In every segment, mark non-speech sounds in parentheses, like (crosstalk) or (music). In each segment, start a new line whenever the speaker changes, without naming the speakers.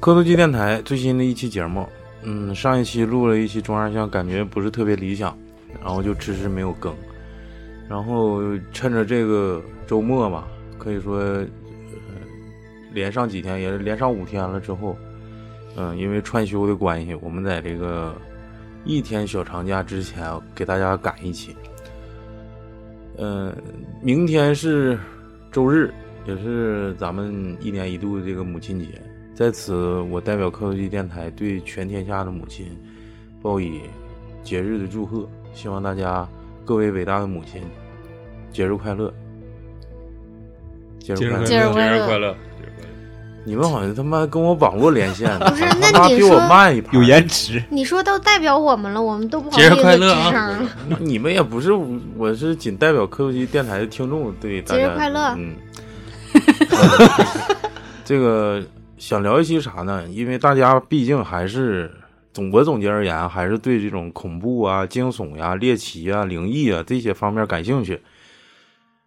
科多机电台最新的一期节目，嗯，上一期录了一期中二像，感觉不是特别理想，然后就迟迟没有更。然后趁着这个周末吧，可以说、呃连上几天，也连上五天了之后，嗯、因为串休的关系，我们在这个一天小长假之前给大家赶一期。嗯、明天是周日，也是咱们一年一度的这个母亲节。在此，我代表科技电台对全天下的母亲报以节日的祝贺，希望大家各位伟大的母亲节日快乐！节日快
节日
乐！
快乐
节日快乐！
你们好像他妈跟我网络连线呢，
不是那
他妈
你
比我
说
慢一拍，
有延迟。
你说都代表我们了，我们都不好
节日
意思
快乐啊
吱声了。
你们也不是，我是仅代表科技电台的听众对大家。
节日快乐
嗯， (laughs) 这个想聊一期啥呢？因为大家毕竟还是总我总结而言，还是对这种恐怖啊、惊悚呀、猎奇啊、灵异啊这些方面感兴趣，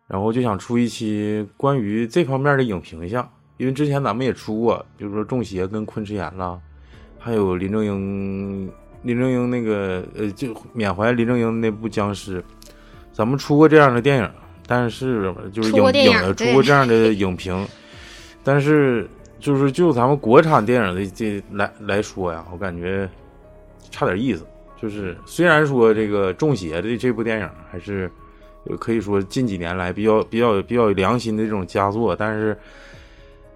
然后就想出一期关于这方面的影评项。因为之前咱们也出过，比如说《中邪》跟《昆池岩》啦，还有林正英，林正英那个呃，就缅怀林正英那部僵尸，咱们出过这样的电影，但是就是
出
影
过电影
影的
对
出过这样的影评，但是就是就咱们国产电影的这来来说呀，我感觉差点意思。就是虽然说这个《中邪》的这部电影还是呃可以说近几年来比较比较比较有良心的这种佳作，但是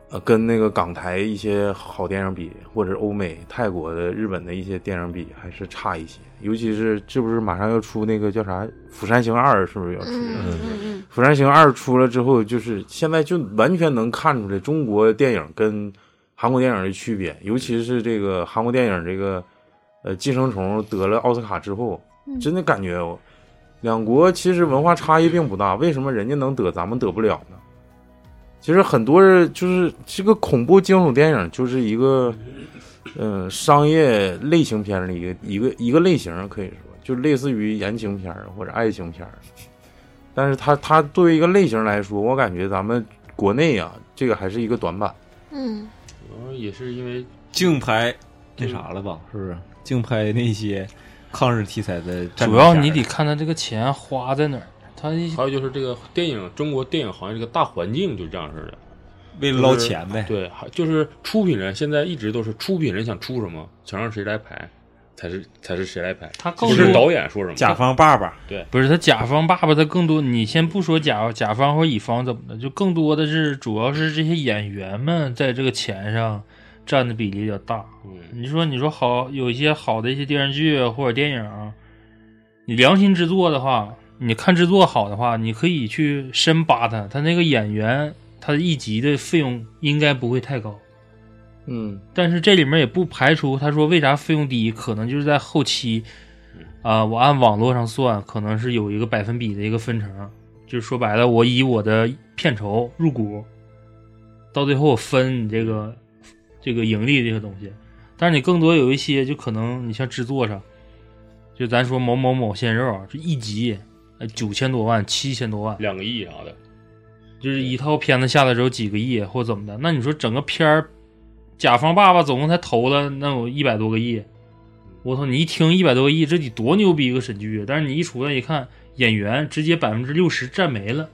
呃跟那个港台一些好电影比，或者欧美、泰国的、日本的一些电影比，还是差一些。尤其是这不是马上要出那个叫啥《釜山行二》，是不是要出？
嗯嗯嗯，
《釜山行二》出了之后，就是现在就完全能看出来中国电影跟韩国电影的区别，尤其是这个韩国电影这个呃《寄生虫》得了奥斯卡之后，真的感觉我两国其实文化差异并不大，为什么人家能得，咱们得不了呢？其实很多人就是这个恐怖惊悚电影就是一个，呃，商业类型片的一个一个一个类型，可以说就类似于言情片儿或者爱情片儿。但是它它作为一个类型来说，我感觉咱们国内啊，这个还是一个短板。
嗯
然后也是因为
竞拍那啥了吧？是不是？竞拍那些抗日题材的战争片儿，
主要你得看他这个钱花在哪儿。他一
还有就是这个电影，中国电影行业这个大环境就这样似的，
为了
就是
捞钱呗。
对，还就是出品人现在一直都是出品人想出什么，想让谁来拍，才是才是谁来拍，
他告
不
诉
是
我
导演说什么。
甲方爸爸
不是他甲方爸爸，他更多你先不说甲甲方或乙方怎么的，就更多的是主要是这些演员们在这个钱上占的比例比较大。
嗯，
你说你说好有一些好的一些电视剧或者电影，你良心制作的话，你看制作好的话，你可以去深扒他，他那个演员他一集的费用应该不会太高。
嗯，
但是这里面也不排除他说为啥费用低，可能就是在后期，啊、我按网络上算，可能是有一个百分比的一个分成，就是说白了，我以我的片酬入股，到最后分你这个这个盈利这个东西。但是你更多有一些就可能你像制作上，就咱说某某某鲜肉，这一集九千多万、七千多万，
两个亿啊啥的，
就是一套片子下来之后几个亿或怎么的，那你说整个片儿，甲方爸爸总共才投了那有一百多个亿，我操！你一听一百多个亿，这得多牛逼一个神剧啊！但是你一出来一看，演员直接百分之六十占没了，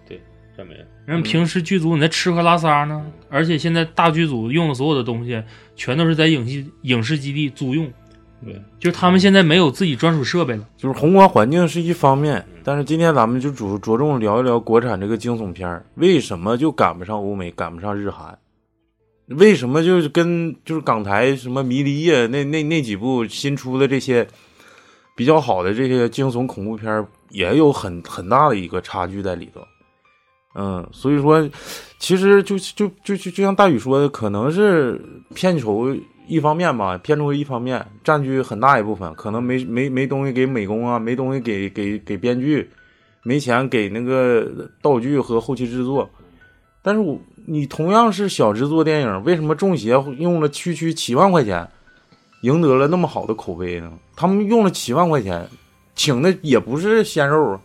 真没了。
人平时剧组你在吃喝拉撒呢，
嗯
而且现在大剧组用的所有的东西，全都是在影戏影视基地租用，
对，
就是
嗯
他们现在没有自己专属设备了。
就是宏观环境是一方面，但是今天咱们就主着重聊一聊国产这个惊悚片儿，为什么就赶不上欧美，赶不上日韩？为什么就是跟就是港台什么《迷离夜》那那那几部新出的这些比较好的这些惊悚恐怖片儿，也有很很大的一个差距在里头。嗯，所以说，其实就就就就就像大宇说的，可能是片酬一方面吧，片酬一方面占据很大一部分，可能没没没东西给美工啊，没东西给给给编剧，没钱给那个道具和后期制作。但是我你同样是小制作电影，为什么《中邪》用了区区七万块钱，赢得了那么好的口碑呢？他们用了七万块钱，请的也不是鲜肉，啊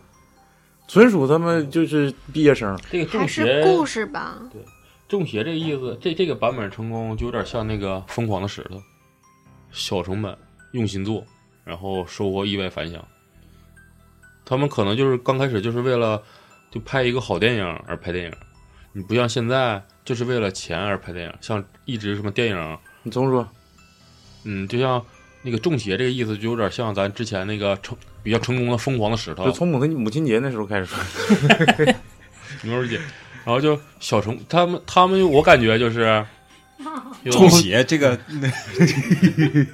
纯属他们就是毕业生。
这个
还
中
是故
邪，
事吧。
中邪这个意思，这这个版本成功就有点像那个《疯狂的石头》，小成本，用心做，然后收获意外反响。他们可能就是刚开始就是为了就拍一个好电影而拍电影，你不像现在就是为了钱而拍电影，像一直什么电影，
你总说
嗯，就像那个中邪这个意思，就有点像咱之前那个成比较成功的《疯狂的石头》
就，从母亲母亲节那时候开始说，
牛肉姐，然后就小成他们他们我感觉就是。用
中邪这个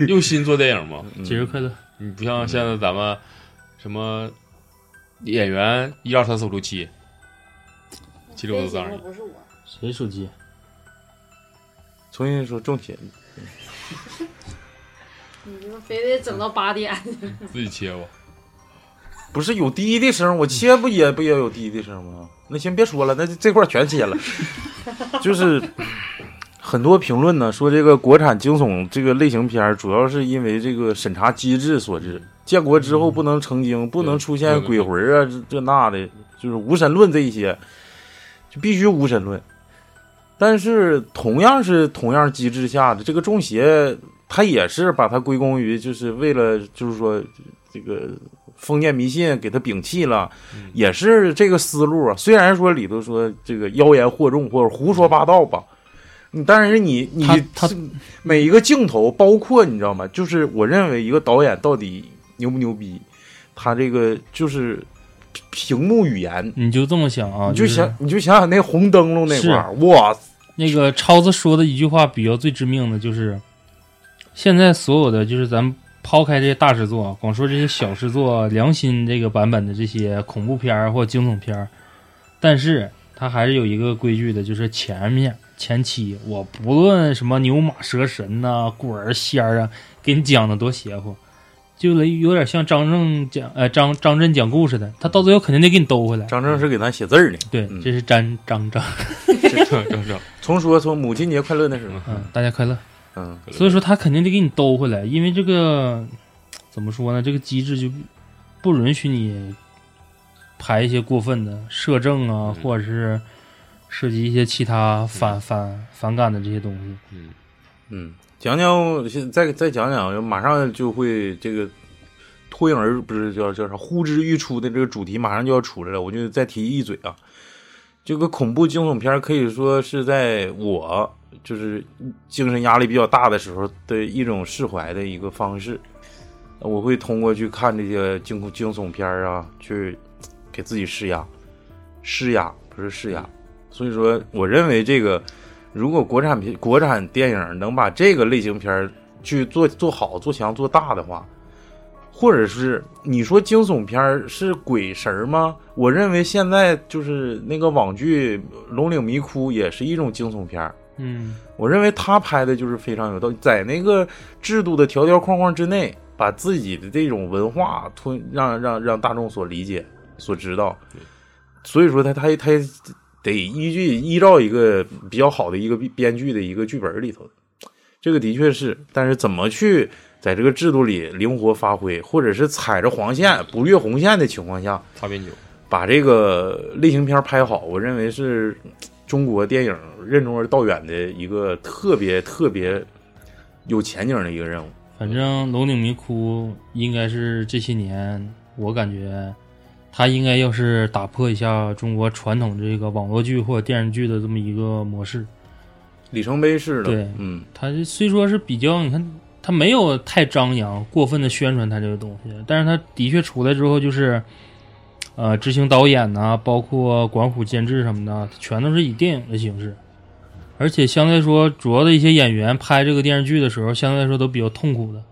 用心做电影嘛，
节日快乐，
你不像现在咱们什么演员一二三四五六七，七六四三二一，
不是我，
谁手机？
重新说中邪，
你们非得整到八点， (laughs)
自己切吧。
不是有滴的声儿，我切不也不也有滴的声儿吗？那行别说了，那就这块儿全切了。 (laughs) 就是很多评论呢说，这个国产惊悚这个类型片儿，主要是因为这个审查机制所致。建国之后不能成精，不能出现鬼魂儿啊，这这那的，就是无神论这一些，就必须无神论。但是同样是同样机制下的这个中邪，他也是把它归功于，就是为了就是说这个封建迷信给他摒弃了，也是这个思路啊。虽然说里头说这个妖言惑众或者胡说八道吧，你但是你你
他他
每一个镜头，包括你知道吗？就是我认为一个导演到底牛不牛逼，他这个就是屏幕语言，
你就这么想啊？
你就是想你就想想那红灯笼那块儿，哇，
那个超子说的一句话比较最致命的就是，现在所有的就是咱们抛开这些大制作，光说这些小制作，良心这个版本的这些恐怖片儿或惊悚片儿，但是它还是有一个规矩的，就是前面前期我不论什么牛马蛇神呐、鬼儿仙儿啊，给你讲的多邪乎。就有点像张正讲，呃，张张震讲故事的，他到最后肯定得给你兜回来。
张正是给咱写字儿呢。
对
嗯，
这是张张张，
正正，
从说从母亲节快乐那时候，
嗯，大家快乐。
嗯，
所以说他肯定得给你兜回来，因为这个怎么说呢？这个机制就不允许你排一些过分的摄政啊，
嗯
或者是涉及一些其他反反反感的这些东西。
嗯，
嗯，讲讲现再再讲讲，马上就会这个脱颖而不是叫叫啥呼之欲出的这个主题马上就要出来了，我就再提一嘴啊，这个恐怖惊悚片儿可以说是在我就是精神压力比较大的时候的一种释怀的一个方式，呃我会通过去看这些惊恐惊悚片儿啊，去给自己施压，施压不是释压，所以说我认为这个。如果国产片、国产电影能把这个类型片儿去做做好、做强、做大的话，或者是你说惊悚片儿是鬼神儿吗？我认为现在就是那个网剧《龙岭迷窟》也是一种惊悚片儿。
嗯，
我认为他拍的就是非常有道理，在那个制度的条条框框之内，把自己的这种文化吞让让让大众所理解、所知道。所以说他他他得依据依照一个比较好的一个编剧的一个剧本里头，这个的确是，但是怎么去在这个制度里灵活发挥，或者是踩着黄线不越红线的情况下，
擦边球，
把这个类型片拍好，我认为是嗯中国电影任重而道远的一个特别特别有前景的一个任务。
反正《龙岭迷窟》应该是这些年我感觉。它应该要是打破一下中国传统这个网络剧或者电视剧的这么一个模式，
里程碑式的，
对
嗯，
它虽说是比较，你看它没有太张扬、过分的宣传它这个东西，但是它的确出来之后就是，呃，执行导演呐、包括管虎监制什么的，全都是以电影的形式。而且相对来说，主要的一些演员拍这个电视剧的时候，相对来说都比较痛苦的，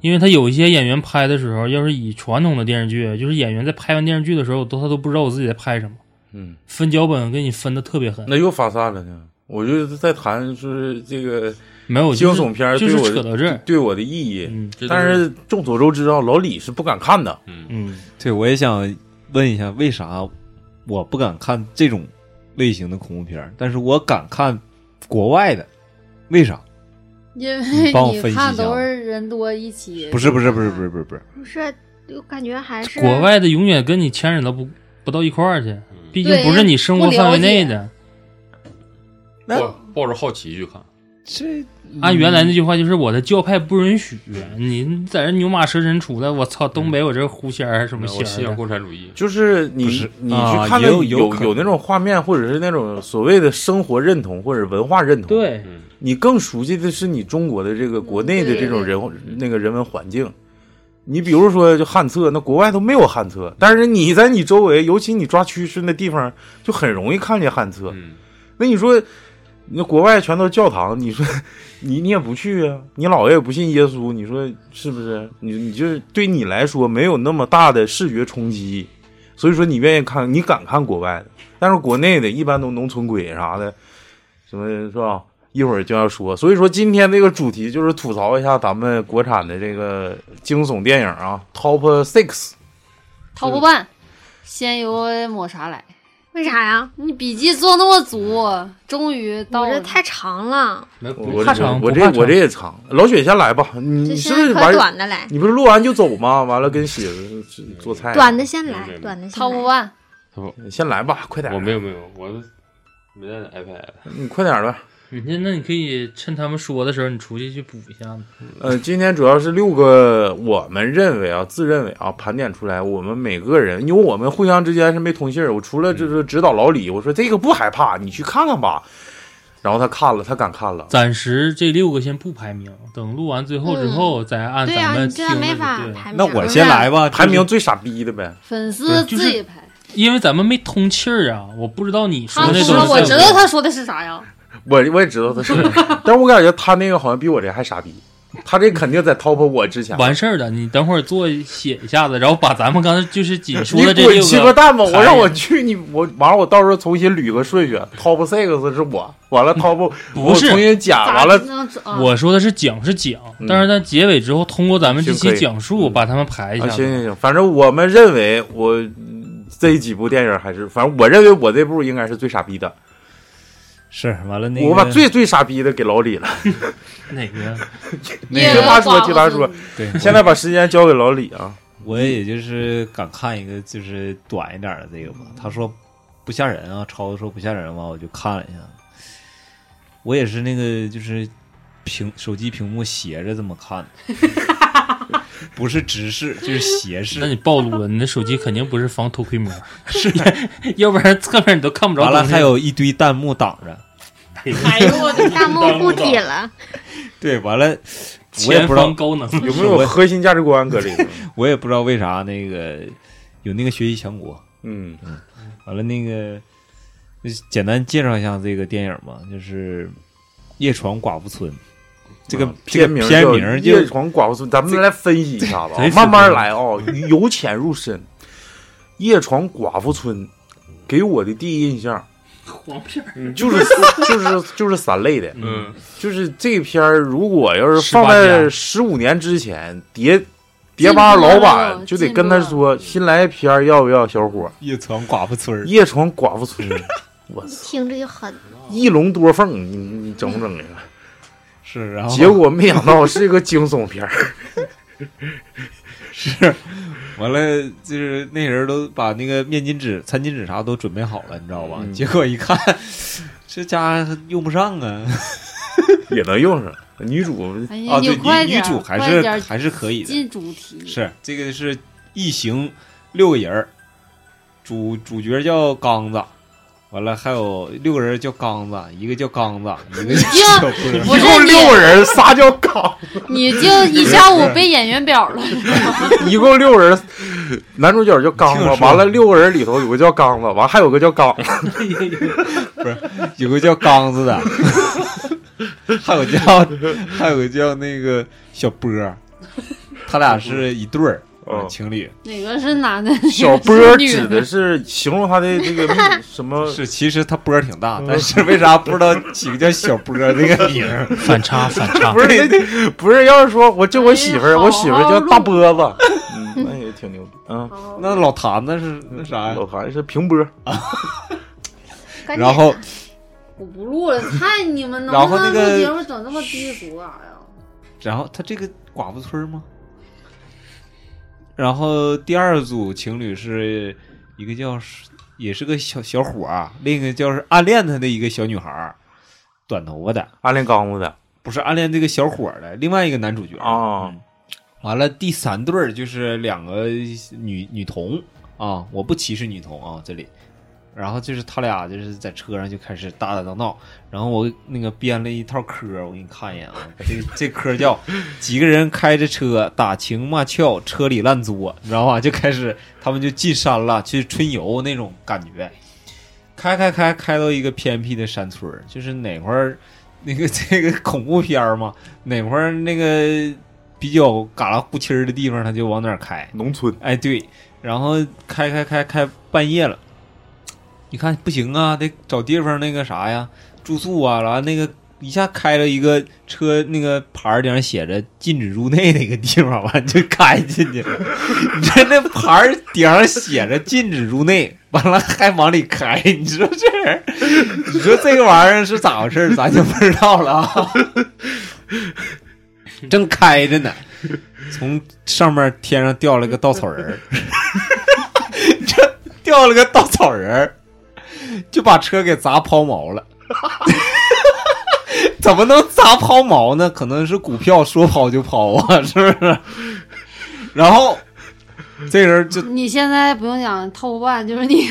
因为他有一些演员拍的时候，要是以传统的电视剧，就是演员在拍完电视剧的时候，都他都不知道我自己在拍什么，
嗯，
分脚本给你分的特别狠。
那又发散了呢。我就是在谈，就是这个
没有，
惊
就是
悚片儿
就
对
是
我
扯到这
的
儿，
对我的意义。
嗯
这都
但是众所周知啊，老李是不敢看的。
嗯，
嗯。
对我也想问一下，为啥我不敢看这种类型的恐怖片儿，但是我敢看国外的？为啥？
因为
帮我分析一
你
下
看都是人多一起，
不是不是不是不是不是不是，
不是，我感觉还是啊
国外的永远跟你
嗯
牵扯到不不到一块儿去，毕竟
对
不是你生活范围内的。
那
抱抱着好奇去看，
这
按原来那句话就是我的教派不允许，你在这牛马蛇神出来，我操，东北我这狐仙儿什
嗯
么
那我信
仙
仰
儿的，
共产主义，
就是你
不是
你去
啊
看
也
看
有有
有
可
有那种画面，或者是那种所谓的生活认同或者文化认同，，
对，
嗯，
你更熟悉的是你中国的这个国内的这种人那个人文环境。你比如说，就旱厕，那国外都没有旱厕，但是你在你周围，尤其你抓区是那地方，就很容易看见旱厕。
嗯，
那你说，那国外全都是教堂，你说你你也不去啊？你姥爷也不信耶稣，你说是不是？你你就是对你来说没有那么大的视觉冲击，所以说你愿意看，你敢看国外的，但是国内的一般都农村鬼啥的，什么是吧？一会儿就要说，所以说今天这个主题就是吐槽一下咱们国产的这个惊悚电影啊，Top Six。
掏不办，先由抹茶来。
为啥呀？
你笔记做那么足，终于到
我这
了
太长了，
那
我
不
我
怕
这
长
我
不
这
怕
我
长
这也长，老雪先来吧，
这
你是
现
不是
在
玩
可短的来，
你不是录完就走吗？完了跟喜子去做
哎
菜，
短的先
没有没
来，
有
短的先
掏
来。
不办，
先来吧，快点儿！
我没有没有，我没带 iPad，
你快点儿吧。
你那那你可以趁他们说的时候，你出去去补一下嘛。
呃，今天主要是六个，我们认为啊，自认为啊，盘点出来，我们每个人，因为我们互相之间是没通信儿。我除了就是指导老李，我说这个不害怕，你去看看吧。然后他看了，他敢看了。
暂时这六个先不排名，等录完最后之后再按
对
咱
呀，
们
你
听
这样
的就
没啊
对
法排名。
那我先来吧，
排名最傻逼的呗，
粉丝
就是
自己排。
因为咱们没通气儿啊，我不知道你说
他
那
说
东西
了，我
在
知道他说的是啥呀？
我我也知道他是， (laughs) 但是我感觉他那个好像比我这还傻逼，他这肯定在 top 我之前。
完事儿的，你等会儿做写一下子，然后把咱们刚才就是仅说
你
的这
滚
六
鸡巴
个，
蛋吧！我
排
让我去你我完了，我到时候重新捋个顺序，Top Six 是我，完
(laughs)
了 Top
不
我重
是。
新剪
咋
完了，
能知啊
我说的是讲是讲，但是在结尾之后，通过咱们这
行可
期
以
讲述，把他们排一
啊，
下
行。行行，反正我们认为我嗯这几部电影还是，反正我认为我这部应该是最傻逼的，
是完了那个
我把最最傻逼的给老李了。
哪个？
你
夜
听他
晚
说
寡
听
妇
他说
对，
现在把时间交给老李啊，
我也就是敢看一个就是短一点的这个吧。他说不吓人啊，超子说不吓人嘛，我就看了一下。我也是那个就是屏手机屏幕斜着这么 (laughs) 看的不是直视就是斜
那
视。
你暴露了，你的手机肯定不是防偷窥膜，是， (laughs) 要不然侧面你都看不着
完
东西。
了还有一堆弹幕挡着，
哎呦我的
大幕护体了，
对，完了我也
前
不知道
方高能，
有没有核心价值观搁里
(laughs)
头？
我也不知道为啥那个有那个学习强国，
嗯，
完了，那个就是简单介绍一下这个电影吧，就是《夜闯寡妇村》。这个
啊
这个
片名
片
叫
名儿就
夜闯寡妇村》，咱们来分析一下子啊
贼，
慢慢来啊，由浅入深。夜闯寡妇村给我的第一印象
黄片儿。
就是 (laughs) 就是就是三类的，
嗯，
就是这片儿如果要是放
18
在
家
十五年之前，碟碟吧老板就得跟他说新来一片儿要不要小伙儿
夜闯寡妇村儿
《夜闯寡妇村》，我操，
听着就狠。
一龙多凤，你你整不整这个？
是，然后
结果没想到是一个惊悚片儿。
是完了，就是那人都把那个面巾纸、餐巾纸啥都准备好了，你知道吧？
嗯
结果一看， (laughs) 这家伙用不上啊！
也能用上。女主
(laughs) 哎呀
啊，
你
对，
快
女
点
女
儿
主还
快
是
点儿
还是可以的，
进主题，
是嗯这个是一行六个人儿，主主角叫刚子，完了还有六个人叫刚子，一个叫刚子，一个叫 (laughs) 小
不
波。
一
是
共
你
六个人，仨叫刚，
你就一下午背演员表了。
一共六个人，男主角叫刚
听我
子，
说
完了六个人里头有个叫刚子，完还有个叫刚，
有个叫刚子的， (laughs) 还有叫 (laughs) 还有个叫那个小波儿，他俩是一对儿、
嗯
(laughs)
情侣，
哪个是男的？
小波
哪个是女
指的是形容他的这个
(laughs)
命什么？
是其实他波儿挺大，但是为啥不知道起个叫小波儿这个名 (laughs) 儿？
反差反差
不，是那不是，要是说我就我媳妇
哎
儿，
好
我媳妇儿叫大波子，嗯，那也挺牛逼。嗯，
哦
那老谭那是那啥呀？
老韩是平波，
赶紧
然后
我不录了，太你们能
然
不
后那
能
个
录节目整那么低俗啊哎干啥呀？
然后他这个寡妇村吗？然后第二组情侣是啊一个叫是也是个小小伙儿，另一个叫是暗恋他的一个小女孩儿，短头发的，
暗恋刚子的
不是暗恋这个小伙儿的另外一个男主角
啊
嗯完了，第三对儿就是两个女女童啊，我不歧视女童啊，这里。然后就是他俩就是在车上就开始打打闹闹，然后我那个编了一套嗑，我给你看一眼啊， (laughs) 这个这嗑叫几个人开着车打情骂俏，车里烂作，你知道吧？就开始他们就进山了，去春游那种感觉，开开开开到一个偏僻的山村儿，就是哪块儿那个 (laughs) 这个恐怖片儿嘛，哪块儿那个比较嘎啦咕叽儿的地方，他就往哪儿开。
农村
哎，对，然后开开开开半夜了，你看不行啊，得找地方那个啥呀，住宿啊，然后那个一下开了一个车那个牌儿顶上写着“禁止入内”那个地方，完就开进去了。你这那牌儿顶上写着“禁止入内”，完了还往里开，你说这人，你说这个玩意儿是咋回事儿？咱就不知道了啊。 (laughs) 正开着呢，从上面天上掉了个稻草人 (laughs) 儿，这掉了个稻草人儿，就把车给砸抛锚了。 (laughs) 怎么能砸抛锚呢？可能是股票说抛就抛啊，是不是？然后这人就，
你现在不用讲透半，就是 (laughs) 你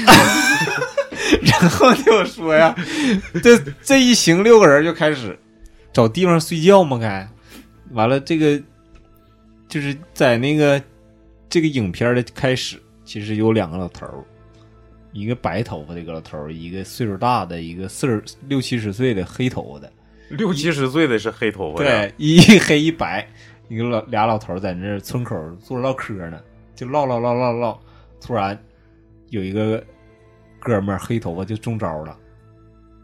然后就说呀，这这一行六个人就开始找地方睡觉嘛，该完了这个就是在那个这个影片的开始，其实有两个老头儿，一个白头发的一个老头儿，一个岁数大的，一个四十六七十岁的黑头发的。
六七十岁的是黑头发的，
对，一黑一白，一个老俩老头儿在那村口坐着唠嗑呢，就唠唠唠唠唠，突然有一个哥们儿黑头发就中招了，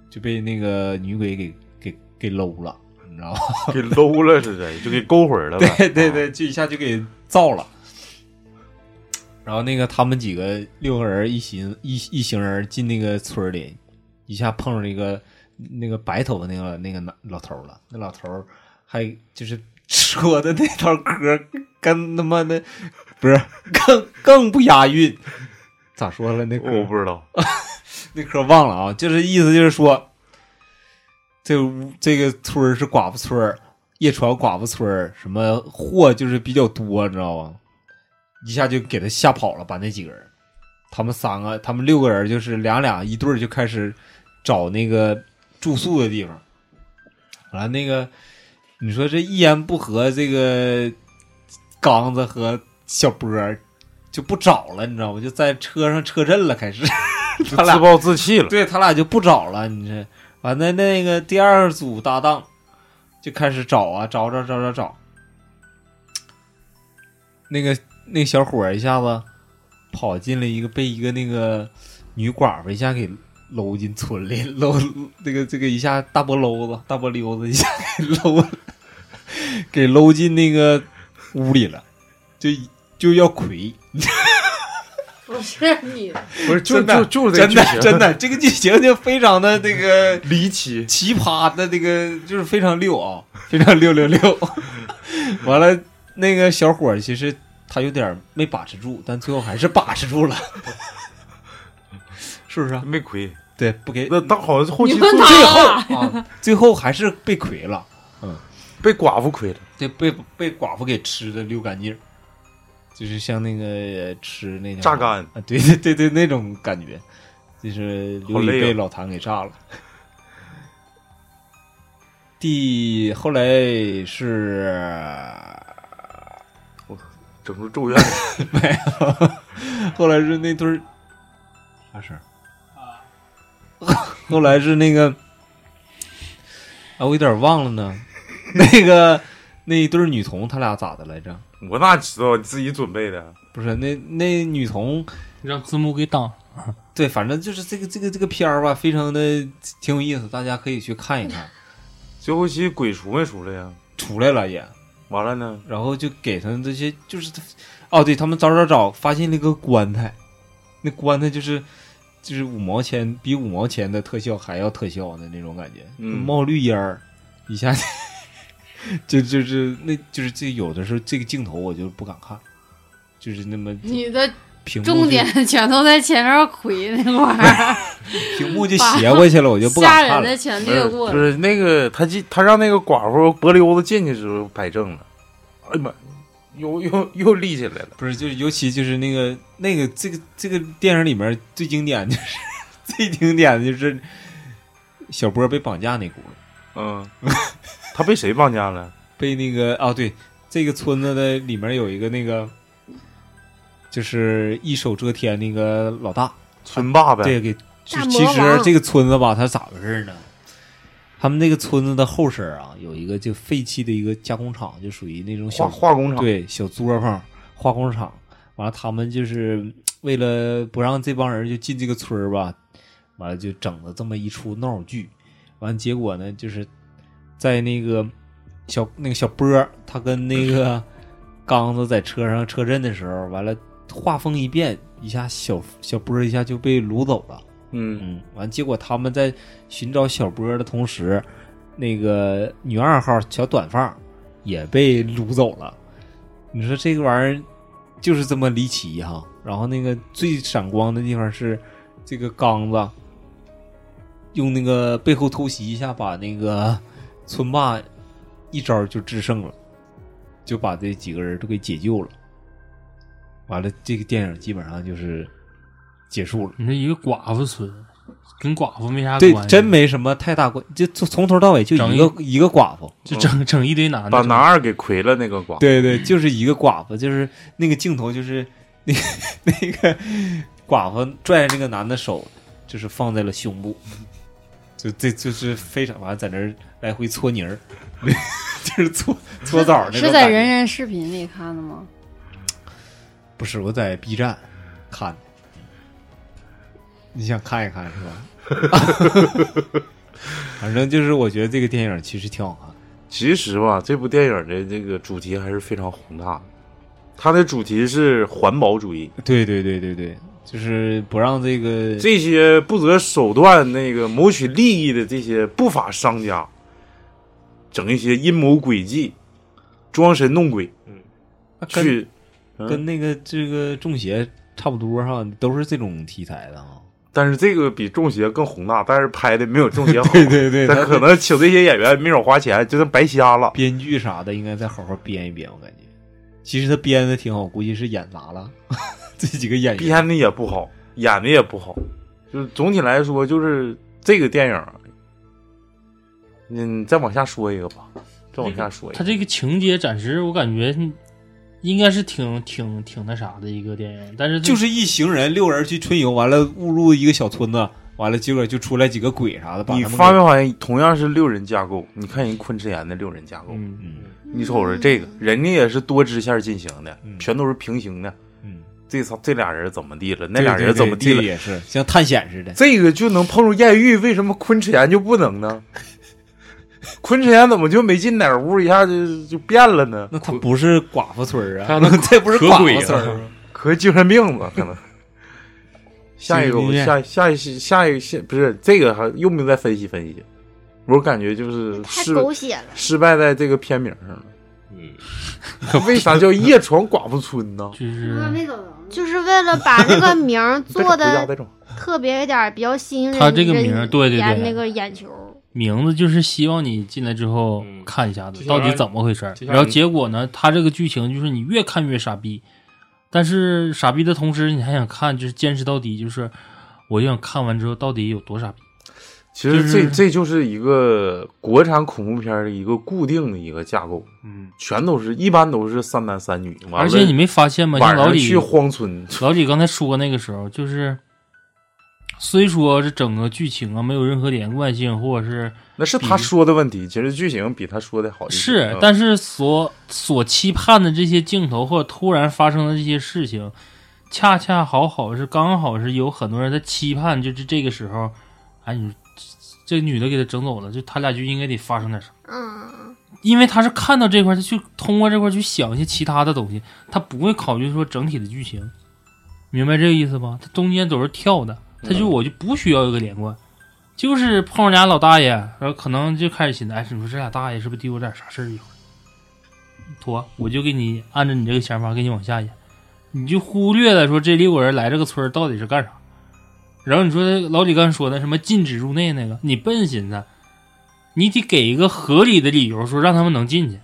就被那个女鬼给给给搂了，你知道吧？
给搂了似的，就给勾魂了呗。啊
对对对，就一下就给造了。然后那个他们几个六个人一行一一行人进那个村儿里，一下碰上一个那个白头发那个那个男老头儿了。那老头儿还就是说的那套歌跟他妈的不是更更不押韵，咋说了那歌？
嗯我不知道，
(laughs) 那歌忘了啊，就是意思就是说，这屋这个村儿是寡妇村儿，夜传寡妇村儿，什么货就是比较多，你知道吗？一下就给他吓跑了，把那几个人，他们三个，他们六个人就是俩俩一对儿就开始找那个住宿的地方。完了那个，你说这一言不合，这个刚子和小波儿就不找了，你知道吗？就在车上车震了，开始 (laughs)
就
他俩
自暴自弃了。
对他俩就不找了。你这完了，那个第二组搭档就开始找啊，找找找找找。那个那个小伙儿一下子跑进了一个被一个那个女寡妇一下给搂进村里，搂那个这个一下大波搂子、大波溜子一下给搂给搂进那个屋里了，就就要魁。
不是你，
不是，就
真的
就就是这
真
剧
的 (laughs)
情
真的，这个剧情就非常的那个
离奇。
奇葩的这个就是非常溜啊， (laughs) 非常溜溜 (laughs) 溜。完了，那个小伙儿其实他有点没把持住，但最后还是把持住了， (laughs) 是不是啊？
没亏，
对，不给
那到好像后期
你
做
问
最后
他，
(laughs) 啊，最后还是被亏了，
被寡妇亏了，
对，被被寡妇给吃的溜干净儿，就是像那个吃那叫
榨干。
啊，对对对对，那种感觉，就是
好
刘
累
宇
啊
被老谭给炸了。第后来是 (laughs)
整出咒怨来。
后来是那对儿啥事儿？ (laughs) 后来是那个，啊，我有点忘了呢。 (laughs) 那个那一对儿女童，他俩咋的来着？
(laughs) 我哪知道你自己准备的？
不是那那女童，
(laughs) 让字幕给挡。
对，反正就是这个这个这个片儿吧，非常的挺有意思，大家可以去看一看。
最后期鬼出没出来呀？
出来了也，
完了呢？
然后就给他们这些，就是，哦，对他们找找找，发现了一个棺材，那棺材就是就是五毛钱比五毛钱的特效还要特效的那种感觉，
嗯
冒绿烟儿，一下就就就是那就是这有的时候这个镜头我就不敢看，就是那么
你的
屏幕就
重点全都在前面回那块儿，
屏幕就斜过去了， (laughs) 我就不
吓
敢看
人
了
的。全
不
略
是
过
就
了。
是那个他进他让那个寡妇脖溜子进去时候摆正了，哎呀妈，又又又立起来了。
不是，就是尤其就是那个那个这个这个电影里面最经典就是 (laughs) 最经典的就是小波被绑架那轱辘，
嗯， (laughs) 他被谁绑架了？
被那个啊对，这个村子的里面有一个那个就是一手遮天那个老大，
(laughs) 村霸呗。
对，给就
大魔
其实
王
这个村子吧，它咋回事呢？他们那个村子的后身啊，有一个就废弃的一个加工厂，就属于那种
化
小
化工厂。
对小作坊、化工厂。完了，他们就是为了不让这帮人就进这个村儿吧，完了就整了这么一出闹剧。完，结果呢，就是在那个小那个小波儿，他跟那个刚子在车上车震的时候，完了画风一变，一下小小波儿一下就被掳走了。
嗯，
嗯，完结果他们在寻找小波的同时，那个女二号小短发也被掳走了。你说这个玩意儿就是这么离奇哈。然后那个最闪光的地方是这个刚子用那个背后偷袭一下，把那个村霸一招就制胜了，就把这几个人都给解救了。完了，这个电影基本上就是结束了。
你这一个寡妇村，跟寡妇没啥
对
关，系，
真没什么太大关，就就从头到尾就
整
一个一个寡妇。
就整整一堆男的，
把男二给亏了那个寡。
对对，就是一个寡妇，就是那个镜头，就是那 (laughs) 那个寡妇拽着那个男的手，就是放在了胸部，就这就是非常完了在那儿来回搓泥儿， (laughs) 就是搓搓澡儿那种
是在
感觉
人人视频里看的吗？
不是我在 B 站看的，你想看一看是吧？ (laughs) 反正就是我觉得这个电影其实挺好看的。
其实吧，这部电影的这个主题还是非常宏大的，它的主题是环保主义，
对对对对对，就是不让这个
这些不择手段、那个谋取利益的这些不法商家，整一些阴谋诡计，装神弄鬼
啊跟
去。嗯
跟那个这个中邪差不多哈，都是这种题材的
(laughs)
哈。
但是这个比中邪更宏大，但是拍的没有中邪好。
(laughs) 对对对，
但可能请这些演员没少花钱，就算白瞎了。
编剧啥的应该再好好编一编，我感觉。其实他编的挺好，估计是演砸了 (laughs) 这几个演员。
编的也不好，演的也不好，就是总体来说，就是这个电影，嗯你再往下说一个吧，再往下说一
他
个。
这个情节暂时我感觉应该是挺挺挺那啥的一个电影，但是这
就是一行人六人去春游，完了误入一个小村子，完了结果就出来几个鬼啥的，把
你
他们
发
给
没发现，同样是六人架构？你看人昆池岩的六人架构，
嗯，
嗯
你瞅瞅这个，人家也是多支线进行的，
嗯
全都是平行的。
嗯，
这仨这俩人怎么地了？那
对
俩
对
人
对
怎么地
这
了？
也是像探险似的。
这个就能碰出艳遇，为什么昆池岩就不能呢？ (laughs) 昆池岩怎么就没进哪屋一下就就变了呢？
那他不是寡妇村儿
他
啊，
那
这不是
可
寡
鬼
妇村
啊
儿啊，
和精神病吧，
(laughs)
可能。下一个，我
精神病
下下一下一下不是这个还用不用再分析分析？我感觉就是
太
失
狗血了。
失败在这个片名上了。
嗯，
(laughs) 为啥叫夜闯寡妇村呢？
就是
走
就是为了把这个名
(laughs)
儿
再
(laughs) 做
整回家
的
再整。
特别有点儿比较吸引人，
他这个名儿对对对
人眼那个眼球，
名字就是希望你进来之后
嗯
看一下子
就像
到底
让
怎么回事儿，
就像
然后结果呢，他这个剧情就是你越看越傻逼，但是傻逼的同时你还想看，就是坚持到底，就是我就想看完之后到底有多傻逼。
其实这
就是
这就是一个国产恐怖片的一个固定的一个架构，
嗯，
全都是一般都是三男三女，完了
而且你没发现吗？像
晚
老
上
李
去荒村，
老李刚才说那个时候，就是虽说这整个剧情啊没有任何连贯性，或者是
那是他说的问题。其实剧情比他说的好一些。
是
嗯，
但是所所期盼的这些镜头或者突然发生的这些事情，恰恰好好是刚好是有很多人在期盼，就是这个时候，哎，你说这这女的给他整走了，就他俩就应该得发生点啥。
嗯，
因为他是看到这块儿，他去通过这块儿去想一些其他的东西，他不会考虑说整体的剧情，明白这个意思吧？他中间都是跳的，他就我就不需要一个连贯，就是碰上俩老大爷，然后可能就开始寻思，哎，你说这俩大爷是不是得有点啥事儿？一会儿，妥，我就给你按照你这个想法给你往下演，你就忽略了说这李果人来这个村儿到底是干啥。然后你说老李刚说的什么禁止入内那个，你笨寻思，你得给一个合理的理由，说让他们能进去。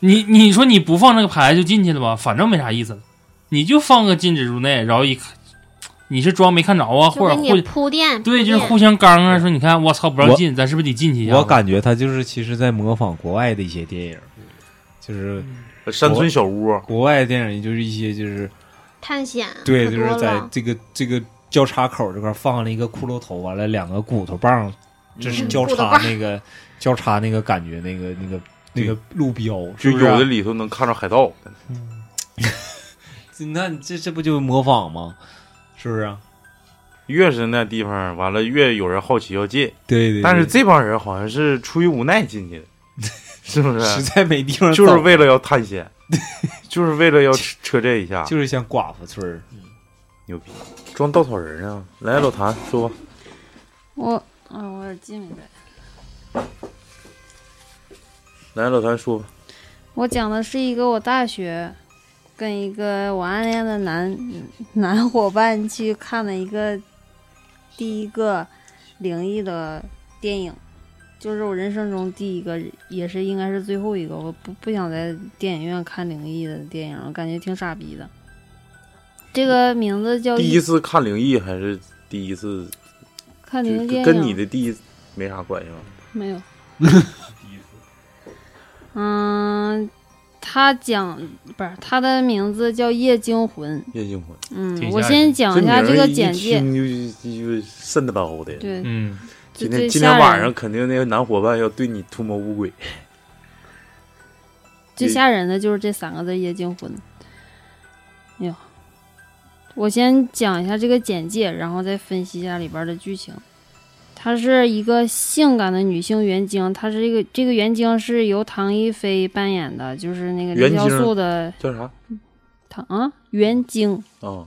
你你说你不放这个牌就进去了吧，反正没啥意思了，你就放个禁止入内，然后一看，你是装没看着
就
啊，或者
给
或
你铺垫，
对，
铺
就是
垫
互相刚啊，说你看我操不让
我
进，咱是不是得进去一下子？
我感觉他就是其实在模仿国外的一些电影，就是
啊山村小屋，
国外的电影就是一些就是
探险，
对，
可
就
多
是在
了
这个这个交叉口这块放了一个骷髅头，完了两个骨头棒，这是交
嗯骨头
叉
棒
那个交叉那个感觉，那个那个那个路标，
就是
不
有
是啊
的里头能看着海盗。
你看这这不就模仿吗？是不是啊？
越是那地方，完了越有人好奇要进，
对对
但
(laughs)
是这帮人好像是出于无奈进 (laughs) 去的，是不
实
是？
在没地方走，
就是为了要探 (laughs) 险，就是为了要扯这一下，
就是像寡妇村儿
牛逼，装稻草人啊！来，老谭说吧，
我，嗯、我耳机没带。
来，老谭说吧，
我讲的是一个我大学跟一个我暗恋的男男伙伴去看的一个第一个灵异的电影，就是我人生中第一个，也是应该是最后一个。我不不想在电影院看灵异的电影，我感觉挺傻逼的。这个名字叫
第一次看灵异还是第一次，
看
就
灵异啊电
跟
影，
跟你的第一没啥关系吧？ (laughs)
没有。嗯，他讲不是他的名字叫夜惊魂。
叶惊魂，
嗯
挺，
我
吓
先
人
讲一下这
名
个
儿一
简介。
听就就就瘆得慌的。
对，
嗯，
就
今
最
天今
吓
天
人
晚上肯定那个男伙伴要对你图谋不轨，
最吓人的就是这三个字“夜惊魂”。哎呦，我先讲一下这个简介，然后再分析一下里边的剧情。她是一个性感的女性袁晶，她是这个这个袁晶是由唐一菲扮演的，就是那个
袁
林
晶
潇肃的
叫啥？
唐啊袁晶，
啊，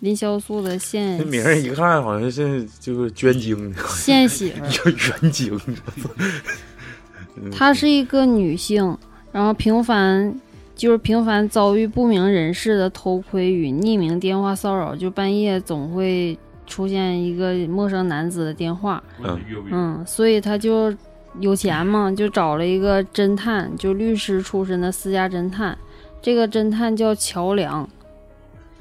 林潇肃的现
那名儿一看好像是就是捐精的，
现媳妇
(laughs)
儿。
叫捐精 (laughs) 的。嗯
她是一个女性，然后频繁就是频繁遭遇不明人士的偷窥与匿名电话骚扰，就半夜总会出现一个陌生男子的电话，
嗯
越不越
嗯，所以她就有钱嘛，就找了一个侦探，就律师出身的私家侦探，这个侦探叫乔良。 (laughs)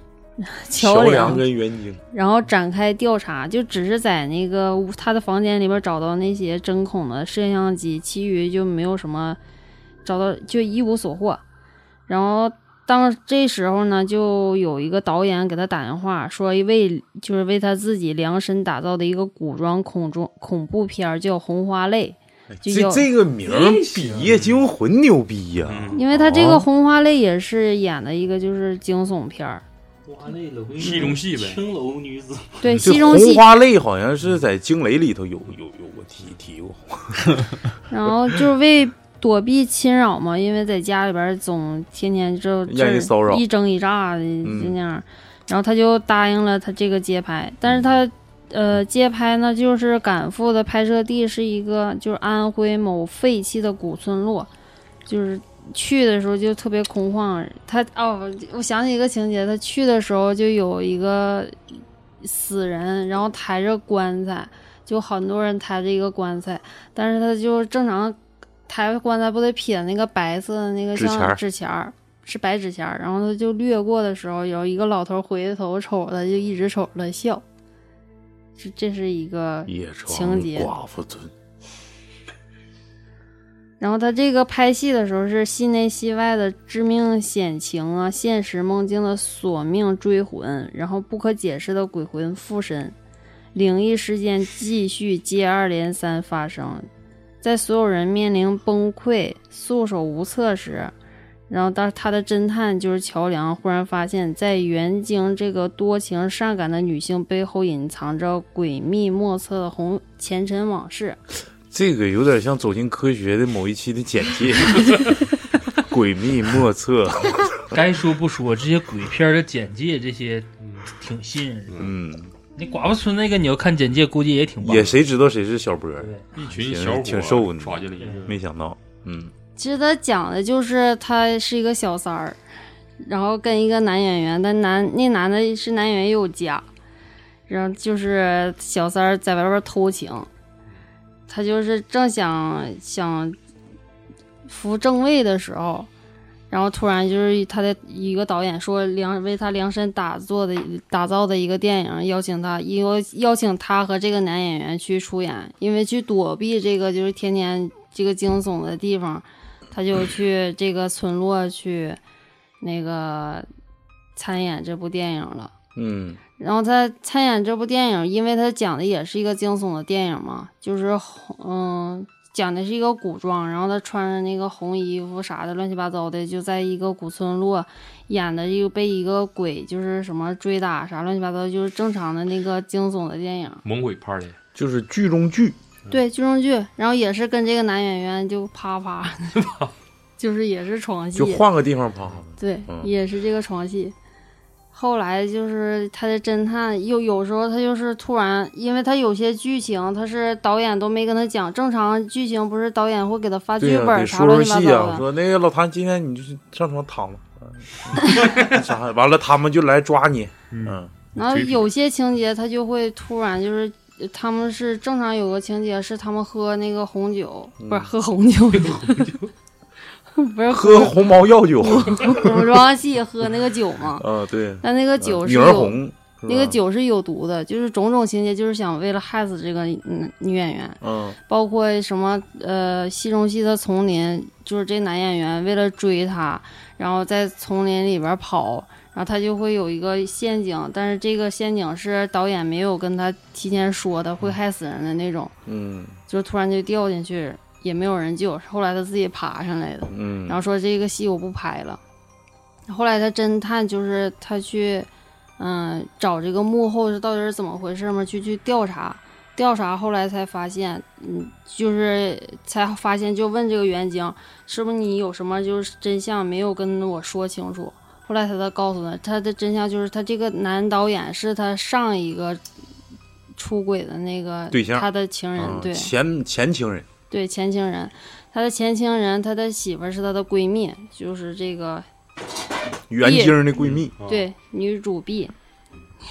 乔
梁
梁，跟袁晶，
然后展开调查，就只是在那个屋他的房间里边找到那些针孔的摄像机，其余就没有什么找到，就一无所获。然后当这时候呢，就有一个导演给他打电话，说一位就是为他自己量身打造的一个古装恐中恐怖片儿叫《红花泪》。就
这
叫
这个名儿比《夜惊魂》牛逼呀！
哎啊嗯
因为他这个
哦
《红花泪》也是演的一个就是惊悚片儿，
花泪了，
戏中戏呗
青楼女子，
(laughs)
对，
这
戏中
红
戏。
花泪好像是在《惊雷》里头有有有过提提过，
然后就是为躲避侵扰嘛，因为在家里边儿总天天就
让人
这
骚扰嗯
一争一炸的就那样儿。然后他就答应了他这个街拍，但是
嗯
他呃街拍呢，就是赶赴的拍摄地是一个就是安徽某废弃的古村落，就是。去的时候就特别空旷，他哦，我想起一个情节，他去的时候就有一个死人，然后抬着棺材，就很多人抬着一个棺材，但是他就正常抬棺材不得撇那个白色的那个
纸钱儿
像纸钱儿，是白纸钱儿，然后他就掠过的时候，有一个老头回头瞅他，就一直瞅着他笑，这这是一个
夜长
情节
寡妇村，
然后他这个拍戏的时候是戏内戏外的致命险情啊，现实梦境的索命追魂，然后不可解释的鬼魂附身，灵异事件继续接二连三发生，在所有人面临崩溃、束手无策时，然后当他的侦探就是乔梁忽然发现，在袁晶这个多情善感的女性背后隐藏着诡秘莫测的红前尘往事。
这个有点像《走进科学》的某一期的简
(laughs)
介，诡秘莫测。
该说不说，这些鬼片儿的简介这些嗯挺吸引人的。
嗯，
那寡妇村那个你要看简介，估计也挺棒的
也谁知道谁是小波儿？
对
一群小伙
挺瘦的
耍进了一个
没想到，嗯，
其实他讲的就是他是一个小三儿，然后跟一个男演员，但男那男的是男演员也有家，然后就是小三儿在外边偷情，他就是正想想扶正位的时候，然后突然就是他的一个导演说量为他量身打做的打造的一个电影，邀请他邀邀请他和这个男演员去出演，因为去躲避这个就是天天这个惊悚的地方，他就去这个村落去那个参演这部电影了。
嗯
然后他参演这部电影，因为他讲的也是一个惊悚的电影嘛，就是红嗯讲的是一个古装，然后他穿着那个红衣服啥的，乱七八糟的，就在一个古村落演的，又被一个鬼就是什么追打啥乱七八糟，就是正常的那个惊悚的电影。
猛鬼 party，
就是剧中剧，
对，剧中剧，然后也是跟这个男演员就啪啪， (laughs) 就是也啊是床戏，
就换个地方趴。
对，
嗯
也是这个床戏。后来就是他的侦探，又有时候他就是突然，因为他有些剧情他是导演都没跟他讲，正常剧情不是导演会给他发
对
剧
呀、
本
得
啥
说
乱
说
七八
戏
糟
啊，
的。
说那个老谭，今天你就是上床躺
(laughs)
了，嗯啥？完了，他们就来抓你，嗯，
然后
嘴皮
有些情节他就会突然就是，他们是正常有个情节是他们喝那个红酒，
嗯
不是喝红酒， (laughs) 不是
喝红毛药酒，。
古装戏喝那个酒嘛
(laughs) 啊，对，
但那个酒是
女儿
有
红，是
那个
吧，
酒是有毒的，就是种种情节，就是想为了害死这个嗯女演员，
嗯
包括什么呃戏中戏的丛林，就是这男演员为了追她，然后在丛林里边跑，然后他就会有一个陷阱，但是这个陷阱是导演没有跟他提前说的，会害死人的那种，
嗯
就是突然就掉进去，也没有人救，后来他自己爬上来的。
嗯，
然后说这个戏我不拍了。后来他侦探就是他去，嗯，找这个幕后是到底是怎么回事嘛，去去调查，调查后来才发现，嗯，就是才发现就问这个袁晶，是不是你有什么就是真相没有跟我说清楚？后来他才告诉他，他的真相就是他这个男导演是他上一个出轨的那个
对象
他的情人，
啊
嗯对，
前前情人，
对前情人，他的前情人，他的媳妇儿是他的闺蜜，就是这个
袁晶儿的闺蜜，
啊，
对女主 B，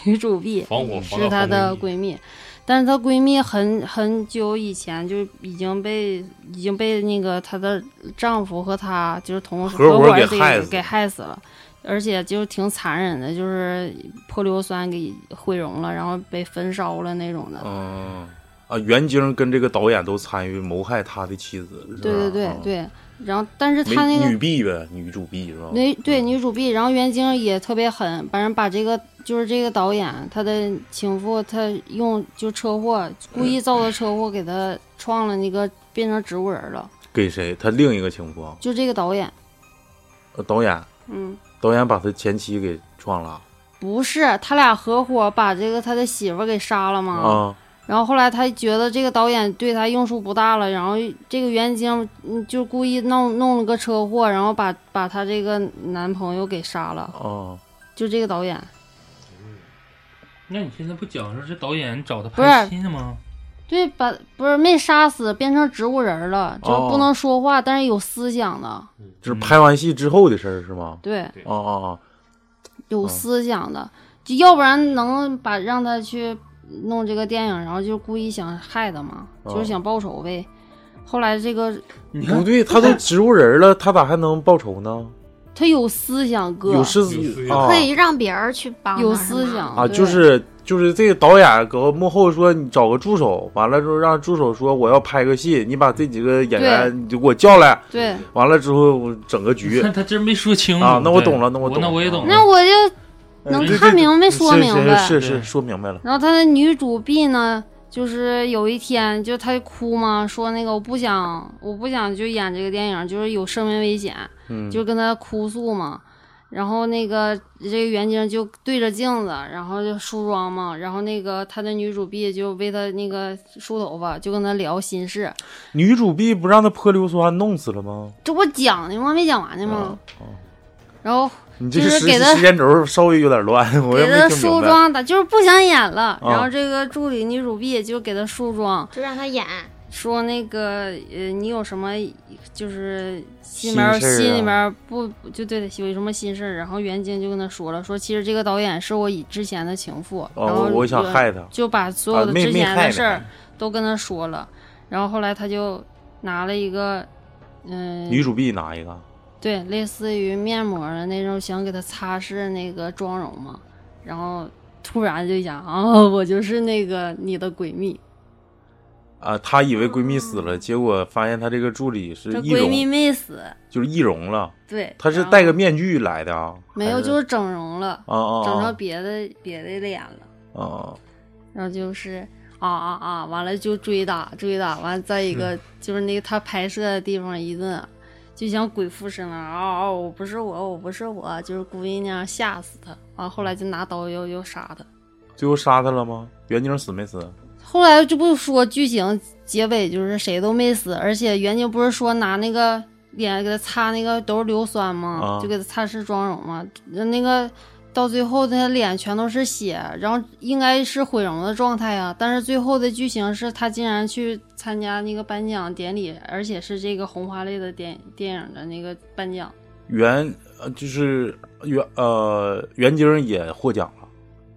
女主 B
防火防盗
是她
防
的
闺蜜
闺蜜，但是她闺蜜很很久以前就已经被已经被那个她的丈夫和她就是同
合伙
合伙
给
儿这
害
个
死
给害死了。而且就是挺残忍的，就是泼硫酸给毁容了，然后被焚烧了那种的。
嗯啊，袁晶跟这个导演都参与谋害他的妻子，是吧
对对对
啊
对，然后但是
没
她那个
女婢呗，女主婢是吧？嗯
女对女主 B，然后袁晶也特别狠，反正把这个就是这个导演他的情妇，他用就车祸故意造的车祸给他撞了那个变成植物人了，
给谁？他另一个情妇，
就这个导演，
呃导演，
嗯，
导演把他前妻给撞了
不是他俩合伙把这个他的媳妇儿给杀了吗？
啊，
然后后来他觉得这个导演对他用处不大了，然后这个袁晶嗯就故意弄弄了个车祸，然后把把他这个男朋友给杀了，
哦，
就这个导演。
那你现在不讲说这导演找他
不是
拍戏呢吗？
对，把不是没杀死，变成植物人了，就是
哦
不能说话，但是有思想的，
这是拍完戏之后的事儿是吗？
对，
哦哦
有
哦
思想的，就要不然能把让他去弄这个电影，然后就故意想害他嘛，就是
哦
想报仇呗。后来这个
哦，不
你看，
对，他都植物人了，他咋还能报仇呢？
他有思想，哥
有狮
有私
子
欲
啊
可以让别人去帮他。
有
是
思
吗
想
啊，
对
就是就是这个导演搁幕后说你找个助手，完了之后让助手说我要拍个戏，你把这几个演员你就给我叫来，
对。
完了之后我整个
你
局
看。他真没说清楚
啊那我
对
懂了那我
我
懂
那
了
也懂
那
了。
我就
哎
能看明白说明白。
是是是
对
说明白了。
然后他的女主 B 呢，就是有一天就她哭嘛，说那个我不想，我不想就演这个电影，就是有生命危险，
嗯，
就跟他哭诉嘛。然后那个这个袁晶就对着镜子，然后就梳妆嘛，然后那个他的女主 B 就为他那个梳头发，就跟他聊心事。
女主 B 不让他泼硫酸弄死了吗？
这不讲呢吗？没讲完呢
啊
吗？
哦
然后
你这
就
个
是
时
给
时
他
间轴稍微有点乱，我也
给
没
他
听
梳
明白。
妆，他就是不想演了。
啊
然后这个助理女主 B 就给他梳妆，
就让他演，
说那个呃，你有什么就是心里
心
面
事儿
心里
啊
面不就对有什么心事儿？然后袁晶就跟他说了，说其实这个导演是我以之前的情妇，
哦，
然后
我我想
袁
害他，
就把所
啊
有的
没
之
没
前的
害
事儿
他，
都跟他说了，然后后来他就拿了一个嗯、
女主币拿一个，
对，类似于面膜的那种，想给他擦拭那个妆容嘛，然后突然就讲啊，我就是那个你的闺蜜，
啊，她以为闺蜜死了，结果发现她这个助理是
她
易
闺蜜
容，
没死，
就是易容了。
对，
她是
然后
戴个面具来的啊？
没有，
还
就是整容了，
啊啊
整到
啊
别的别的脸了，
啊啊！
然后就是啊啊啊，完了就追打追打，完了再一个、就是那个他拍摄的地方一顿。就像鬼附身了，啊啊！我不是我，我不是我，就是故意那样吓死他。完、后来就拿刀又又杀他。
最后杀她了吗？袁静死没死？
后来这不说剧情结尾就是谁都没死，而且袁静不是说拿那个脸给他擦那个都是硫酸吗？
啊
就给他擦拭妆容嘛。那个到最后他脸全都是血，然后应该是毁容的状态啊。但是最后的剧情是他竟然去参加那个颁奖典礼，而且是这个红花类的电电影的那个颁奖。
袁呃就是袁呃袁晶也获奖了，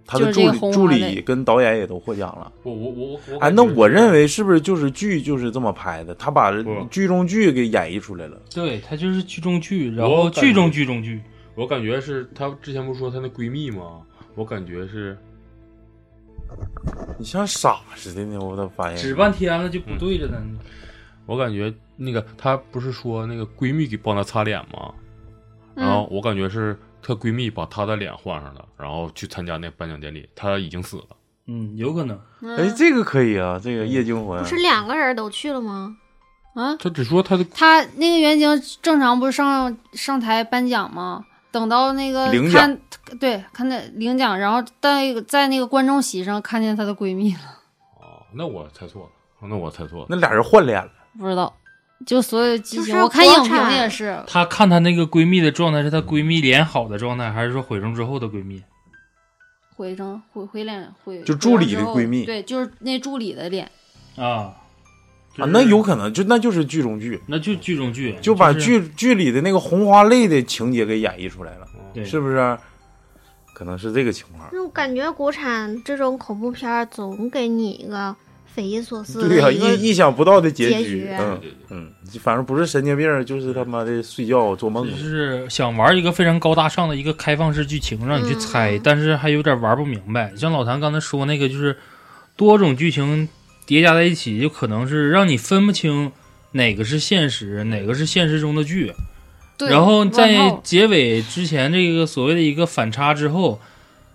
她的
就
助
是这个
理
红花
助
类
理跟导演也都获奖了。
我我我我
哎，
感
那
觉
我
是
认为是不是就是剧就是这么拍的？他把
不
剧中剧给演绎出来了。
对他就是剧中剧，然
我
后
感觉
剧中剧中剧，
我感觉是她之前不是说她那闺蜜吗？我感觉是
你像傻似的呢，我咋发现？
指半天了就不对着呢。
我感觉那个她不是说那个闺蜜给帮她擦脸吗？然后
嗯，
我感觉是她闺蜜把她的脸换上了，然后去参加那颁奖典礼，她已经死了。
嗯，有可能。
哎，这个可以啊，这个夜惊魂
不是两个人都去了吗？
啊，
她只说她的
他那个袁晶正常不是上上台颁奖吗？等到那个
领奖
看，对，看那领奖，然后在在那个观众席上看见她的闺蜜了，
哦，那我猜错了，哦那我猜错了。
那俩人换脸了，
不知道，就所有剧
就是
情，我看
国
影评
产
也是，
她看她那个闺蜜的状态，是她闺蜜脸好的状态，还是说毁容之后的闺蜜？
回成回回脸回
就
回
助
完
理
之
的
后
闺蜜
对，就是那助理的脸，
啊
啊，那有，可能就那就是剧中剧，
那就剧中剧，
就把
是
剧、剧里的那个红花泪的情节给演绎出来了，
对
是不是？可能是这个情况。
那我感觉国产这种恐怖片儿总给你一个匪夷所思
对呀、啊
的一个
意意想不到的结
结
局
局，
嗯
对对
嗯，反正不是神经病，就是他妈的睡觉做梦
就。是想玩一个非常高大上的一个开放式剧情，让你去猜，
嗯
但是还有点玩不明白。像老谭刚才说那个，就是多种剧情叠加在一起，就可能是让你分不清哪个是现实，哪个是现实中的剧。
对，
然后
乱
在
套
结尾之前，这个所谓的一个反差之后，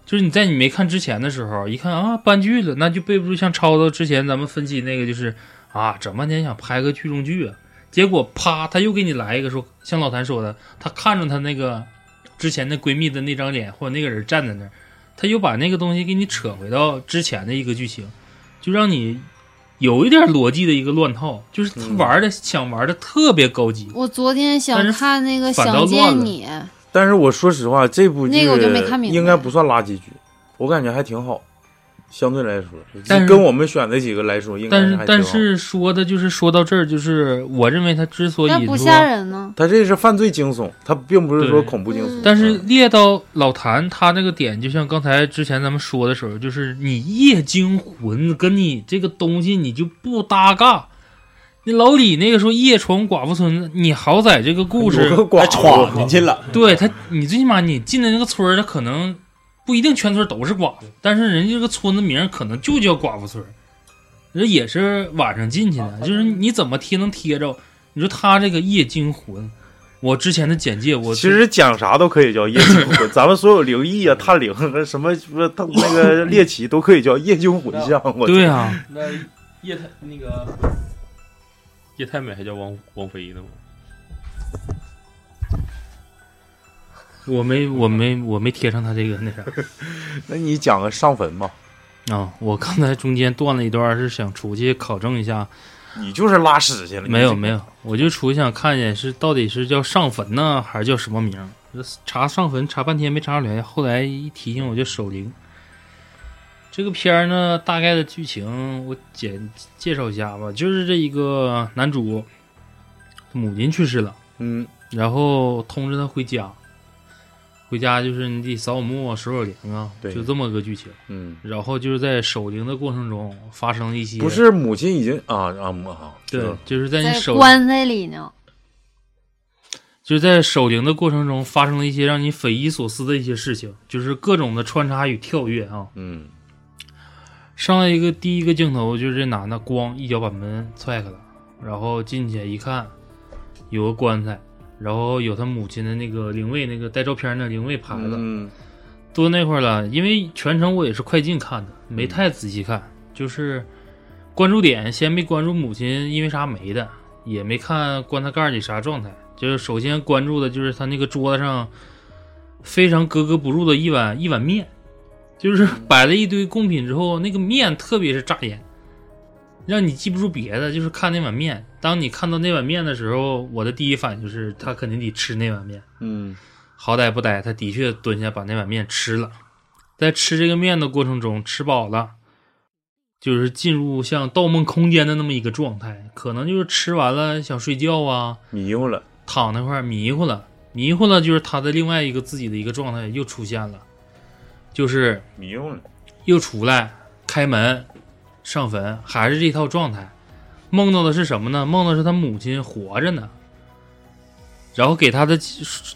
就是你在你没看之前的时候，一看啊搬剧了，那就背不住像超子之前咱们分析那个，就是啊整半天想拍个剧中剧啊，结果啪他又给你来一个说，像老谭说的，他看着他那个之前的闺蜜的那张脸或者那个人站在那儿，他又把那个东西给你扯回到之前的一个剧情，就让你。有一点逻辑的一个乱套，就是他
嗯
玩的、想玩的特别高级，
我昨天
但
想
是
看那个《
反倒
想
乱了
见你》，
但是我说实话，这部剧
那个我就没看明白
应该不算垃圾剧，我感觉还挺好，相对来说，
但是
跟我们选的几个来说，应该
但是
还挺好。
但是说的就是说到这儿，就是我认为他之所
但
以
不
说，
吓人呢，
他这是犯罪惊悚，他并不是说
对
恐怖惊悚
嗯。
但是
嗯
列到老谭他那个点，就像刚才之前咱们说的时候，就是你夜惊魂跟你这个东西你就不搭嘎。你老李那个说夜闯寡妇村，你好歹这个故
有
事
个寡
还
妇
闯进去了，
对他，你最起码你进的那个村儿，他可能不一定全村都是寡妇，但是人家这个村子名儿可能就叫寡妇村儿，人也是晚上进去的，就是你怎么贴能贴着？你说他这个夜惊魂，我之前的简介我
其实讲啥都可以叫夜惊魂， (laughs) 咱们所有灵异啊、探灵啊、什么什么探那
(laughs)
个猎奇都可以叫夜惊魂像。我
对啊，
那叶太那个叶太美还叫王王菲呢吗？
我没我没我没贴上他这个那啥
那你讲个上坟吧，
啊、我刚才中间断了一段，是想出去考证一下，
你就是拉屎去了。
没有没有，我就出去想看一眼是到底是叫上坟呢，还是叫什么名儿？查上坟查半天没查出来，后来一提醒我就守灵。这个片儿呢，大概的剧情我简介绍一下吧，就是这一个男主母亲去世了，
嗯
然后通知他回家，回家就是你得扫扫墓啊、守守灵啊，
对
就这么个剧情。
嗯，
然后就是在守灵的过程中发生了一些
不是母亲已经啊啊母啊，知道
对
了，
就是在你
在
守
棺材里呢，
就是在守灵的过程中发生了一些让你匪夷所思的一些事情，就是各种的穿插与跳跃啊。
嗯
上来一个第一个镜头就是这男的咣一脚把门踹开了，然后进去一看，有个棺材，然后有他母亲的那个灵位，那个带照片的灵位牌子，
嗯
蹲那块儿了。因为全程我也是快进看的，没太仔细看，就是关注点先没关注母亲因为啥没的，也没看棺材盖儿里啥状态，就是首先关注的就是他那个桌子上非常格格不入的一碗一碗面，就是摆了一堆贡品之后，那个面特别是扎眼。让你记不住别的，就是看那碗面。当你看到那碗面的时候，我的第一反应就是他肯定得吃那碗面。
嗯
好歹不歹，他的确蹲下把那碗面吃了。在吃这个面的过程中，吃饱了，就是进入像《盗梦空间》的那么一个状态，可能就是吃完了想睡觉啊，
迷糊了，
躺那块儿迷糊了，迷糊了就是他的另外一个自己的一个状态又出现了，就是
迷糊了，
又出来开门上坟，还是这一套状态。梦到的是什么呢？梦到是他母亲活着呢，然后给他的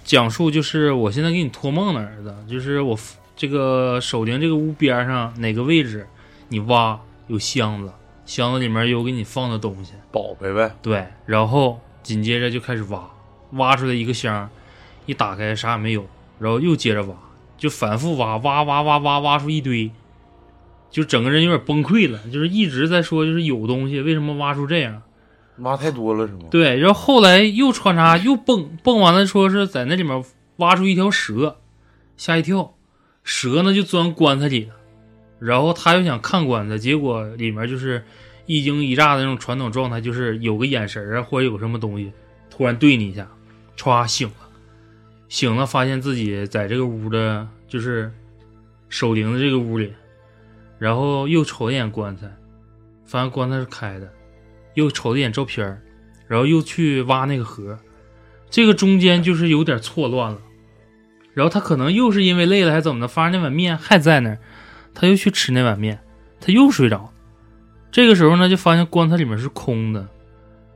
讲述就是：我现在给你托梦呢，儿子，就是我父这个守灵这个屋边上哪个位置，你挖有箱子，箱子里面有给你放的东西，
宝贝呗，
对，然后紧接着就开始挖，挖出来一个箱，一打开啥也没有，然后又接着挖，就反复挖，挖挖挖挖挖出一堆，就整个人有点崩溃了，就是一直在说就是有东西，为什么挖出这样？
妈太多了是吗？
对，然后后来又穿插又蹦蹦完了，说是在那里面挖出一条蛇，吓一跳，蛇呢就钻棺材里了，然后他又想看棺材，结果里面就是一惊一乍的那种传统状态，就是有个眼神儿啊或者有什么东西突然对你一下，歘醒了，醒了发现自己在这个屋的，就是守灵的这个屋里，然后又瞅了一眼棺材，发现棺材是开的，又瞅了一眼照片儿。然后又去挖那个河，这个中间就是有点错乱了。然后他可能又是因为累了还是怎么的，发现那碗面还在那儿，他又去吃那碗面，他又睡着了。这个时候呢，就发现棺材里面是空的，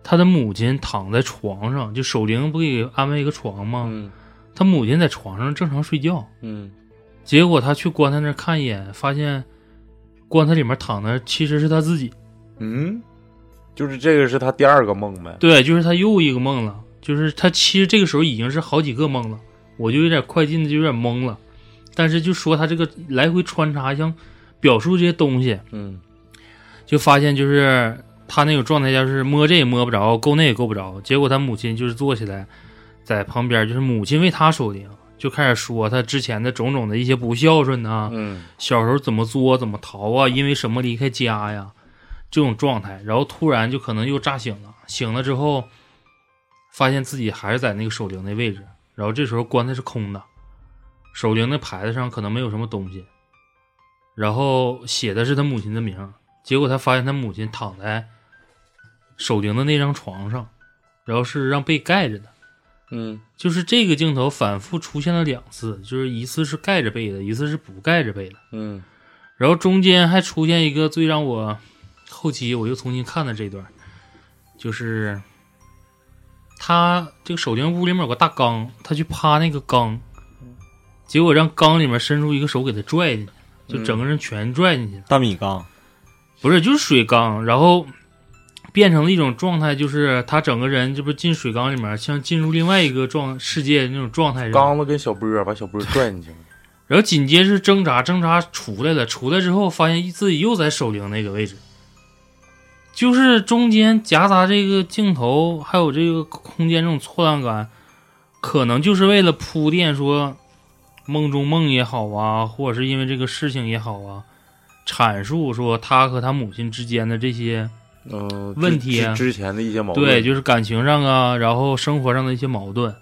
他的母亲躺在床上，就守灵不给安排一个床吗？
嗯
他母亲在床上正常睡觉，
嗯
结果他去棺材那儿看一眼，发现棺材里面躺的其实是他自己。
嗯，就是这个是他第二个梦呗，
对，就是他又一个梦了，就是他其实这个时候已经是好几个梦了，我就有点快进的就有点懵了，但是就说他这个来回穿插，像表述这些东西，
嗯
就发现就是他那种状态下是摸这也摸不着，够那也够不着。结果他母亲就是坐起来，在旁边就是母亲为他守灵，就开始说他之前的种种的一些不孝顺啊呐、
嗯
小时候怎么作怎么逃啊，因为什么离开家呀，这种状态，然后突然就可能又炸醒了，醒了之后，发现自己还是在那个守灵的位置，然后这时候棺材是空的，守灵的牌子上可能没有什么东西，然后写的是他母亲的名儿，结果他发现他母亲躺在守灵的那张床上，然后是让被盖着的。
嗯
就是这个镜头反复出现了两次，就是一次是盖着被的，一次是不盖着被的。
嗯
然后中间还出现一个最让我后期我又重新看的这段，就是他这个守灵屋里面有个大缸，他去趴那个缸，结果让缸里面伸出一个手给他拽进去，就整个人全拽进去了，
大米缸，
不是就是水缸，然后变成了一种状态，就是他整个人这不进水缸里面，像进入另外一个状世界那种状态似的。
刚子跟小波儿把小波儿拽进去了，
然后紧接着挣扎，挣扎出来了，出来之后发现自己又在守灵那个位置，就是中间夹杂这个镜头，还有这个空间这种错乱感，可能就是为了铺垫说梦中梦也好啊，或者是因为这个事情也好啊，阐述说他和他母亲之间的这些
嗯，之
问题
之
啊
之前的一些矛盾，
对，就是感情上啊，然后生活上的一些矛盾。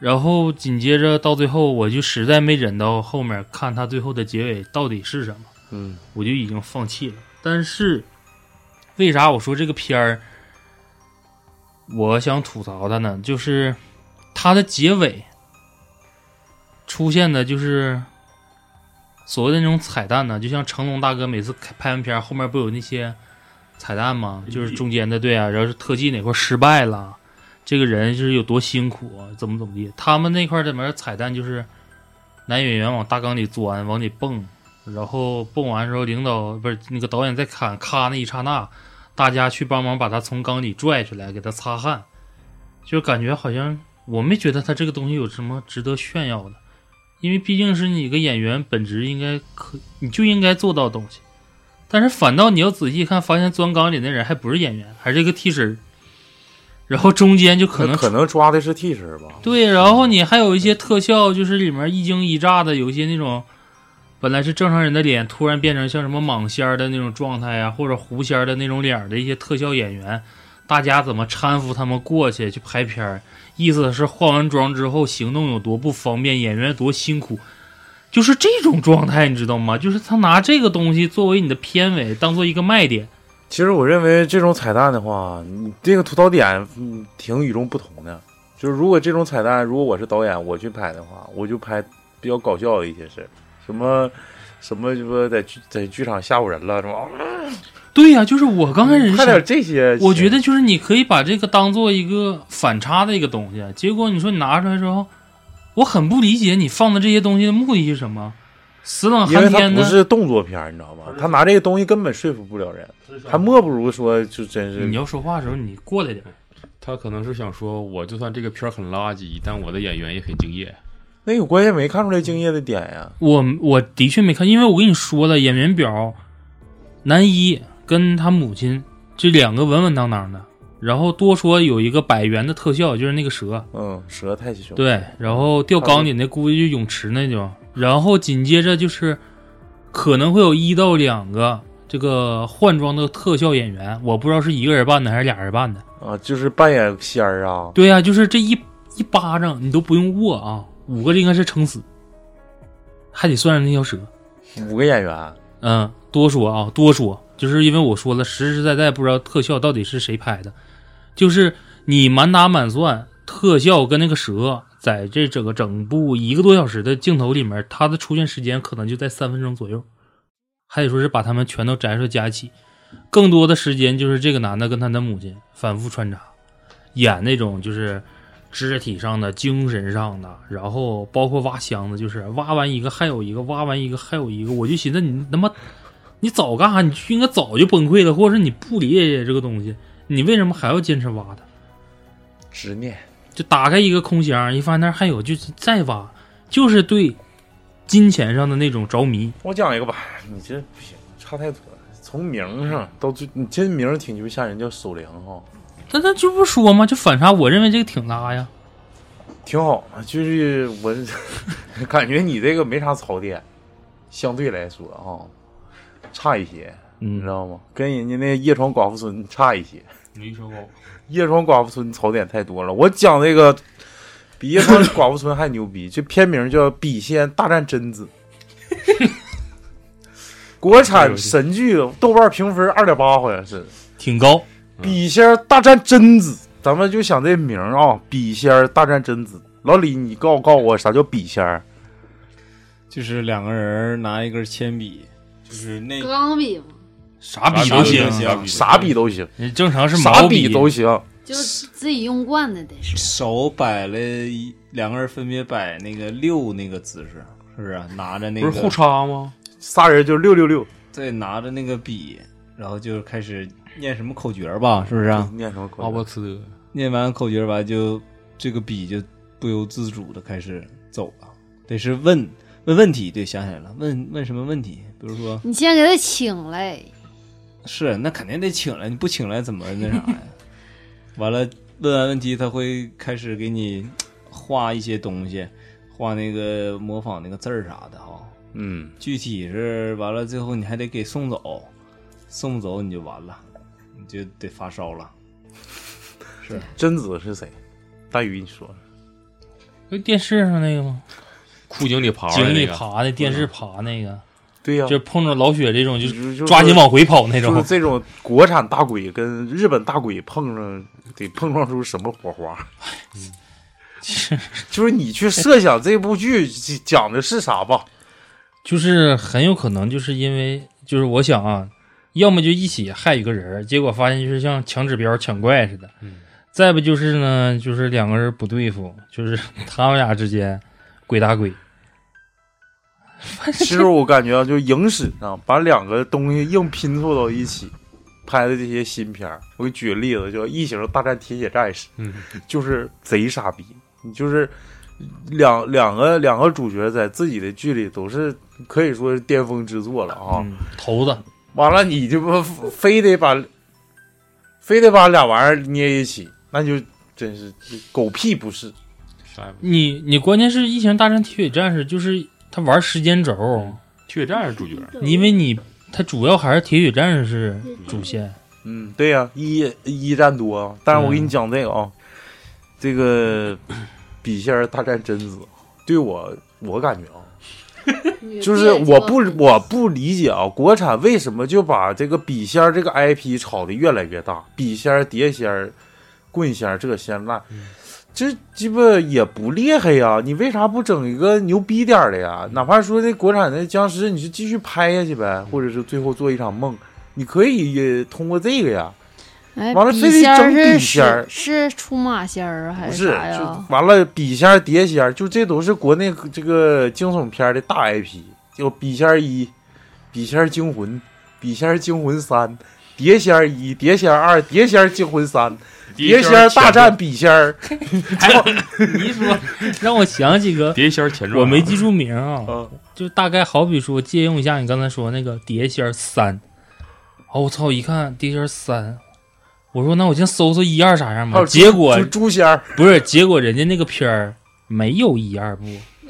然后紧接着到最后，我就实在没忍到后面看他最后的结尾到底是什么，
嗯，
我就已经放弃了。但是为啥我说这个片儿，我想吐槽它呢？就是它的结尾出现的就是所谓的那种彩蛋呢，就像成龙大哥每次开拍完片儿后面不有那些彩蛋吗？就是中间的对啊，然后是特技哪块儿失败了。这个人是有多辛苦啊，怎么怎么地。他们那块儿里面彩蛋就是男演员往大缸里钻，往里蹦，然后蹦完之后，领导不是那个导演在砍咔那一刹那，大家去帮忙把他从缸里拽出来，给他擦汗，就感觉好像我没觉得他这个东西有什么值得炫耀的，因为毕竟是你一个演员本职应该可你就应该做到的东西，但是反倒你要仔细看，发现钻缸里那人还不是演员，还是一个替身儿。然后中间就可能
那可能抓的是替身吧？
对，然后你还有一些特效，就是里面一惊一乍的，有一些那种本来是正常人的脸，突然变成像什么蟒仙儿的那种状态呀、或者狐仙儿的那种脸儿的一些特效演员，大家怎么搀扶他们过去去拍片儿？意思是化完妆之后行动有多不方便，演员多辛苦，就是这种状态，你知道吗？就是他拿这个东西作为你的片尾，当做一个卖点。
其实我认为这种彩蛋的话，你这个吐槽点嗯挺与众不同的。就是如果这种彩蛋，如果我是导演，我去拍的话，我就拍比较搞笑的一些事儿，什么什么什么在剧在剧场吓唬人了，什么、啊
对呀、就是我刚开始
嗯快
想
点这些。
我觉得就是你可以把这个当做一个反差的一个东西，结果你说你拿出来之后，我很不理解你放的这些东西的目的是什么，死冷
因为
寒
它
天
不
的。
是动作片儿，你知道吗？他拿这个东西根本说服不了人，还莫不如说就真是
你要说话的时候你过来点儿，
他可能是想说，我就算这个片儿很垃圾，但我的演员也很敬业。
那个关键没看出来敬业的点呀。
我我的确没看，因为我跟你说了，演员表，男一跟他母亲这两个稳稳当当的，然后多说有一个百元的特效，就是那个蛇，
嗯，蛇太凶。，
对，然后掉缸里那估计就泳池那地方，然后紧接着就是可能会有一到两个这个换装的特效演员，我不知道是一个人扮的还是俩人扮的。
啊，就是扮演仙儿啊，
对呀、就是这一一巴掌你都不用握啊，五个应该是撑死，还得算上那条蛇。
五个演员，
嗯，多说啊，多说，就是因为我说了，实实在在不知道特效到底是谁拍的，就是你满打满算，特效跟那个蛇在这整个整部一个多小时的镜头里面，它的出现时间可能就在三分钟左右，还得说是把他们全都摘出来加一起，更多的时间就是这个男的跟他的母亲反复穿插，演那种就是。肢体上的、精神上的，然后包括挖箱子，就是挖完一个还有一个，挖完一个还有一个，我就寻思你他妈，你早干啥？你就应该早就崩溃了，或者是你不理解这个东西，你为什么还要坚持挖它？
执念。
就打开一个空箱，一发现那儿还有，就再挖，就是对金钱上的那种着迷。
我讲一个吧，你这不行，差太多了。从名上到最，你这名儿挺鸡巴吓人，叫守灵哈，
但他就不说嘛，就反差，我认为这个挺拉呀。
挺好。就是我 (laughs) 感觉你这个没啥槽点，相对来说哈、差一些，你知
嗯，
道吗？跟人家那夜闯寡妇村差一些。
没说过，
夜闯寡妇村槽点太多了， (laughs) 我讲这个比夜闯寡妇村还牛逼，这片名叫《笔仙大战贞
(laughs)
子》，国产神剧，豆瓣评分二点八，好像是《
挺高。
笔仙大战贞子》。咱们就想这名儿啊，《笔仙大战贞子》。老李，你告诉告诉我啥叫笔仙儿？
就是两个人拿一根铅笔，就是那
钢笔嘛，
啥
笔
笔
都
都
行
行，
啥笔都行，
啊你正常是
啥
毛
笔都行。
就是自己用惯的得是。
手摆了一两个人分别摆那个六那个姿势，是不是啊、拿着那
不
个
是互插吗？
仨人就六六六，
对，拿着那个笔，然后就开始念什么口诀儿吧，是不是、啊？
念什么口
阿波
诀？
茨，
念完口诀完就这个笔就不由自主的开始走了，得是问问问题，对，想起来了，问问什么问题？比如说
你先给他请来，
是那肯定得请来，你不请来怎么那啥呀？完了问完问题，他会开始给你画一些东西，画那个模仿那个字儿啥的哈。
嗯，
具体是完了，最后你还得给送走，送不走你就完了，你就得发烧了。
贞子是谁？大宇，你说
就电视上那个吗？
枯井里爬
井
那
里
个，
爬啊那电视爬那个，
对呀、
就碰着老雪这种就
嗯就就
抓紧
是
往回跑那
就是
种。
这种国产大鬼跟日本大鬼碰上，得碰撞出什么火花？ (laughs) 就是你去设想这部剧讲的是啥
(laughs)
吧？
(laughs) 就是很有可能就是因为就是我想啊，要么就一起害一个人儿，结果发现就是像抢指标抢怪似的，
嗯
再不就是呢，就是两个人不对付，就是 (laughs) 他们俩之间鬼打鬼，
其实我感觉啊，就是影史上把两个东西硬拼凑到一起拍的这些新片儿，我给你举个例子，叫《异形大战铁血战士》，
嗯，
就是贼傻逼，就是两两个两个主角在自己的剧里都是可以说是巅峰之作了啊。
嗯，头子
完了，你这不非得把非得把俩玩意儿捏一起，那就真是狗屁不是。
啥也不
你你关键是《异形大战铁血战士》，就是他玩时间轴，
铁血战士主角，
因为你他主要还是铁血战士主线，
嗯，对呀、一一战多啊。但是我给你
嗯
讲这个啊，这个笔仙儿大战贞子，对我我感觉啊，就是我不我不理解啊，国产为什么就把这个笔仙儿这个 IP 炒得越来越大？笔仙儿、碟仙儿、棍仙儿这仙儿那，这鸡巴也不厉害呀！你为啥不整一个牛逼点儿的呀？哪怕说这国产的僵尸，你就继续拍下去呗，或者是最后做一场梦，你可以通过这个呀。
哎，
完了
笔
非得
仙儿
整笔
是
仙儿
是是出马仙儿啊还
不是
啥，呀
就？完了，笔仙儿、碟仙儿，就这都是国内这个惊悚片儿的大 IP，就笔仙儿一、笔仙儿惊魂、笔仙儿惊魂三、碟仙儿一、碟仙儿二、碟仙儿惊魂三、碟仙儿大战笔仙儿，
你说让我想起个
碟仙儿前传，
我没记住名啊，
嗯
就大概好比说借用一下你刚才说那个《碟仙儿三》，哦，我操！一看《碟仙儿三》，我说那我先搜搜一二啥样
还
吧。
有
结果
就猪仙儿， (laughs)
不是，结果人家那个片儿没有一二部，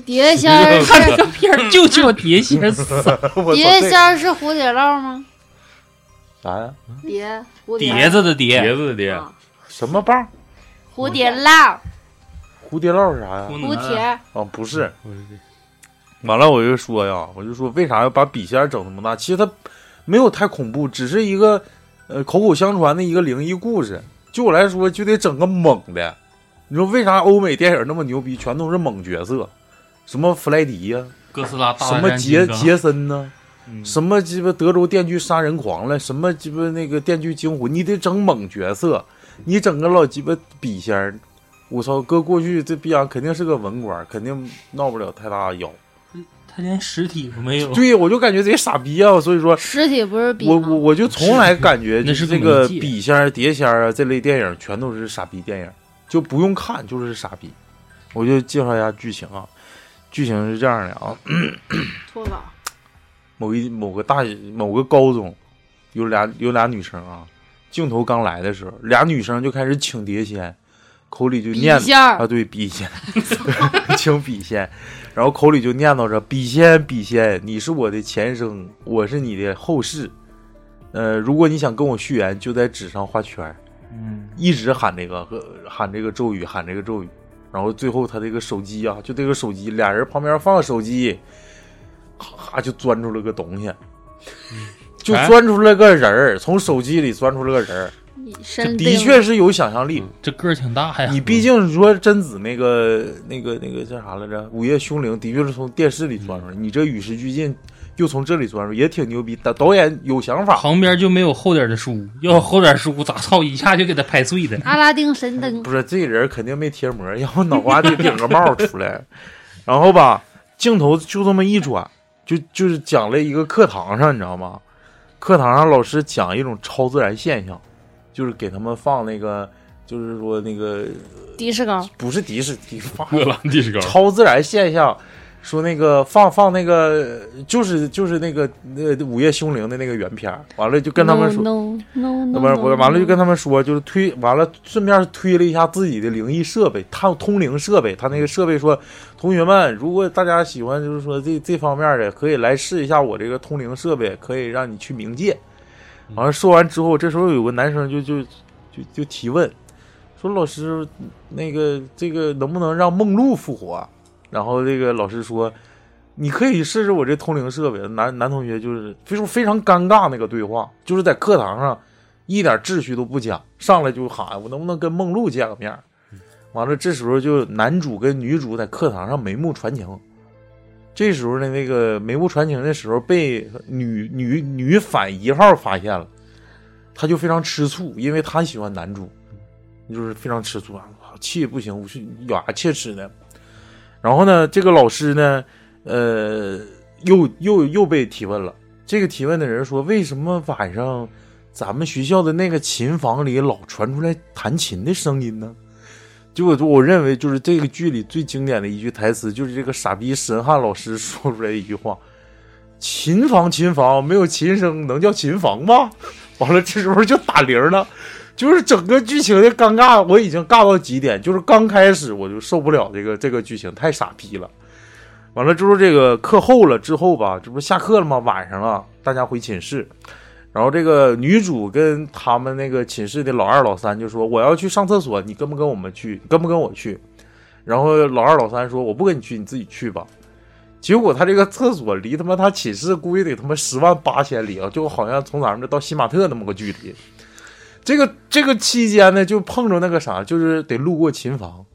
碟
(laughs)
仙儿
他那个片儿就叫《碟仙儿三》
我操
碟
这
仙儿是蝴蝶烙吗？
啥呀？
碟蝴蝶
碟子的
碟
碟，
子的碟，
啊
什么棒？
蝴蝶烙，
蝴蝶烙是啥呀？
蝴蝶
啊，不是。完了，我就说呀，我就说为啥要把笔仙儿整那么大？其实它没有太恐怖，只是一个呃口口相传的一个灵异故事。就我来说，就得整个猛的。你说为啥欧美电影那么牛逼，全都是猛角色？什么弗莱迪呀、
哥斯拉
什么杰杰森呢、
嗯
什么鸡巴德州电锯杀人狂了？什么鸡巴那个电锯惊魂？你得整猛角色，你整个老鸡巴笔仙儿。我操，搁过去这逼样肯定是个文官，肯定闹不了太大的妖。
哦他连实体都没有，
对，我就感觉贼傻逼啊！所以说，
实体不是笔
我
吗
我我就从来感觉
那是
这个
个媒介
笔仙儿、碟仙儿啊这类电影全都是傻逼电影，就不用看就是傻逼。我就介绍一下剧情啊，剧情是这样的啊，
脱稿，
某一某个大某个高中，有俩有俩女生啊，镜头刚来的时候，俩女生就开始请碟仙，口里就
笔
念
仙
啊，
儿
对，笔仙， (laughs) 请笔仙，然后口里就念叨着：“笔仙，笔仙，你是我的前生，我是你的后世。呃，如果你想跟我续缘，就在纸上画圈儿。”
嗯，
一直喊这个呃喊这个咒语，喊这个咒语，然后最后他这个手机啊，就这个手机，俩人旁边放手机，咔咔就钻出了个东西，就
哎
钻出来个人儿，从手机里钻出了个人儿，
神
的确是有想象力。
这个儿挺大呀。
你毕竟说贞子那个那个那个叫啥来着？午夜凶铃的确是从电视里钻出来，你这与时俱进又从这里钻出来，也挺牛逼。导导演有想法，
旁边就没有厚点儿的书，要有厚点儿书，咋操一下就给他拍碎的。
阿拉丁神灯，
不是这人肯定没贴膜，要不脑瓜得顶个帽出来。然后吧，镜头就这么一转，就就是讲了一个课堂上，你知道吗？课堂上老师讲一种超自然现象，就是给他们放那个，就是说那个
迪士高，
不是迪士尼放
莫兰蒂是高，
超自然现象，说那个放放那个就是就是那个那个午夜凶铃的那个原片儿，完了就跟他们说。
no no no，
不是不是，完了就跟
他
他们说，就是推完了，顺便推了一下自己的灵异设备，他通灵设备，他那个设备说，同学们，如果大家喜欢就是说这这方面的，可以来试一下我这个通灵设备，可以让你去冥界。完了说完之后，这时候有个男生就就就就提问，说老师，那个这个能不能让梦露复活？然后这个老师说，你可以试试我这通灵设备。男男同学就是非说非常尴尬那个对话，就是在课堂上一点秩序都不讲，上来就喊我能不能跟梦露见个面儿？完了，这时候就男主跟女主在课堂上眉目传情。这时候呢，那个眉目传情的时候被女女女反一号发现了，他就非常吃醋，因为他喜欢男主，就是非常吃醋啊，气不行，我是咬牙切齿的。然后呢，这个老师呢，呃，又又又被提问了。这个提问的人说，为什么晚上咱们学校的那个琴房里老传出来弹琴的声音呢？结果我认为就是这个剧里最经典的一句台词，就是这个傻逼神汉老师说出来的一句话：“琴房，琴房，没有琴声能叫琴房吗？” (laughs) 完了，这时候就打铃了，就是整个剧情的尴尬，我已经尬到极点。就是刚开始我就受不了这个这个剧情太傻逼了。完了之后，这个课后了之后吧，这不下课了吗？晚上了，大家回寝室。然后这个女主跟他们那个寝室的老二、老三就说：“我要去上厕所，你跟不跟我们去？跟不跟我去？”然后老二、老三说：“我不跟你去，你自己去吧。”结果他这个厕所离他妈他寝室估计得他妈十万八千里啊，就好像从咱们这到新玛特那么个距离。这个这个期间呢，就碰着那个啥，就是得路过琴房。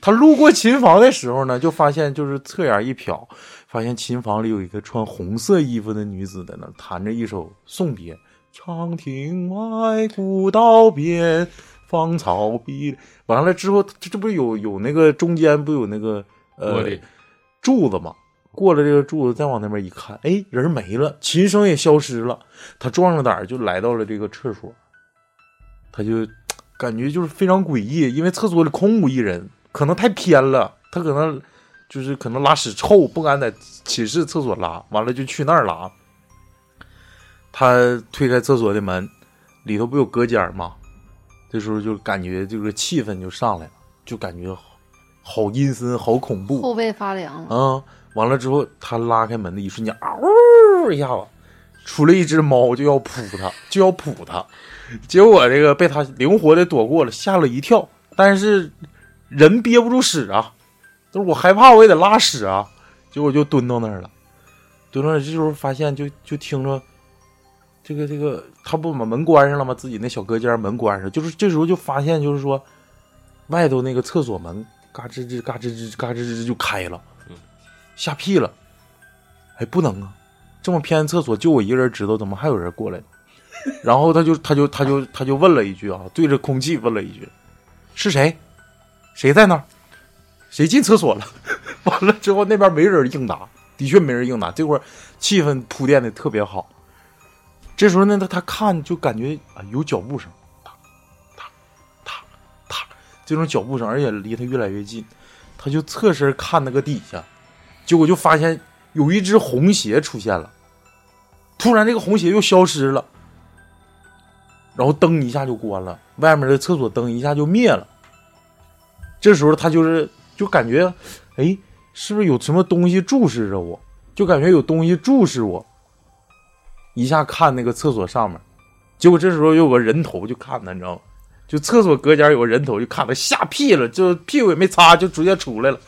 他路过琴房的时候呢，就发现就是侧眼一瞟，发现琴房里有一个穿红色衣服的女子在那弹着一首送别。长亭外，古道边，芳草碧。完了之后，这这不是有有那个中间不有那个呃
玻璃
柱子吗？过了这个柱子，再往那边一看，哎，人没了，琴声也消失了。他壮着胆儿就来到了这个厕所，他就感觉就是非常诡异，因为厕所里空无一人，可能太偏了，他可能就是可能拉屎臭，不敢在寝室厕所拉，完了就去那儿拉。他推开厕所的门，里头不有隔间儿吗？这时候就感觉这个气氛就上来了，就感觉好好阴森，好恐怖。
后背发凉了。
啊、完了之后，他拉开门的一瞬间，嗷呜一下子，出来一只猫，就要扑他，就要扑他，结果这个被他灵活的躲过了，吓了一跳。但是人憋不住屎啊，就是我害怕，我也得拉屎啊。结果就蹲到那儿了，蹲到那儿，这时候发现就就听着。这个这个，他不把门关上了吗？自己那小隔间门关上，就是这时候就发现，就是说，外头那个厕所门嘎吱吱嘎吱吱嘎吱吱就开了，吓屁了！哎，不能啊，这么偏的厕所就我一个人知道，怎么还有人过来呢？ (laughs) 然后他就他就他就他就问了一句啊，对着空气问了一句：“是谁？谁在那儿？谁进厕所了？” (laughs) 完了之后，那边没人应答，的确没人应答。这会儿气氛铺垫的特别好。这时候呢，他他看就感觉啊有脚步声，踏踏踏踏，这种脚步声，而且离他越来越近，他就侧身看那个底下，结果就发现有一只红鞋出现了，突然这个红鞋又消失了，然后灯一下就关了，外面的厕所灯一下就灭了。这时候他就是就感觉，哎，是不是有什么东西注视着我？就感觉有东西注视我，一下看那个厕所上面，结果这时候有个人头就看他，你知道吗？就厕所隔间有个人头就看他，吓屁了，就屁股也没擦就直接出来了。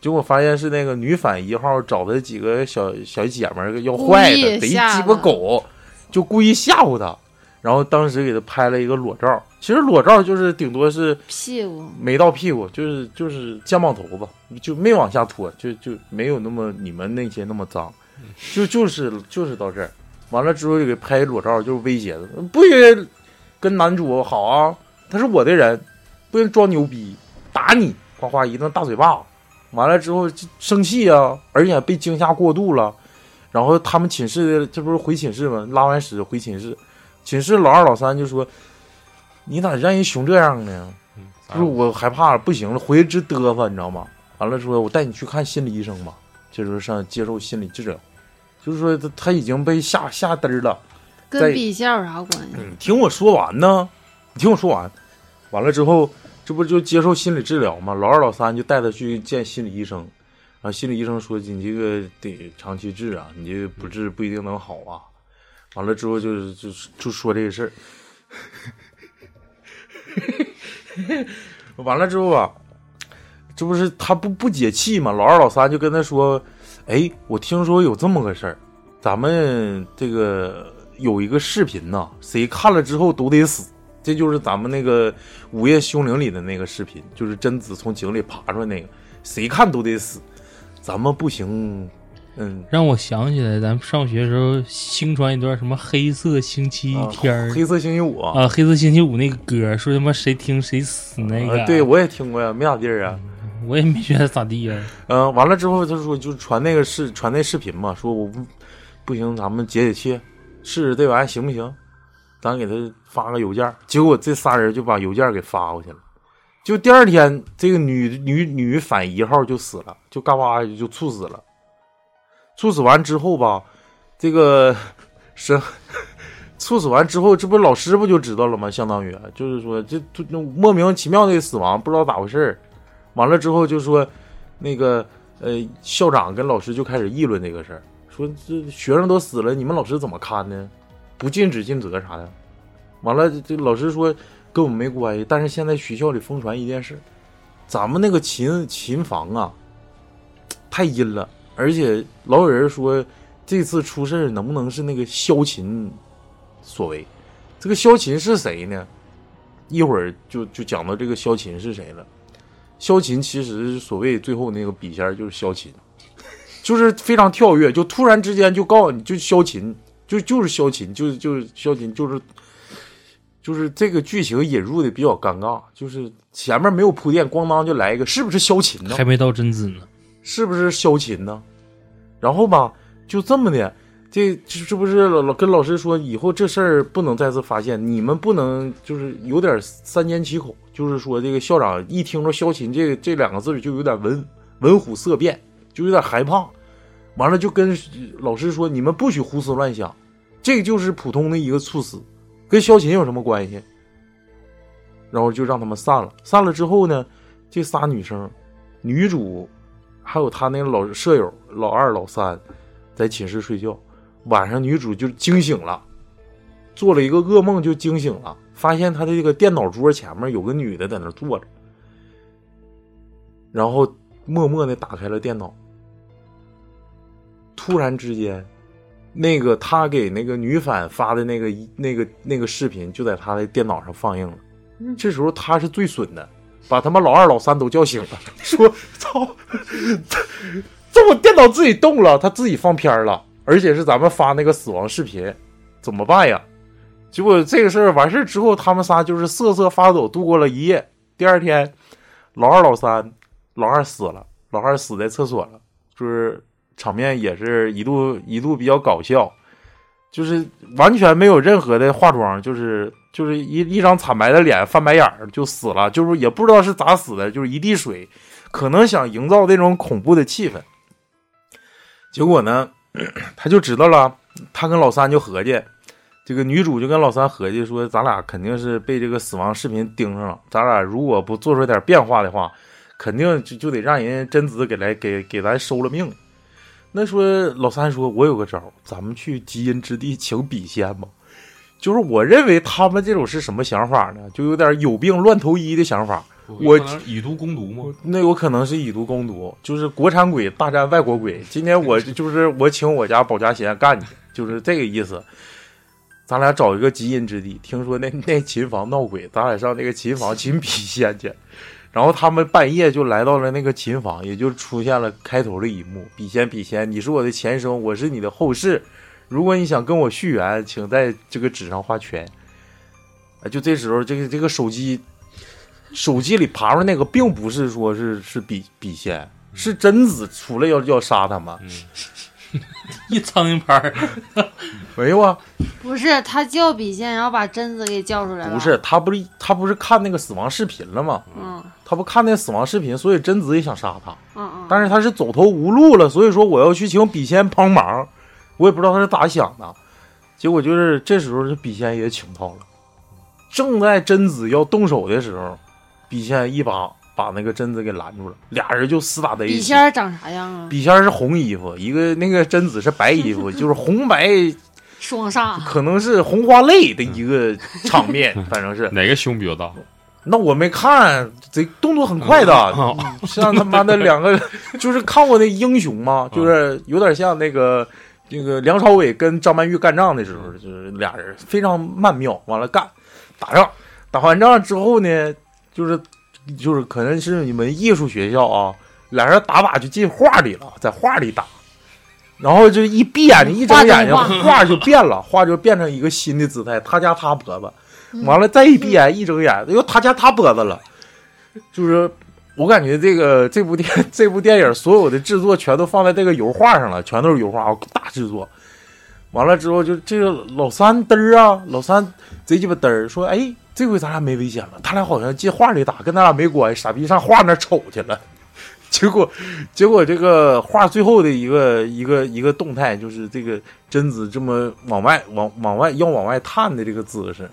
结果发现是那个女反一号找的几个小小姐们儿要坏
故
的，
意
贼鸡
吓
巴
他
狗，就故意吓唬他。然后当时给他拍了一个裸照，其实裸照就是顶多是
屁股
没到屁股，就是就是肩膀头吧，就没往下拖，就就没有那么你们那些那么脏，就就是就是到这儿，完了之后就给拍裸照，就是威胁的，不许跟男主好啊，他是我的人，不能装牛逼，打你，哗哗一顿大嘴巴，完了之后就生气啊，而且被惊吓过度了，然后他们寝室的这不是回寝室吗？拉完屎回寝室，寝室老二老三就说。你咋让人熊这样呢？
嗯
就是我害怕了，不行了，回去直嘚瑟，你知道吗？完了说，我带你去看心理医生吧，这时候上接受心理治疗，就是说他他已经被吓吓嘚儿了。在
跟笔下有啥关系？
嗯
你听我说完呢，你听我说完，完了之后，这不就接受心理治疗吗？老二老三就带他去见心理医生，然后心理医生说你这个得长期治啊，你这个不治不一定能好啊。完了之后就是就就说这个事儿， (laughs) 完了之后啊，这不是他不不解气嘛，老二老三就跟他说：“哎，我听说有这么个事儿，咱们这个有一个视频呐、谁看了之后都得死。”这就是咱们那个《午夜凶铃》里的那个视频，就是贞子从井里爬出来那个，谁看都得死。咱们不行，嗯，
让我想起来，咱们上学的时候兴传一段什么黑色星期天儿
啊黑色星期五
啊黑色星期五那个歌，说他妈谁听谁死那个。
呃对，我也听过呀，没咋地儿啊。
我也没觉得咋 (laughs) 地呀、啊
嗯、完了之后他说就传那个视传那视频嘛，说我不不行，咱们解解气，试试这玩意儿行不行？咱给他发个邮件儿，结果这仨人就把邮件儿给发过去了。就第二天，这个女女女反一号就死了，就嘎巴就猝死了。猝死完之后吧，这个是 (laughs) 猝死完之后，这不老师不就知道了吗？相当于就是说，这这这莫名其妙的死亡，不知道咋回事儿。完了之后就说，那个呃，校长跟老师就开始议论这个事儿，说这学生都死了，你们老师怎么看呢？不尽职尽责啥的。完了，这老师说跟我们没关系，但是现在学校里疯传一件事，咱们那个琴琴房啊，太阴了，而且老有人说这次出事儿能不能是那个萧琴所为？这个萧琴是谁呢？一会儿就就讲到这个萧琴是谁了。萧琴其实所谓最后那个笔仙儿就是萧琴，就是非常跳跃，就突然之间就告诉你就萧琴，就就是萧琴，就就是萧琴，就是就是这个剧情引入的比较尴尬，就是前面没有铺垫，咣当就来一个，是不是萧琴呢？
还没到真子呢。
是不是萧琴呢？然后吧，就这么的，这这这不是老跟老师说，以后这事儿不能再次发现，你们不能就是有点三缄其口，就是说这个校长一听着萧琴这个这两个字儿就有点闻闻虎色变，就有点害怕，完了就跟老师说，你们不许胡思乱想，这就是普通的一个猝死，跟萧琴有什么关系？然后就让他们散了，散了之后呢，这仨女生，女主还有他那个老舍友老二、老三，在寝室睡觉。晚上女主就惊醒了，做了一个噩梦就惊醒了，发现她的这个电脑桌前面有个女的在那坐着，然后默默的打开了电脑。突然之间，那个他给那个女反发的那个那个那个视频就在他的电脑上放映了。这时候他是最损的，把他妈老二、老三都叫醒了，说：“操！”这我电脑自己动了，它自己放片儿了，而且是咱们发那个死亡视频，怎么办呀？结果这个事儿完事儿之后，他们仨就是瑟瑟发抖度过了一夜。第二天，老二、老三，老二死了，老二死在厕所了，就是场面也是一度一度比较搞笑，就是完全没有任何的化妆，就是就是一一张惨白的脸，翻白眼儿就死了，就是也不知道是咋死的，就是一地水，可能想营造那种恐怖的气氛。结果呢， (clears throat) 他就知道了，他跟老三就合计，这个女主就跟老三合计说，咱俩肯定是被这个死亡视频盯上了，咱俩如果不做出点变化的话，肯定就就得让人贞子给来给给咱收了命。那说老三说，我有个招儿，咱们去基因之地请笔仙吧。就是我认为他们这种是什么想法呢？就有点有病乱投医的想法。我
可能以毒攻毒吗？
那有可能是以毒攻毒，就是国产鬼大战外国鬼。今天我就是我请我家保家仙干你，就是这个意思。咱俩找一个极阴之地，听说那 (laughs) 那琴房闹鬼，咱俩上那个琴房请笔仙去。然后他们半夜就来到了那个琴房，也就出现了开头的一幕：笔仙，笔仙，你是我的前生，我是你的后世。如果你想跟我续缘，请在这个纸上画圈。啊，就这时候，这个这个手机手机里爬出那个，并不是说是是笔笔仙，是贞子出来要要杀他们。
一苍蝇拍儿，
没有啊，
不是他叫笔仙，然后把贞子给叫出来了。
不是，他不是他不是看那个死亡视频了吗？
嗯
他不看那死亡视频，所以贞子也想杀他，
嗯嗯，
但是他是走投无路了，所以说我要去请笔仙帮忙。我也不知道他是咋想的，结果就是这时候这笔仙也请到了。正在贞子要动手的时候，笔仙一把把那个贞子给拦住了，俩人就厮打在一
笔
起
仙。儿长啥样啊？
笔仙儿是红衣服，一个那个贞子是白衣服， (laughs) 就是红白，
双煞，
可能是红花泪的一个场面，反正是
哪个胸比较大？
那我没看，贼动作很快的，
啊，
像他妈的两个，就是看过那英雄嘛，就是有点像那个那个梁朝伟跟张曼玉干仗的时候，就是俩人非常曼妙，完了干打仗，打完仗之后呢，就是就是可能是你们艺术学校啊，俩人打靶就进画里了，在画里打。然后就一闭眼睛，一睁眼睛，
画
画就变了，画就变成一个新的姿态，他加他脖子，
嗯
完了再一闭眼一睁眼，又他家他脖子了，就是我感觉这个这部电这部电影所有的制作全都放在这个油画上了，全都是油画，大制作。完了之后就这个老三嘚儿啊，老三贼鸡巴嘚儿说，哎，这回咱俩没危险了，他俩好像进画里打，跟咱俩没关系，傻逼上画那儿瞅去了。 (laughs) 结果，结果这个画最后的一个一个一个动态就是这个贞子这么往外往往外要往外探的这个姿势，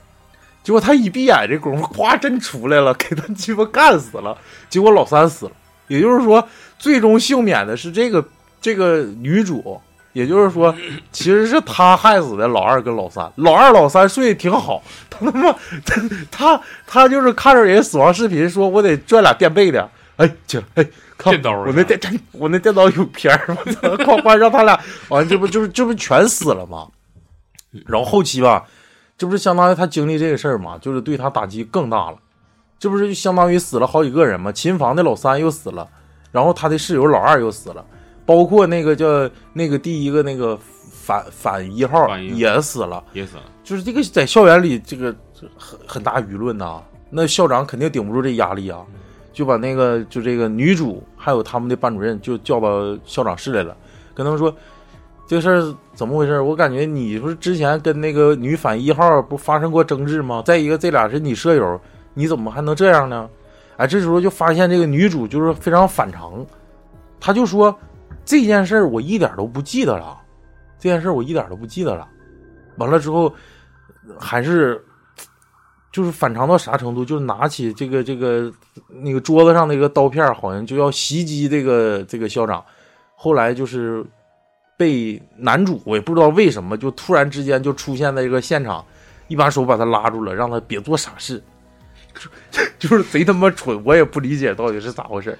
结果他一闭眼这功夫，咵真出来了，给他鸡巴干死了。结果老三死了，也就是说，最终幸免的是这个这个女主，也就是说，其实是他害死的老二跟老三。老二老三睡得挺好，他他妈他他他就是看着人家死亡视频，说我得拽俩垫背的，哎去哎。看
电刀儿
我那电我那电脑有片儿， (laughs) 我操！哐哐让他俩完，这不就是这不全死了吗？然后后期吧，这不是相当于他经历这个事儿嘛，就是对他打击更大了。这不是就相当于死了好几个人吗？琴房的老三又死了，然后他的室友老二又死了，包括那个叫那个第一个那个反反一号
反一号
也死了。
也死了，
就是这个在校园里，这个这很很大舆论呐、那校长肯定顶不住这压力啊，就把那个就这个女主还有他们的班主任就叫到校长室来了，跟他们说这个事儿怎么回事儿？我感觉你不是之前跟那个女反一号不发生过争执吗？再一个，这俩是你舍友，你怎么还能这样呢？哎，这时候就发现这个女主就是非常反常，她就说这件事儿我一点都不记得了，这件事儿我一点都不记得了。完了之后，还是就是反常到啥程度？就是拿起这个这个那个桌子上那个刀片儿，好像就要袭击这个这个校长。后来就是被男主，我也不知道为什么，就突然之间就出现在这个现场，一把手把他拉住了，让他别做傻事， (laughs) 就就是贼他妈蠢，我也不理解到底是咋回事儿。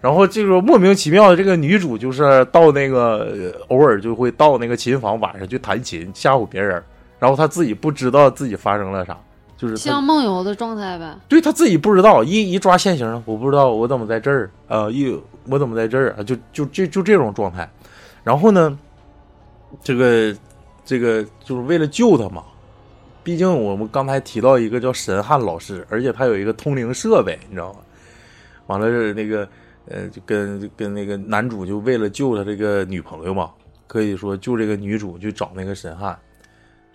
然后这个莫名其妙的，这个女主就是到那个呃偶尔就会到那个琴房晚上去弹琴吓唬别人，然后她自己不知道自己发生了啥，就是她
像梦游的状态呗。
对她自己不知道，一一抓现行，我不知道我怎么在这儿，呃，一我怎么在这儿，啊就就就就这种状态。然后呢，这个这个就是为了救他嘛，毕竟我们刚才提到一个叫神汉老师，而且他有一个通灵设备，你知道吗？完了是那个呃，就跟跟那个男主就为了救他这个女朋友嘛，可以说救这个女主去找那个神汉，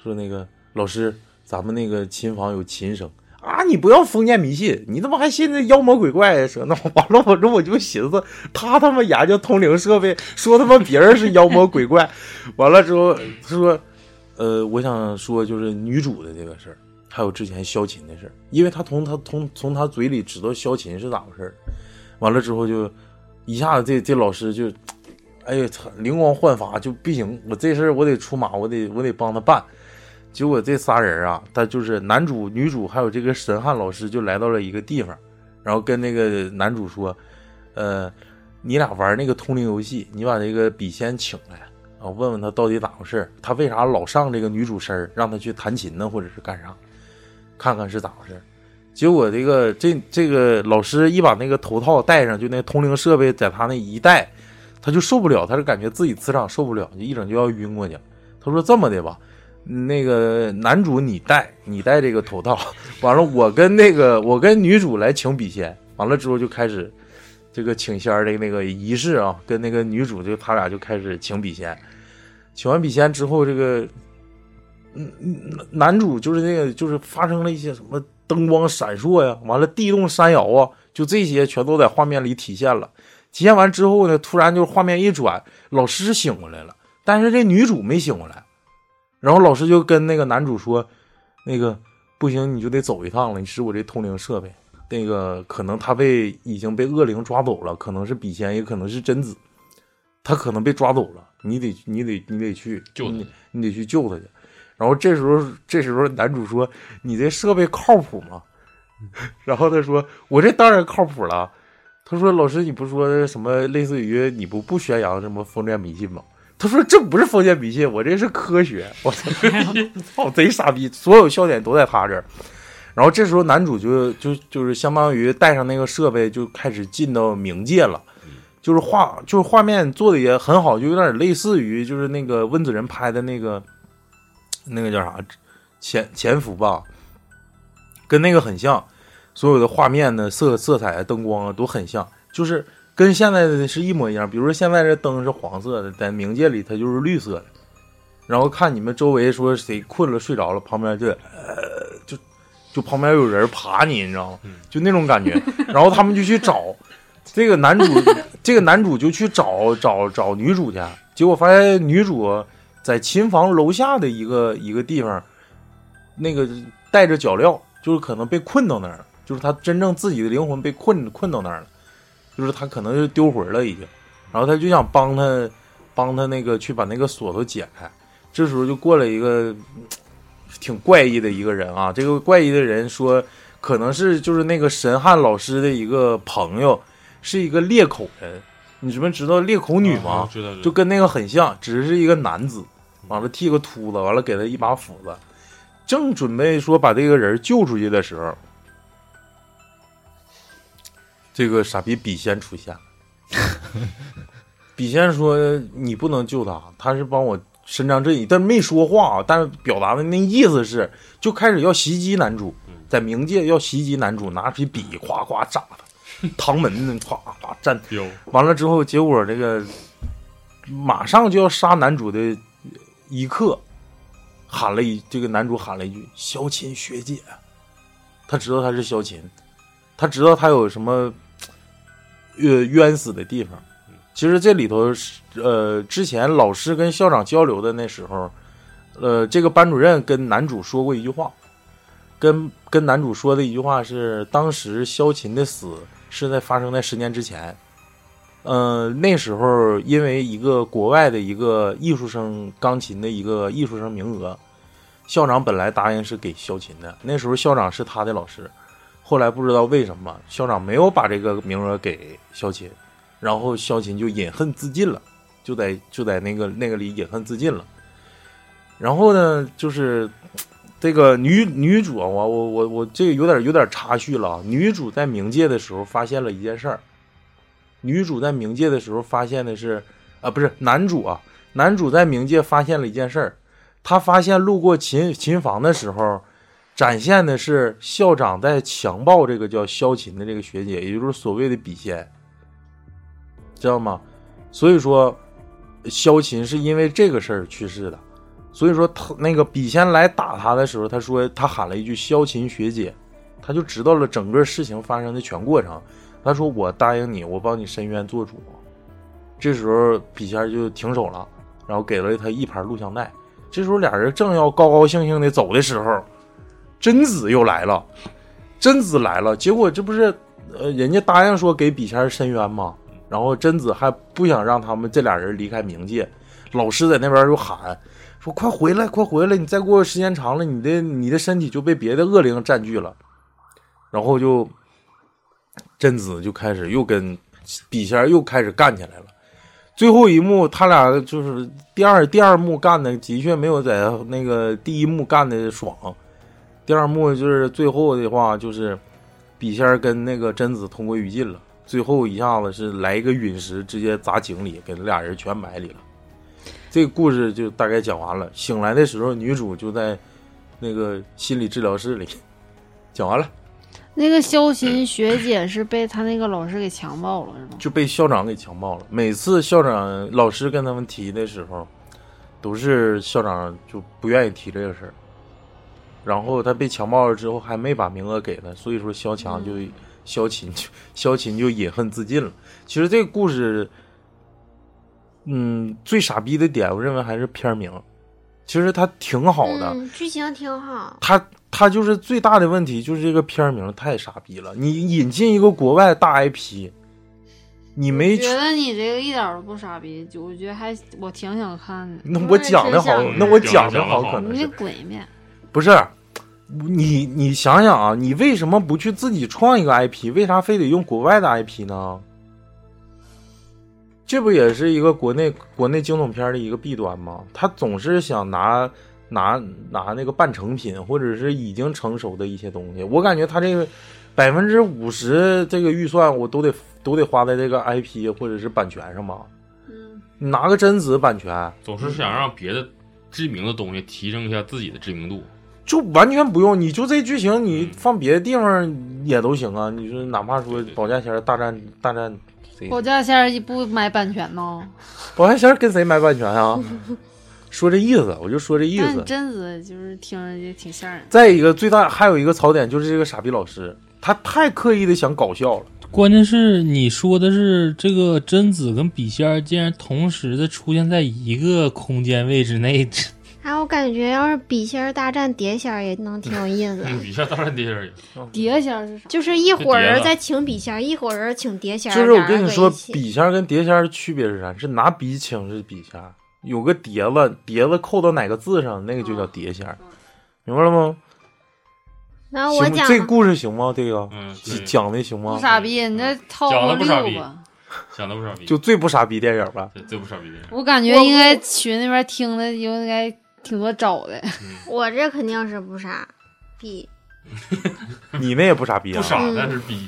说那个老师，咱们那个琴房有琴声。啊！你不要封建迷信，你他妈还信这妖魔鬼怪说那完了，我这 (laughs) 我就寻思，他他妈研究通灵设备，说他妈别人是妖魔鬼怪， (laughs) 完了之后他说，呃，我想说就是女主的这个事儿，还有之前萧琴的事儿，因为他从他从从他嘴里知道萧琴是咋回事儿，完了之后就一下子这这老师就，哎呀操，灵光焕发，就不行，我这事儿我得出马，我得我得帮他办。结果这仨人啊，他就是男主、女主还有这个神汉老师，就来到了一个地方，然后跟那个男主说：“呃，你俩玩那个通灵游戏，你把这个笔仙请来，然后问问他到底咋回事儿，他为啥老上这个女主身儿，让他去弹琴呢，或者是干啥，看看是咋回事儿。”结果这个这这个老师一把那个头套戴上，就那通灵设备在他那一戴，他就受不了，他就感觉自己磁场受不了，就一整就要晕过去了。他说：“这么的吧。”那个男主你戴，你戴这个头套， (laughs) 完了我跟那个我跟女主来请笔仙，完了之后就开始这个请仙儿的那个仪式啊，跟那个女主就他俩就开始请笔仙，请完笔仙之后，这个嗯嗯男主就是那个就是发生了一些什么灯光闪烁呀，完了地动山摇啊，就这些全都在画面里体现了。体现完之后呢，突然就画面一转，老师醒过来了，但是这女主没醒过来。然后老师就跟那个男主说：“那个不行，你就得走一趟了，你使我这通灵设备。那个可能他被已经被恶灵抓走了，可能是笔仙，也可能是贞子，他可能被抓走了，你得你得你得去
救他
你，你得去救他去。”然后这时候这时候男主说：“你这设备靠谱吗？”然后他说我这当然靠谱了。他说老师你不说什么类似于你不不宣扬什么封建迷信吗？他说这不是封建迷信，我这是科学。我操，操贼傻逼，所有笑点都在他这儿。然后这时候男主就就就是相当于带上那个设备就开始进到冥界了。就是画，就是画面做的也很好，就有点类似于就是那个温子仁拍的那个，那个叫啥《潜潜伏》吧，跟那个很像，所有的画面呢、色色彩、灯光啊都很像，就是跟现在的是一模一样。比如说现在这灯是黄色的，在冥界里它就是绿色的。然后看你们周围说谁困了睡着了，旁边就呃就就旁边有人爬你，你知道吗？就那种感觉。然后他们就去找。这个男主，这个男主就去找找找女主去，结果发现女主啊在琴房楼下的一个一个地方，那个带着脚镣，就是可能被困到那儿了，就是他真正自己的灵魂被困困到那儿了，就是他可能就丢魂了已经，然后他就想帮他帮他那个去把那个锁头解开，这时候就过来一个嗯挺怪异的一个人啊，这个怪异的人说可能是就是那个神汉老师的一个朋友。是一个裂口人，你们知道裂口女吗？
啊知道，知道
就跟那个很像，只是一个男子，完了剃个秃子，完了给他一把斧子，正准备说把这个人救出去的时候，这个傻逼笔仙出现了。笔仙说：“你不能救他，他是帮我伸张正义，但是没说话啊，但是表达的那意思是，就开始要袭击男主，在冥界要袭击男主，拿起笔夸夸扎他，唐门那夸夸站
有
完了之后，结果这个马上就要杀男主的一刻，喊了一这个男主喊了一句“萧琴学姐”，他知道他是萧琴，他知道他有什么呃冤死的地方。其实这里头是呃，之前老师跟校长交流的那时候，呃，这个班主任跟男主说过一句话，跟跟男主说的一句话是，当时萧琴的死是在发生在十年之前。呃，那时候因为一个国外的一个艺术生钢琴的一个艺术生名额，校长本来答应是给萧琴的，那时候校长是他的老师，后来不知道为什么校长没有把这个名额给萧琴，然后萧琴就饮恨自尽了，就在就在那个那个里饮恨自尽了。然后呢，就是这个女女主啊，我我我我这个有点有点插叙了啊。女主在冥界的时候发现了一件事儿，女主在冥界的时候发现的是，啊，不是男主啊，男主在冥界发现了一件事儿，他发现路过琴琴房的时候，展现的是校长在强暴这个叫萧琴的这个学姐，也就是所谓的笔仙，知道吗？所以说，萧琴是因为这个事儿去世的。所以说他那个笔仙来打他的时候，他说他喊了一句“萧琴学姐”，他就知道了整个事情发生的全过程。他说：“我答应你，我帮你伸冤做主。”这时候笔仙就停手了，然后给了他一盘录像带。这时候俩人正要高高兴兴的走的时候，贞子又来了，贞子来了，结果这不是呃人家答应说给笔仙伸冤吗？然后贞子还不想让他们这俩人离开冥界，老师在那边就喊。说快回来，快回来！你再过时间长了，你的你的身体就被别的恶灵占据了。然后就贞子就开始又跟笔仙儿又开始干起来了。最后一幕，他俩就是第二第二幕干的，的确没有在那个第一幕干的爽。第二幕就是最后的话，就是笔仙儿跟那个贞子同归于尽了。最后一下子是来一个陨石，直接砸井里，给那俩人全埋里了。这个故事就大概讲完了。醒来的时候，女主就在那个心理治疗室里。 (laughs) 讲完了，
那个肖琴学姐是被她那个老师给强暴了，是吗？
就被校长给强暴了。每次校长老师跟他们提的时候，都是校长就不愿意提这个事儿。然后他被强暴了之后，还没把名额给他，所以说肖强就、
嗯
肖琴就肖琴就饮恨自尽了。其实这个故事，嗯，最傻逼的点，我认为还是片名。其实它挺好的，
嗯，剧情挺好。
他他就是最大的问题，就是这个片儿名太傻逼了。你引进一个国外大 IP，你没去
觉得你这个一点儿都不傻逼，就我觉得还我挺想看的。
嗯那我讲的好
我也，是
嗯那我讲的
讲得
好
好
可能
你
是
滚一边！
不是？你你想想啊，你为什么不去自己创一个 IP？为啥非得用国外的 IP 呢？这不也是一个国内国内惊悚片儿的一个弊端吗？他总是想拿拿拿那个半成品或者是已经成熟的一些东西。我感觉他这个百分之五十这个预算，我都得都得花在这个 IP 或者是版权上吧。
嗯，
你拿个贞子版权，
总是想让别的知名的东西提升一下自己的知名度。 (laughs)
就完全不用，你就这剧情，你放别的地方也都行啊。你说哪怕说
对对
保家仙儿大战大战谁？
保家仙儿不买版权呢，
保家仙儿跟谁买版权
(laughs)
啊？说这意思，我就说这意
但
思。
贞子就是听着就挺吓人的。
再一个，最大还有一个槽点就是这个傻逼老师，他太刻意的想搞笑了。
关键是你说的是这个贞子跟笔仙儿竟然同时的出现在一个空间位置内，
哎，我感觉要是笔仙儿大战碟仙儿也能挺有意思的，
嗯，一下当然跌下去。
碟仙儿是啥？
(laughs) 就是一伙
就碟
人
了
在请笔仙儿，一伙人请碟仙儿，
就是我
俩人
跟你
搁
说，
一起
笔仙儿跟碟仙儿的区别是啥？是拿笔请是笔仙儿，有个碟子，碟子扣到哪个字上，那个
嗯
就叫碟仙儿，明白了吗？
那我
行吗
讲
这
吧
故事行吗？这个 (laughs)
嗯，对
讲的行吗
不？傻逼，你这套
讲得
路
不傻逼
六吧。
想的不傻逼，
就最不傻逼电影吧。
对最不傻逼的人。
我感觉应该群那边听的应该挺多找 (laughs) 的。
我这肯定是不傻逼，
你那也 (laughs) 不傻逼啊，
不傻
嗯，
但是逼。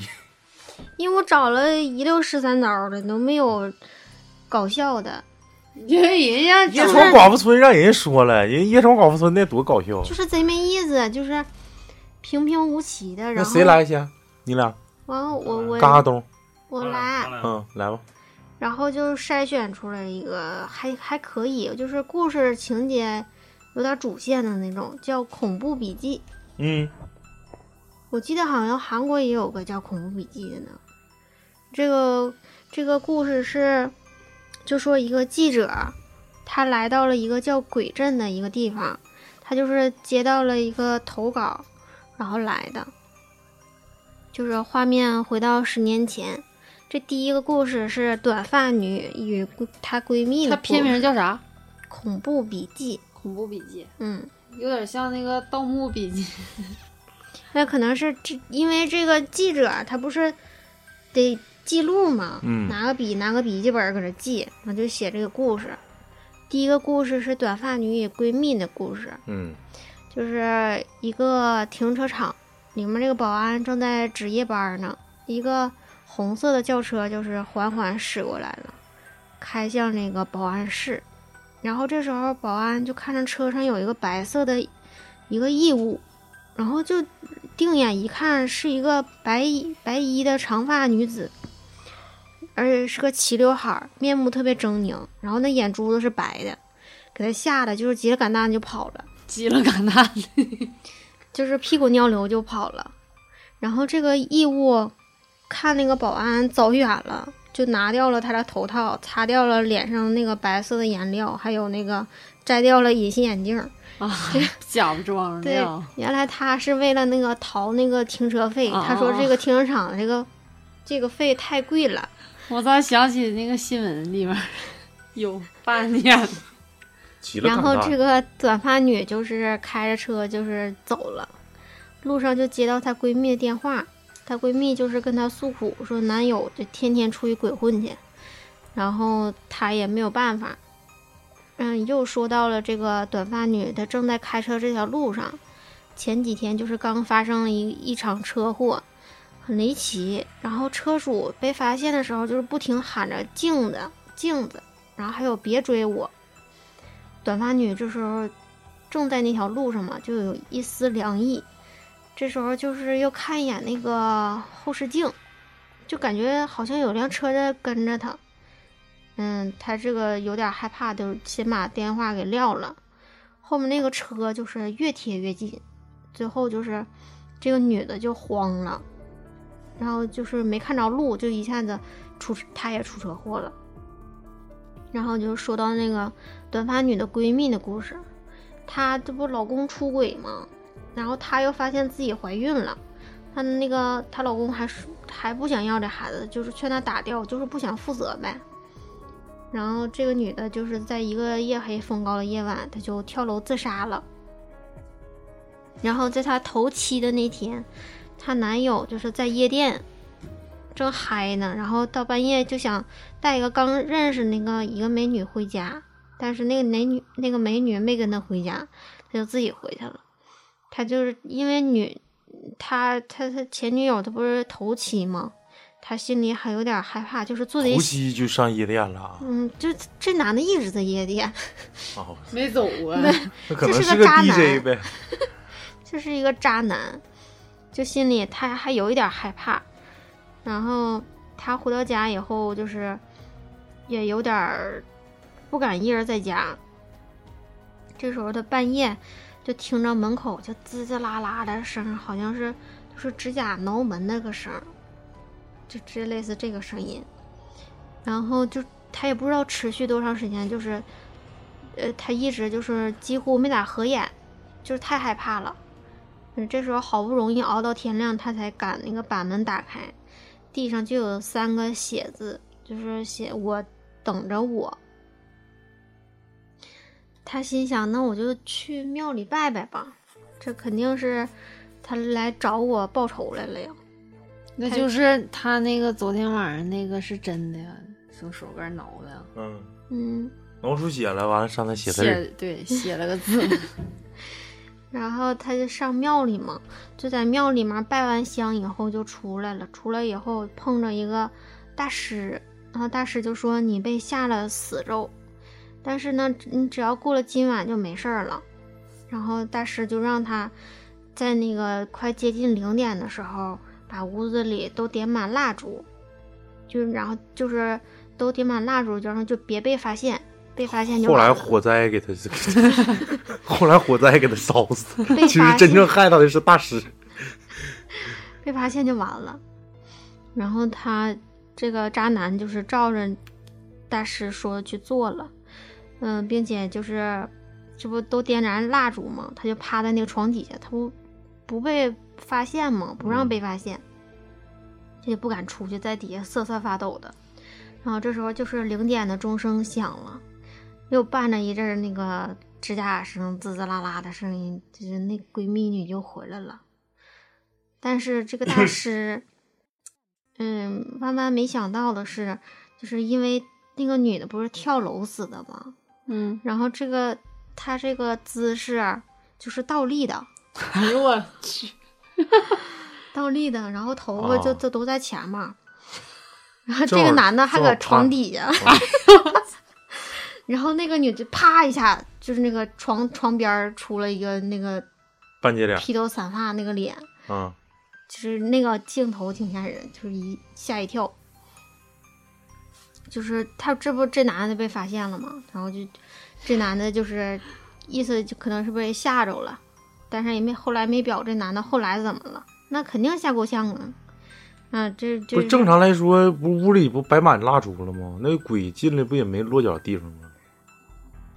因为我找了一溜十三刀的都没有搞笑的，
因为人家
夜
就
闯
是
寡妇村让人说了，人夜闯寡妇村那多搞笑，
就是贼没意思，就是平平无奇的。
那
然后
谁？来先？你俩
完了我我
嘎嘎东，
我来，
(laughs)
嗯，来吧。
然后就筛选出来一个还还可以，就是故事情节有点主线的那种，叫《恐怖笔记》。
嗯，
我记得好像韩国也有个叫《恐怖笔记》的呢。这个这个故事是，就说一个记者，他来到了一个叫鬼镇的一个地方，他就是接到了一个投稿，然后来的。就是画面回到十年前，这第一个故事是短发女与闺她闺蜜
他
的故事
片名叫啥？
恐怖笔记》。
恐怖笔记，
嗯，
有点像那个《盗墓笔记》。 (laughs)
那可能是这，因为这个记者他不是得记录嘛，
嗯
拿个笔拿个笔记本儿搁这记，我就写这个故事。第一个故事是短发女与闺蜜的故事，
嗯，
就是一个停车场里面这个保安正在值夜班呢，一个红色的轿车就是缓缓驶过来了，开向那个保安室。然后这时候保安就看着车上有一个白色的一个异物，然后就定眼一看是一个白衣白衣的长发女子，而且是个齐刘海儿，面目特别狰狞，然后那眼珠子是白的，给他吓得就是急了赶蛋就跑了。
急了敢蛋
就是屁滚尿流就跑了。然后这个义务看那个保安走远了，就拿掉了他的头套，擦掉了脸上那个白色的颜料，还有那个摘掉了隐形眼镜。
啊， (laughs) 假不装的
对
呀。，
原来他是为了那个逃那个停车费，
哦
他说这个停车场这个这个费太贵了。
我咋想起那个新闻里面有半年
(laughs)
起了
然后
胆大
这个短发女就是开着车就是走了，路上就接到她闺蜜的电话，她闺蜜就是跟她诉苦说男友就天天出去鬼混去，然后她也没有办法。嗯，又说到了这个短发女，她正在开车这条路上，前几天就是刚发生了一一场车祸，很离奇。然后车主被发现的时候，就是不停喊着镜子镜子，然后还有别追我，短发女这时候正在那条路上嘛，就有一丝凉意。这时候就是又看一眼那个后视镜，就感觉好像有辆车在跟着她。嗯，她这个有点害怕，就先把电话给撂了。后面那个车就是越贴越近，最后就是这个女的就慌了，然后就是没看着路，就一下子出她也出车祸了。然后就说到那个短发女的闺蜜的故事。她这不老公出轨吗？然后她又发现自己怀孕了，她那个她老公还说还不想要这孩子，就是劝她打掉，就是不想负责呗。然后这个女的就是在一个夜黑风高的夜晚，她就跳楼自杀了。然后在她头七的那天，她男友就是在夜店正嗨呢，然后到半夜就想带一个刚认识那个一个美女回家，但是那个美女那个美女没跟他回家，他就自己回去了。他就是因为女他他他前女友他不是头七吗？他心里还有点害怕，就是做贼
头七就上夜店了啊！
嗯，就这男的一直在夜店，
哦
没走啊，
那可能
这是
是
个
个
渣男
DJ
(laughs)
呗。
就是一个渣男，就心里他还有一点害怕。然后他回到家以后，就是也有点儿不敢一人在家。这时候他半夜就听着门口就滋滋啦啦的声儿，好像是就是指甲挠门那个声儿，就这类似这个声音。然后就他也不知道持续多长时间，就是呃，他一直就是几乎没咋合眼，就是太害怕了。嗯，这时候好不容易熬到天亮，他才敢那个把门打开，地上就有三个血字，就是写我等着我。他心想，那我就去庙里拜拜吧，这肯定是他来找我报仇来了呀。
那
那
就
就是是他那个昨天晚上那个是真的呀，从手杆挠的，
嗯，
嗯，
挠出血了，完了上他写字儿
写对写了个字，
(laughs)
然后他就上庙里嘛，就在庙里面拜完香以后就出来了。出来以后碰着一个大师，然后大师就说你被下了死咒，但是呢，只你只要过了今晚就没事儿了。然后大师就让他在那个快接近零点的时候，把屋子里都点满蜡烛，就然后就是都点满蜡烛，然后就别被发现，被发现就
后
完
来
了
火灾给他， (laughs) 后来火灾给他烧死。(laughs)
被
其
发
实真
现
正害他的是大
(laughs)
师。
被发现就完了。然后他这个渣男就是照着大师说去做了，嗯，并且就是这不都点燃蜡烛吗？他就趴在那个床底下，他不不被发现吗？不让被发现，他就不敢出去，在底下瑟瑟发抖的。然后这时候就是零点的钟声响了，又伴着一阵儿那个指甲声滋滋啦啦的声音，就是那闺蜜女就回来了。但是这个大师，嗯，万万没想到的是，就是因为那个女的不是跳楼死的吗？
嗯，
然后这个她这个姿势啊就是倒立的，
哎呦我去，
倒立的，然后头发就
哦
就都在前面儿，然后这
正
个
好
男的还
正好
搁床
趴
底下， (laughs)
啊
然后那个女就啪一下，就是那个床床边儿出了一个那个
半截脸
披头散发那个脸，
啊，
就是那个镜头挺吓人，就是一吓一跳。就是他这不这男的被发现了嘛，然后就这男的就是意思就可能是被吓着了，但是也没后来没表这男的后来怎么了，那肯定吓够呛啊。啊，这这
不是正常来说，不屋里不摆满蜡烛了吗？那鬼进来不也没落脚地方吗？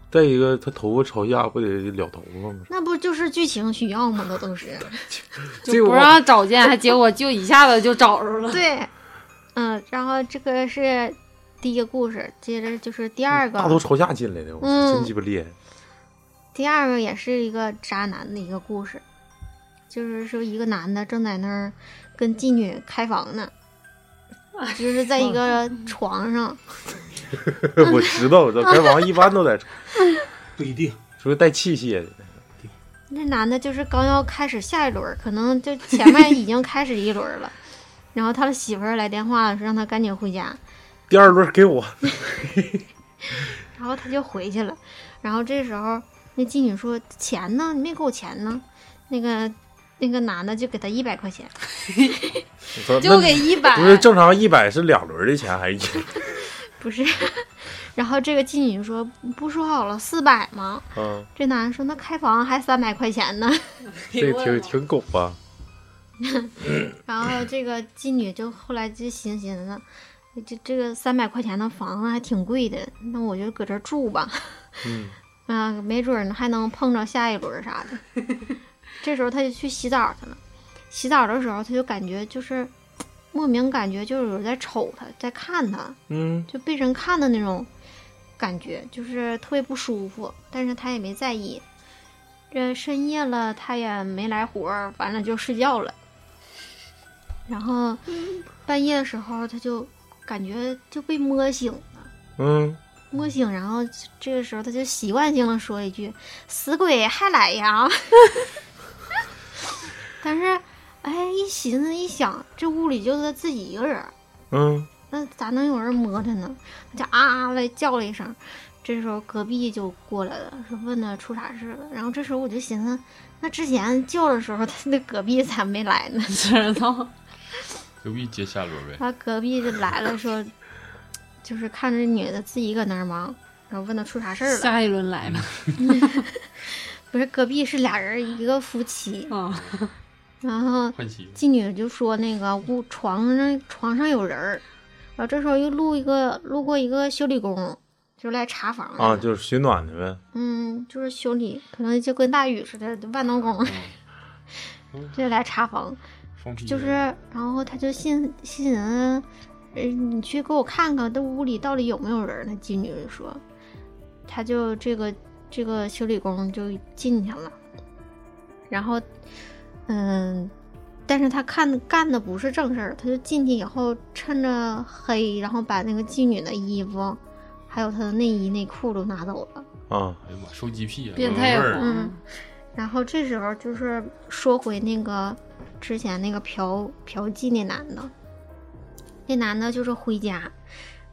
再一个，他头发朝下，不得燎头发吗？
那不就是剧情需要吗？那都是。
这
就不
我
让找见，还结果就一下子就找着了。
对，嗯，然后这个是第一个故事，接着就是第二
嗯大头
个，
朝下进来的，我
嗯
操，真鸡巴厉害！ (laughs)
第二个也是一个渣男的一个故事，就是说一个男的正在那儿跟妓女开房呢，就是在一个床上，
我知道，我知道，开房一般都在，
不一定，
除非带器械的。
那男的就是刚要开始下一轮儿，可能就前面已经开始一轮儿了， (laughs) 然后他的媳妇儿来电话了，说让他赶紧回家，
第二轮给我， (laughs)
然后他就回去了。然后这时候那妓女说：“钱呢？你没给我钱呢？”那个那个男的就给他一百块钱，
我操
就
那
给一百，
不是正常一百是两轮的钱还是 (laughs) 一？？”
不是。 (laughs) 然后这个妓女说：“不说好了四百吗
嗯，
这男的说：“那开房还三百块钱呢。 (laughs)
哎
这个挺挺狗啊吧？”
然后这个妓女就后来就寻思寻思，这这个三百块钱的房子还挺贵的，那我就搁这儿住吧。
嗯，
(laughs) 啊，没准儿还能碰着下一轮儿啥的。 (laughs) 这时候他就去洗澡去了。洗澡的时候，他就感觉就是莫名感觉就是有人在瞅他，在看他，
嗯，
就被人看的那种感觉，就是特别不舒服。但是他也没在意。这深夜了，他也没来活儿，完了就睡觉了。然后半夜的时候，他就感觉就被摸醒了，
嗯，
摸醒，然后这个时候他就习惯性的说一句：“死鬼还来呀！”但是，哎，一寻思一想，这屋里就他自己一个人儿，
嗯，
那咋能有人摸他呢？他就啊啊的叫了一声，这时候隔壁就过来了，说问他出啥事了。然后这时候我就寻思，那之前叫的时候，他那隔壁咋没来呢？
知道。
隔壁接下轮呗。
他隔壁就来了，说，就是看着女的自己搁那儿忙，然后问他出啥事儿了。
下一轮来了
不是隔壁是俩人，一个夫
嗯
妻，
啊！
然后
换妻
妓女就说那个屋床上床上有人儿，然后这时候又路一个路过一个修理工，就来查房的
啊，就是取暖的呗。
嗯，就是修理，可能就跟大禹似的万能工， (laughs) 就来查房，
双皮
就是然后他就信信人，呃，你去给我看看这屋里到底有没有人儿。那妓女就说，他就这个这个修理工就进去了，然后嗯，但是他看干的不是正事儿，他就进去以后趁着黑，然后把那个妓女的衣服还有她的内衣内裤都拿走了。
啊，
哎呀妈，收集癖啊，
变态
闻味
货
儿
嗯，然后这时候就是说回那个之前那个嫖嫖妓那男的，那男的就是回家，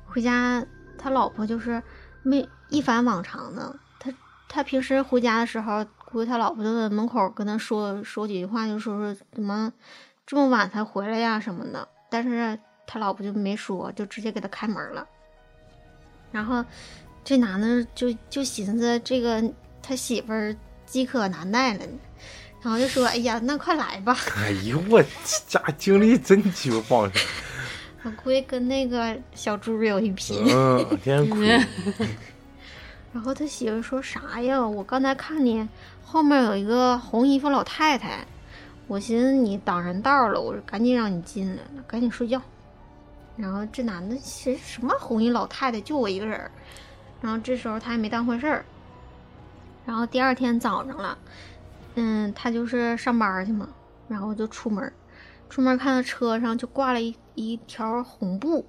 回家他老婆就是没一反往常的，他他平时回家的时候，估计他老婆就在门口跟他说说几句话，就说说怎么这么晚才回来呀什么的，但是他老婆就没说，就直接给他开门了。然后这男的就就寻思这个他媳妇儿饥渴难耐了呢，然后就说：“哎呀，那快来吧
哎呦我这家经历真鸡巴旺盛，！”
我估计跟那个小猪有一拼。
嗯，
(laughs)
天天哭，
然后他媳妇说啥呀？我刚才看你后面有一个红衣服老太太，我寻思你挡人道了，我赶紧让你进来了，赶紧睡觉。然后这男的谁什么红衣老太太，就我一个人儿。然后这时候他也没当回事儿。然后第二天早上了，嗯，他就是上班儿去嘛，然后就出门儿，出门儿看到车上就挂了一一条红布，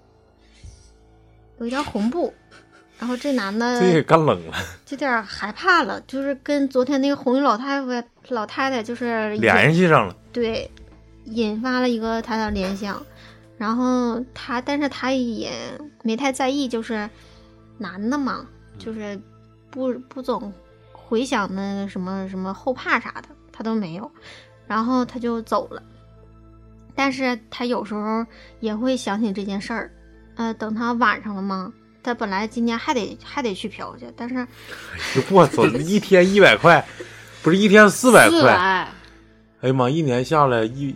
有一条红布。然后这男的
这也干冷了，
有点儿害怕了，就是跟昨天那个红衣老太太老太太就是引
联系上了，
对，引发了一个他的联想，然后他但是他也没太在意，就是男的嘛，就是不不总回想那个什么什么后怕啥的，他都没有，然后他就走了。但是他有时候也会想起这件事儿，呃，等他晚上了嘛，他本来今天还得还得去嫖去，但是
哎呦我操，一天一百块，不是一天四百
四
块，
百，
哎呀妈，一年下来一，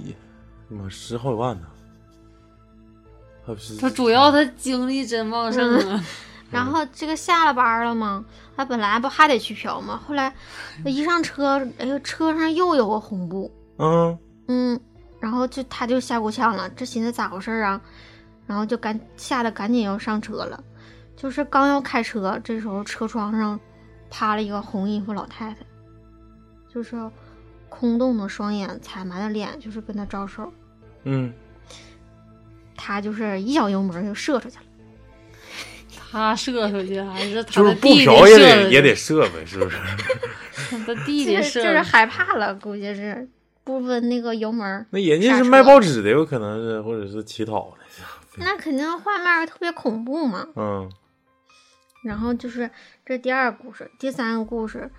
妈十好几万呢，还不是
他主要他精力真旺盛啊！
嗯
然后这个下了班了嘛，他本来不还得去嫖吗？后 (laughs) 来一上车，哎呦，车上又有个红布，
嗯，
嗯，然后就他就吓够呛了，这寻思咋回事儿啊？然后就赶吓得赶紧要上车了，就是刚要开车，这时候车窗上趴了一个红衣服老太太，就是空洞的双眼、惨白的脸，就是跟他招手，
嗯，
他就是一脚油门就射出去了。
他射出去还是他
就是
的
不
弟弟
嫖也
射
得
的，
也得射呗，是不是？ (laughs)
他 (laughs) 的弟
就
弟
是
射
就是
的。
害怕了，估计是不分那个油门儿，
那人家
刹
是
车
卖报纸的，有可能是或者是乞讨的，
那肯定画面儿特别恐怖嘛。
嗯
然后就是这第二个故事，第三个故事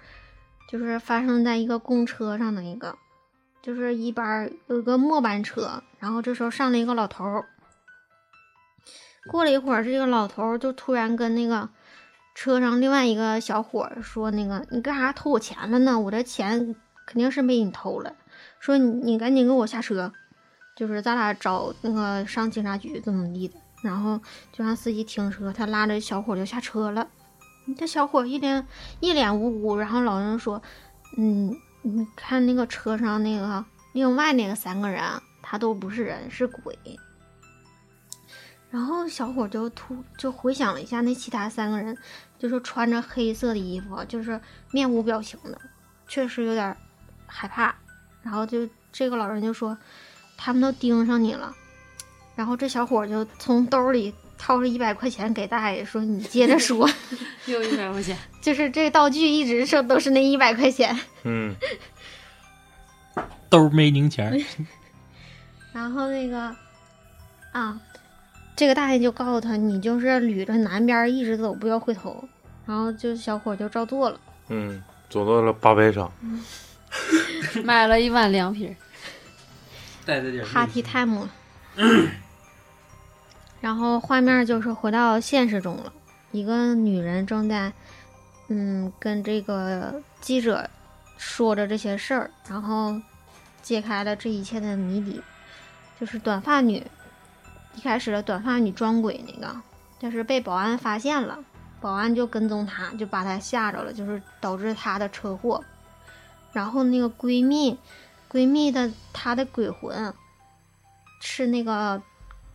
就是发生在一个公车上的一个，就是一班儿有一个末班车，然后这时候上了一个老头儿。过了一会儿，这个老头儿就突然跟那个车上另外一个小伙儿说：“那个你干啥偷我钱了呢？我这钱肯定是被你偷了。说你你赶紧给我下车，就是咱俩找那个上警察局怎么地的。”然后就让司机停车，他拉着小伙就下车了。这小伙一脸一脸无辜，然后老人说：“嗯，你看那个车上那个另外那个三个人，啊他都不是人，是鬼。”然后小伙就突就回想了一下那其他三个人，就是穿着黑色的衣服，就是面无表情的，确实有点儿害怕。然后就这个老人就说，他们都盯上你了。然后这小伙就从兜里掏出一百块钱给大爷说：“你接着说。” (laughs)
又一百块钱，
就是这道具一直是都是那一百块钱。
嗯，
兜儿没零钱儿， (laughs)
然后那个啊，这个大爷就告诉他，你就是捋着南边儿一直走，不要回头。然后就小伙就照做了。
嗯，走到了八百场，
(laughs) 买了一碗凉皮儿。
带着点
Party time 了。 (clears throat) 然后画面就是回到现实中了，一个女人正在，嗯，跟这个记者说着这些事儿，然后揭开了这一切的谜底，就是短发女，一开始的短发女装鬼那个，就是被保安发现了，保安就跟踪她，就把她吓着了，就是导致她的车祸。然后那个闺蜜，闺蜜的她的鬼魂是那个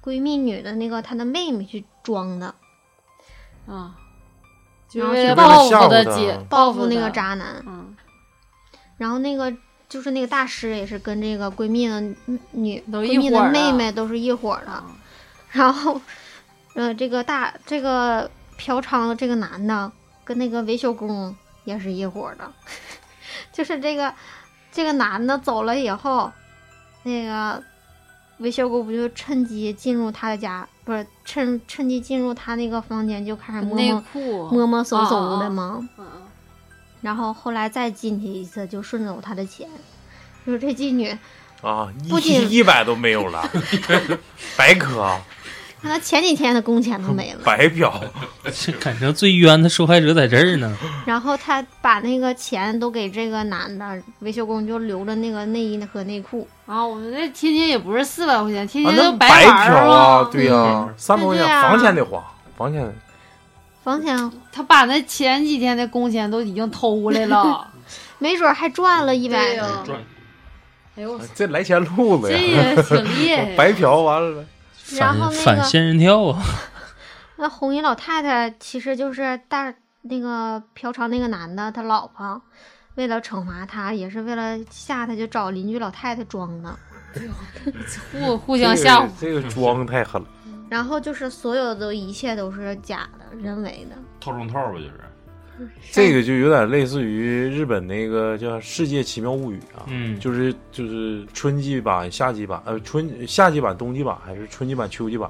闺蜜女的那个她的妹妹去装的，
啊，就
然后
为了
就为了
报
吓
复的
唬他
姐，
报
复
复那个
的，
渣男。
嗯，
然后那个就是那个大师也是跟这个闺蜜的女
都
闺
一
蜜
伙
的
儿
妹
的
妹都是一伙儿的。
啊
然后，呃，这个大这个嫖娼的这个男的跟那个维修工也是一伙儿的， (laughs) 就是这个这个男的走了以后，那个维修工不就趁机进入他的家，不是趁趁机进入他那个房间就开始摸
内
啊摸
裤，
摸摸搜
哦
搜
哦
的
哦
嘛。
嗯嗯
然后后来再进去一次，就顺走他的钱。就是这妓女，
啊，
不仅
一一百都没有了， (laughs) 白磕啊，
看她前几天的工钱都
(laughs)
没了，
白嫖，
这赶上最冤的受害者在这儿呢。
然后她把那个钱都给这个男的维修工，就留着那个内衣和内裤。
啊，我们那天天也不是四百块钱，天
啊，
天
那
都
白
玩
嫖
儿
啊
了，。
对呀，三百块
对
钱
啊
房钱得花，房钱
房钱
(laughs) 他把那前几天的工钱都已经偷来了，
没准还赚了一百
对
呢。
呀，哎呦我操，
这来钱路子
这
呀，
也挺厉害呀，
啊 (laughs) 白嫖完了，
然
反
后那
反
个
仙人跳啊！
那红衣老太太其实就是大那个嫖娼那个男的他老婆，为了惩罚他，也是为了吓他，就找邻居老太太装的。
互互相吓唬，
这个这个装太狠了，
然后就是所有的一切都是假的、人为的。
套中套吧，就是
这个就有点类似于日本那个叫《世界奇妙物语》啊，
嗯，
就是就是春季版、夏季版，呃，春夏季版、冬季版还是春季版、秋季版，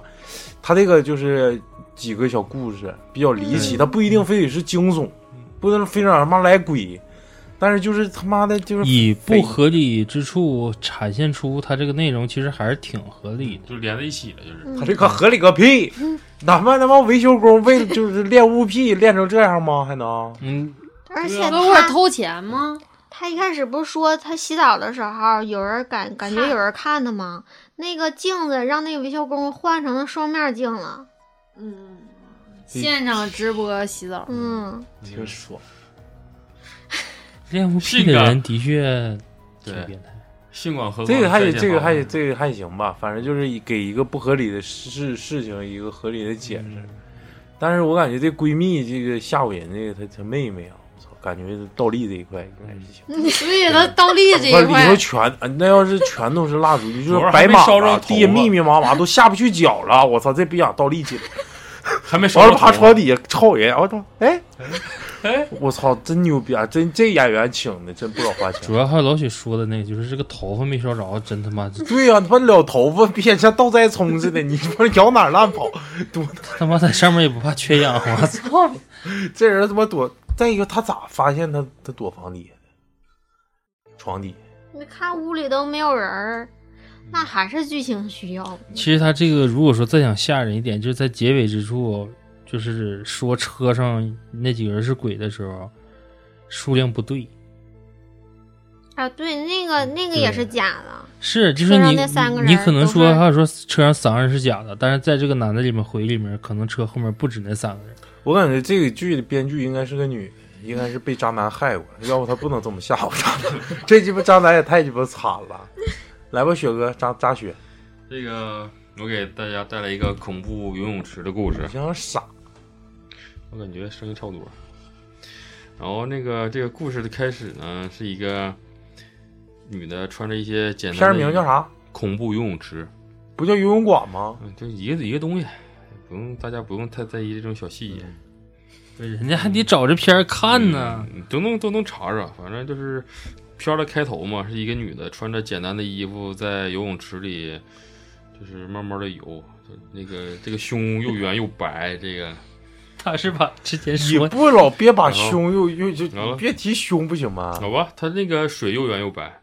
它这个就是几个小故事比较离奇，
嗯
它不一定非得是惊悚，不能非得他妈来鬼，但是就是他妈的就是
以
匪
不合理之处展现出它这个内容，其实还是挺合理的。
就连在一起了，就是
嗯
他这个合理个屁，哪怕他妈维修工为了就是练物癖练成这样吗？还能？
嗯，
而
啊
且
合伙
他
偷钱吗？
他一开始不是说他洗澡的时候有人感感觉
看
有人看他吗？那个镜子让那个维修工换成了双面镜了。
嗯，现场直播洗澡，
嗯，
挺爽，
练物癖的人的确挺变态。
性管和
这个还
有
行，这个还
有
行，这个还行吧，反正就是以给一个不合理的事事情一个合理的解
嗯
释。但是我感觉这闺蜜这个吓唬人这个她她妹妹啊，我操，感觉倒立这一块应该是行。
(laughs) 所以他倒立嗯这
完
一
里头
块，
全，啊那要是全都是蜡烛，你就
主
是
要
白
还没
马
烧着
了，地下
头发
密密麻麻都下不去脚了。我操，这逼想倒立起来，
还没
完
烧
了趴
穿
床底下瞅人，我操，哎
哎，
我操，真牛逼啊！真这演员请的真不少花钱
主。要还有老许说的那个，就是这个头发没烧着，真他妈
对呀、他妈撩头发，别像倒栽葱似的，你他妈摇哪儿乱跑，多
他妈在上面也不怕缺氧，我
(laughs)
操！
这人他妈躲。再一个，他咋发现他他躲房底下的？床底下。
你看屋里都没有人儿，那还是剧情需要。
其实他这个如果说再想吓人一点，就是在结尾之处，就是说车上那几个人是鬼的时候，数量不对，
啊，对，那个那个也是假的。
是就是
车上
你
那三个人
你可能
都
说
是
还有说车上三个人是假的，但是在这个男的里面回忆里面，可能车后面不止那三个人。
我感觉这个剧的编剧应该是个女的，应该是被渣男害过，要不她不能这么吓唬渣男。 (laughs) 这鸡巴渣男也太鸡巴惨了。 (laughs) 来吧，雪哥，扎扎雪，
这个我给大家带来一个恐怖游泳池的故事啊
你，像傻。
我感觉声音差不多。然后那个这个故事的开始呢，是一个女的穿着一些简
片
单的
儿名叫？啥？
恐怖游泳池，
不叫游泳馆吗？
嗯，就一个一个东西，不用大家不用太在意这种小细节。
嗯
人家还得找这片儿看呢。
嗯，都能都能查着，反正就是片儿的开头嘛，是一个女的穿着简单的衣服在游泳池里，就是慢慢的游，就那个这个胸又圆又白，这个
(laughs) 他是把之前
你
说
不老别把
然后
胸又又就
然后
别提胸不行吗？
好吧，她那个水又圆又白，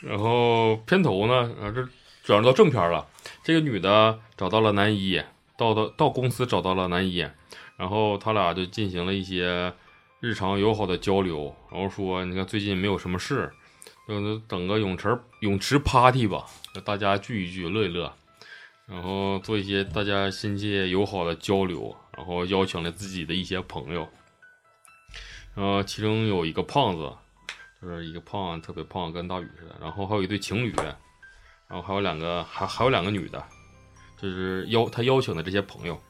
然后片头呢，然后这转到正片儿了，这个女的找到了男一，到到到公司找到了男一，然后他俩就进行了一些日常友好的交流，然后说你看最近没有什么事，就是整个泳池泳池 party 吧，大家聚一聚乐一乐，然后做一些大家亲切友好的交流，然后邀请了自己的一些朋友，然后其中有一个胖子，就是一个胖特别胖，跟大宇似的，然后还有一对情侣，然后还有两个还还有两个女的，就是邀他邀请的这些朋友。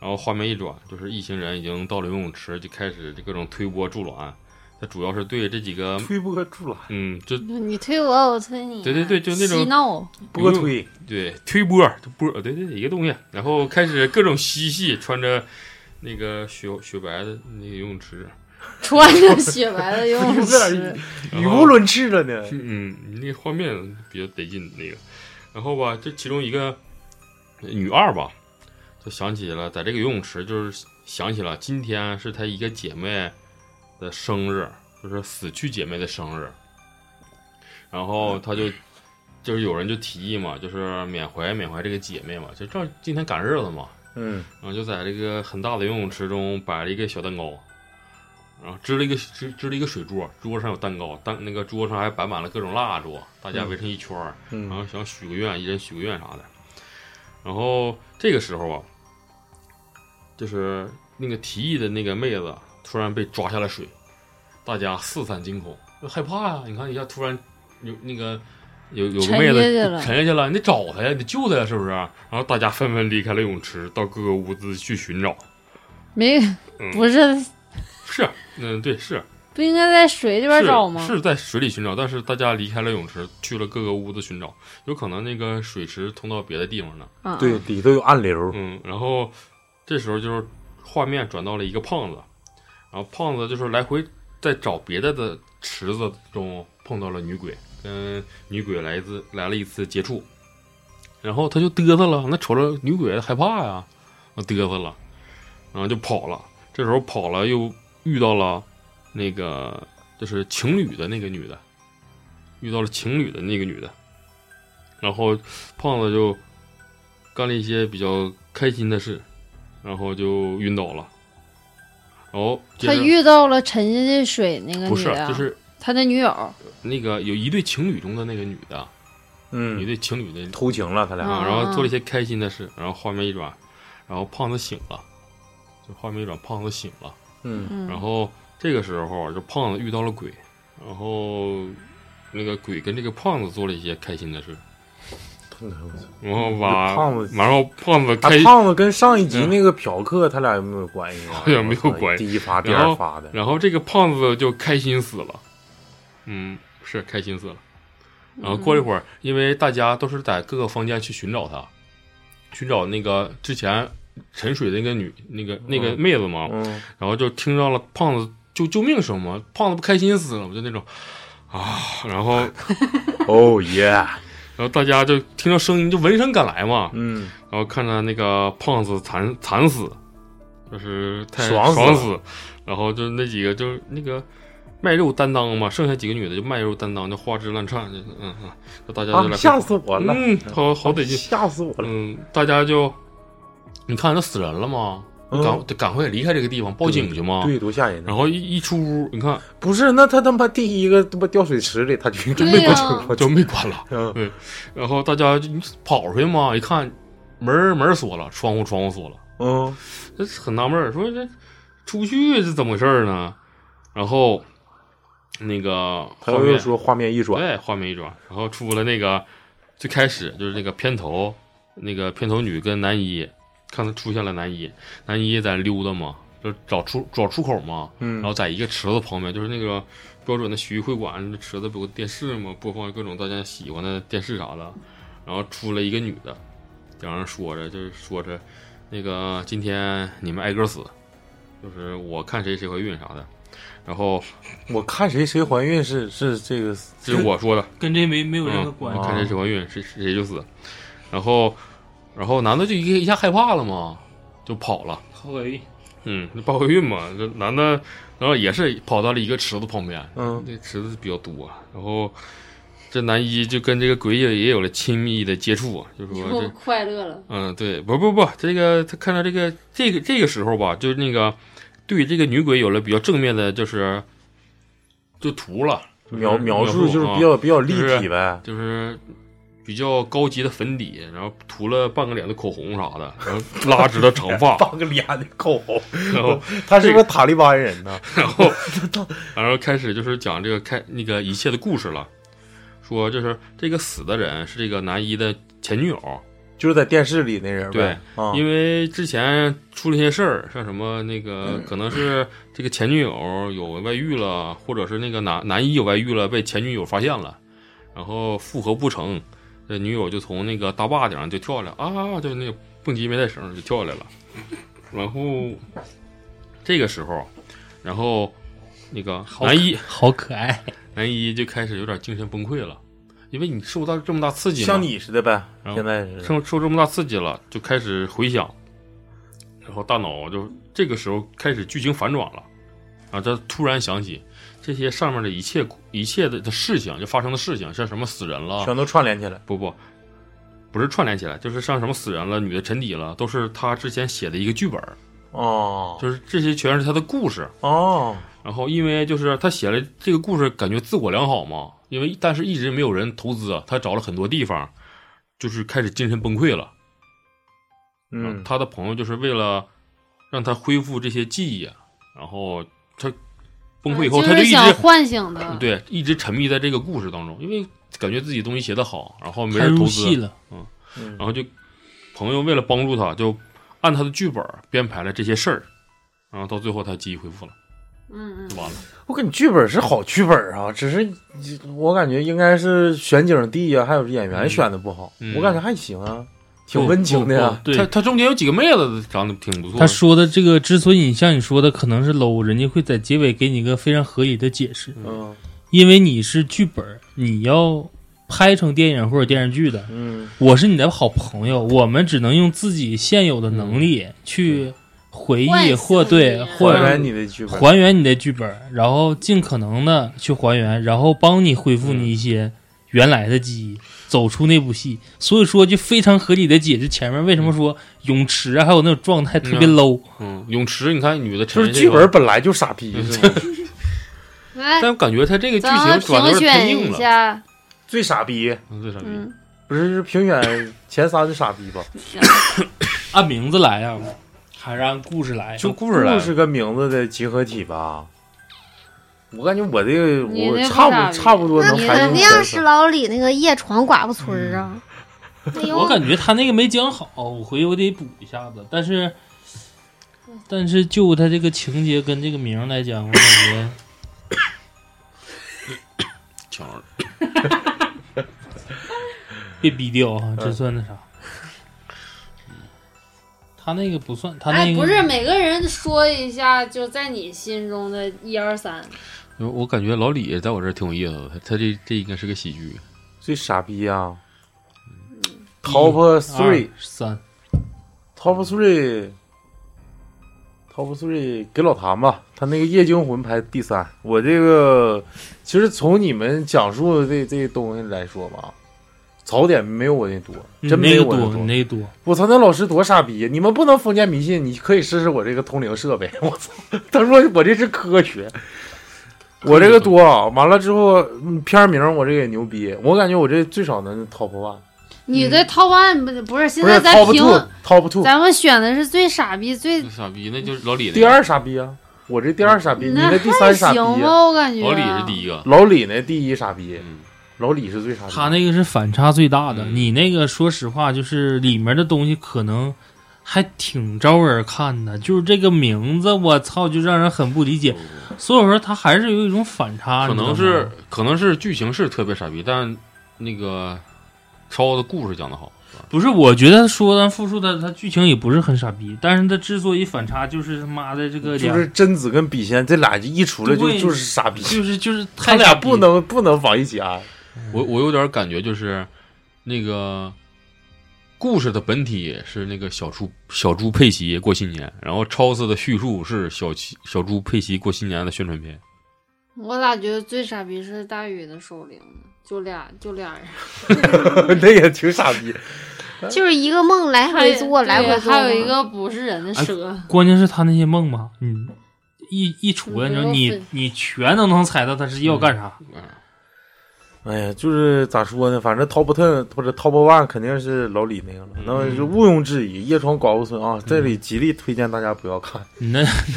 然后画面一转，就是一行人已经到了游泳池，就开始各种推波助澜。他主要是对这几个
推波助澜，
嗯，就
你推我，我推你，啊
对对对就那种
嬉闹，
嗯
波推，
对推波儿，这波儿哦对对对一个东西，然后开始各种嬉戏，穿着那个雪雪白的那个游泳池，
穿着雪白的游泳
(laughs) 有点
池，
语无伦次了呢。
嗯，那个画面比较得劲那个，然后吧，这其中一个呃女二吧，就想起了在这个游泳池，就是想起了今天是她一个姐妹的生日，就是死去姐妹的生日，然后她就就是有人就提议嘛，就是缅怀缅怀这个姐妹嘛，就正好今天赶日子嘛，
嗯，
然后就在这个很大的游泳池中摆了一个小蛋糕，然后支了一个支支了一个水桌，桌上有蛋糕，蛋那个桌上还摆满了各种蜡烛，大家围成一圈儿，
嗯
然后想许个愿，一人许个愿啥的。然后这个时候啊，就是那个提议的那个妹子突然被抓下了水，大家四散惊恐，就害怕呀、你看一下，突然有那个有有个
沉
妹子
下去了
沉下去了，你得找她呀，你得救她呀，是不是？然后大家纷纷离开了泳池，到各个屋子去寻找。
没
嗯
不是
是，嗯，对，是
不应该在水里边
是
找吗？
是在水里寻找，但是大家离开了泳池，去了各个屋子寻找，有可能那个水池通到别的地方了。
啊，
对，里头有暗流，
嗯，然后这时候就是画面转到了一个胖子，然后胖子就是来回在找别的的池子中碰到了女鬼，跟女鬼来一次来了一次接触，然后他就嘚瑟了，那瞅着女鬼害怕呀，那嘚瑟了，然后就跑了。这时候跑了又遇到了那个就是情侣的那个女的，遇到了情侣的那个女的，然后胖子就干了一些比较开心的事，然后就晕倒了。然后接
他
着
遇到了沉下去水那个
不
女
是
的，啊
就是
他的女友，
那个有一对情侣中的那个女的，一
嗯，
对情侣的
偷情了他俩。
啊，
啊
然后做了一些开心的事，然后画面一转，然后胖子醒了，就画面一转，胖子醒了，
嗯，
嗯，
然后这个时候这胖子遇到了鬼，然后那个鬼跟这个胖子做了一些开心的事，然后把
这胖子
然后胖子
他
开，
胖子跟上一集
嗯
那个嫖客他俩有没有关系啊？
好像没有关系
第一发、第
然
二
后
发的，
然后这个胖子就开心死了，嗯，是开心死了。然后过了一会儿，因为大家都是在各个房间去寻找他，寻找那个之前沉水的那个女那个那个
嗯
妹子嘛，
嗯，
然后就听到了胖子救救命声嘛，胖子不开心死了嘛，就那种啊，然后然
哦耶，
后大家就听到声音就闻声赶来嘛，
嗯，
然后看着那个胖子惨惨死，就是太
爽死
爽
了
死，然后就那几个就是那个卖肉担当嘛，剩下几个女的就卖肉担当，就花枝乱颤，就嗯嗯，就大家就
啊，
来、
吓死我了，
嗯，好好得劲，
吓死我了，
嗯，大家就你看都死人了吗？
嗯
赶得赶快离开这个地方，报警去嘛。
对，多吓人
然
呢！
后一一出屋，你看
不是，那他他妈第一个他妈掉水池里，他 (laughs) 就就
对
没
呀
过去过
就没关了，
嗯
然后大家就跑出去嘛，一看门儿门儿锁了，窗户窗户锁了，
嗯，
这很纳闷儿，说这出去这怎么回事儿呢？然后那个
他
画
又
面
说画面一转，
对画面一转，然后出了那个最开始就是那个片头，那个片头女跟男一，看他出现了男一，男一在溜达嘛，就找出找出口嘛，
嗯
然后在一个池子旁边，就是那个标准的洗浴会馆，池子不有个电视嘛，播放各种大家喜欢的电视啥的。然后出来一个女的，在那说着，就是说着，那个今天你们挨个死，就是我看谁谁怀孕啥的。然后
我看谁谁怀孕是是这个，
这是我说的，
跟这没没有任何
嗯
关系。
看谁谁怀孕，谁谁就死。然后，然后男的就一一下害怕了嘛，就跑了。
后悔
嗯，那报个孕嘛，这男的，然后也是跑到了一个池子旁边，
嗯
那池子比较多，啊然后这男一就跟这个鬼也也有了亲密的接触，啊就说
我
这，
快乐了，
嗯，对，不不不，这个他看到这个这个这个时候吧，就是那个对这个女鬼有了比较正面的，就是就图了，
描描
描
述就是
啊
比较比较立
就是
体呗，，
就是比较高级的粉底，然后涂了半个脸的口红啥的，然后拉直了长发
(laughs) 放个脸的口红，
然后
(laughs) 他是不是塔利班人呢？
然后然后开始就是讲这个开那个一切的故事了，说就是这个死的人是这个男一的前女友，
就是在电视里那人
对
呗，啊，
因为之前出了一些事儿，像什么那
嗯
个可能是这个前女友有外遇了，或者是那个男男一有外遇了，被前女友发现了，然后复合不成，这女友就从那个大坝顶上就跳下来啊，就那个蹦极没带绳就跳下来了，然后这个时候，然后那个男一
好可爱，
男一就开始有点精神崩溃了，因为你受到这么大刺激嘛，
像你似的呗，
然后
现在是
受受这么大刺激了，就开始回想，然后大脑就这个时候开始剧情反转了，啊，他突然想起这些上面的一切一切的的事情，就发生的事情，像什么死人了，
全都串联起来，
不不，不是串联起来，就是像什么死人了，女的沉底了，都是他之前写的一个剧本，
哦
就是这些全是他的故事，
哦，
然后因为就是他写了这个故事，感觉自我良好嘛，因为但是一直没有人投资，啊他找了很多地方，就是开始精神崩溃了。
嗯，
他的朋友就是为了让他恢复这些记忆，啊然后他崩溃以后，
就
他就是一
想
直
唤醒的，
对一直沉迷在这个故事当中，因为感觉自己东西写得好，然后没
他
人投
入
资
戏，了，
嗯
然后就朋友为了帮助他，就按他的剧本编排了这些事儿，然后到最后他记忆恢复了，
嗯
就完了。
我感觉剧本是好剧本啊，只是我感觉应该是选景地啊，还有演员选的不好，
嗯
我感觉还行啊，挺温情的
不
呀。
不不
他
对，
他中间有几个妹子长得挺不错
他
的，
说的这个之所以像你说的可能是 low，人家会在结尾给你一个非常合理的解释，
嗯
因为你是剧本儿，你要拍成电影或者电视剧的，
嗯，
我是你的好朋友，我们只能用自己现有的能力去回
唤
忆
醒
或对
你
或
还
者
原你的剧本，
还原你的剧本，然后尽可能的去还原，然后帮你恢复你一些原来的记忆，走出那部戏。所以说，就非常合理的解释前面为什么说泳池啊，还有那种状态特别
嗯
low，
嗯，泳池，你看女的
就
沉
是
下去
剧
以后
本，本来就傻逼，
嗯
哎，
但我感觉他这个剧
咱们
情转的有
评
点太
选
硬
一
了，
下，
最傻逼
嗯最傻逼。
嗯，
不是是评选前三的傻逼吧？
按名字来啊，还是按故事来啊？
就故事来
故事跟名字的集合体吧。我感觉我这个
你
我
那不
差
傻
不
逼
差不多
那
能排
肯
进
定
前
是
三。
老李那个夜闯寡妇村儿啊。
嗯
哎呦，
我感觉他那个没讲好，我回去我得补一下子。但是，但是就他这个情节跟这个名儿来讲，我感觉
(coughs)
强儿
(laughs) 被逼掉啊，
嗯
这算那啥？嗯他那个不算，他那
哎，
个
不是每个人说一下，就在你心中的一二三，
嗯因为我感觉老李在我这儿挺有意思的，他他这这应该是个喜剧。
最傻逼啊！Top
二
three,
三，
Top three, Top three，给老谭吧，他那个《夜惊魂》排第三。我这个其实从你们讲述的这这东西来说吧，槽点没有我那多，真
嗯没
没
那
有
个
我多
多，你。那个多。
我操，那老师多傻逼！你们不能封建迷信，你可以试试我这个通灵设备。 (laughs) 我操，他说我这是科学，我这个多啊。完了之后，嗯片儿名我这个也牛逼，我感觉我这最少能 top one，
你的 top one 不不是现
不是
在咱
top
评，
two，top two，
咱们选的是最傻逼最
那
嗯
傻逼，那就是老李那个
第，二傻逼啊！我这第二傻逼，你
那
的第三傻逼
行
啊，
吧？我感觉
老李是第一个。
老李呢第一傻逼，
嗯，
老李是最傻逼。
他那个是反差最大的，
嗯
你那个说实话就是里面的东西可能还挺招人看的，就是这个名字，我操，就让人很不理解。所以说，它还是有一种反差，
可
你知道
嗯能
吗
是可能是剧情是特别傻逼，但那个超的故事讲的好，是吧？
不是？我觉得说咱复述的，它剧情也不是很傻逼，但是它之所以反差，就是他妈的这个
就
两
是贞子跟笔仙这俩一出来就
对
就是傻逼，
就是就是
他
太
俩
傻逼
不能不能往一起啊安。
我我有点感觉就是那个故事的本体是那个小猪小猪佩奇过新年，然后超市的叙述是小奇小猪佩奇过新年的宣传片。
我咋觉得最傻逼是大宇的手铃呢？就俩就俩 (laughs) 人，
(laughs) 那也挺傻逼。
就是一个梦来回做，
对
来回做。
还有一，个不是人的
哎
蛇，
关键是他那些梦吧，嗯，一一出来，你知道
嗯
你你全都能猜到他是要干啥。
嗯，
哎呀，就是咋说呢，反正 top ten 或者 top one 肯定是老李那个了，
嗯
那是毋庸置疑。夜闯寡妇村啊，这里极力推荐大家不要看，
嗯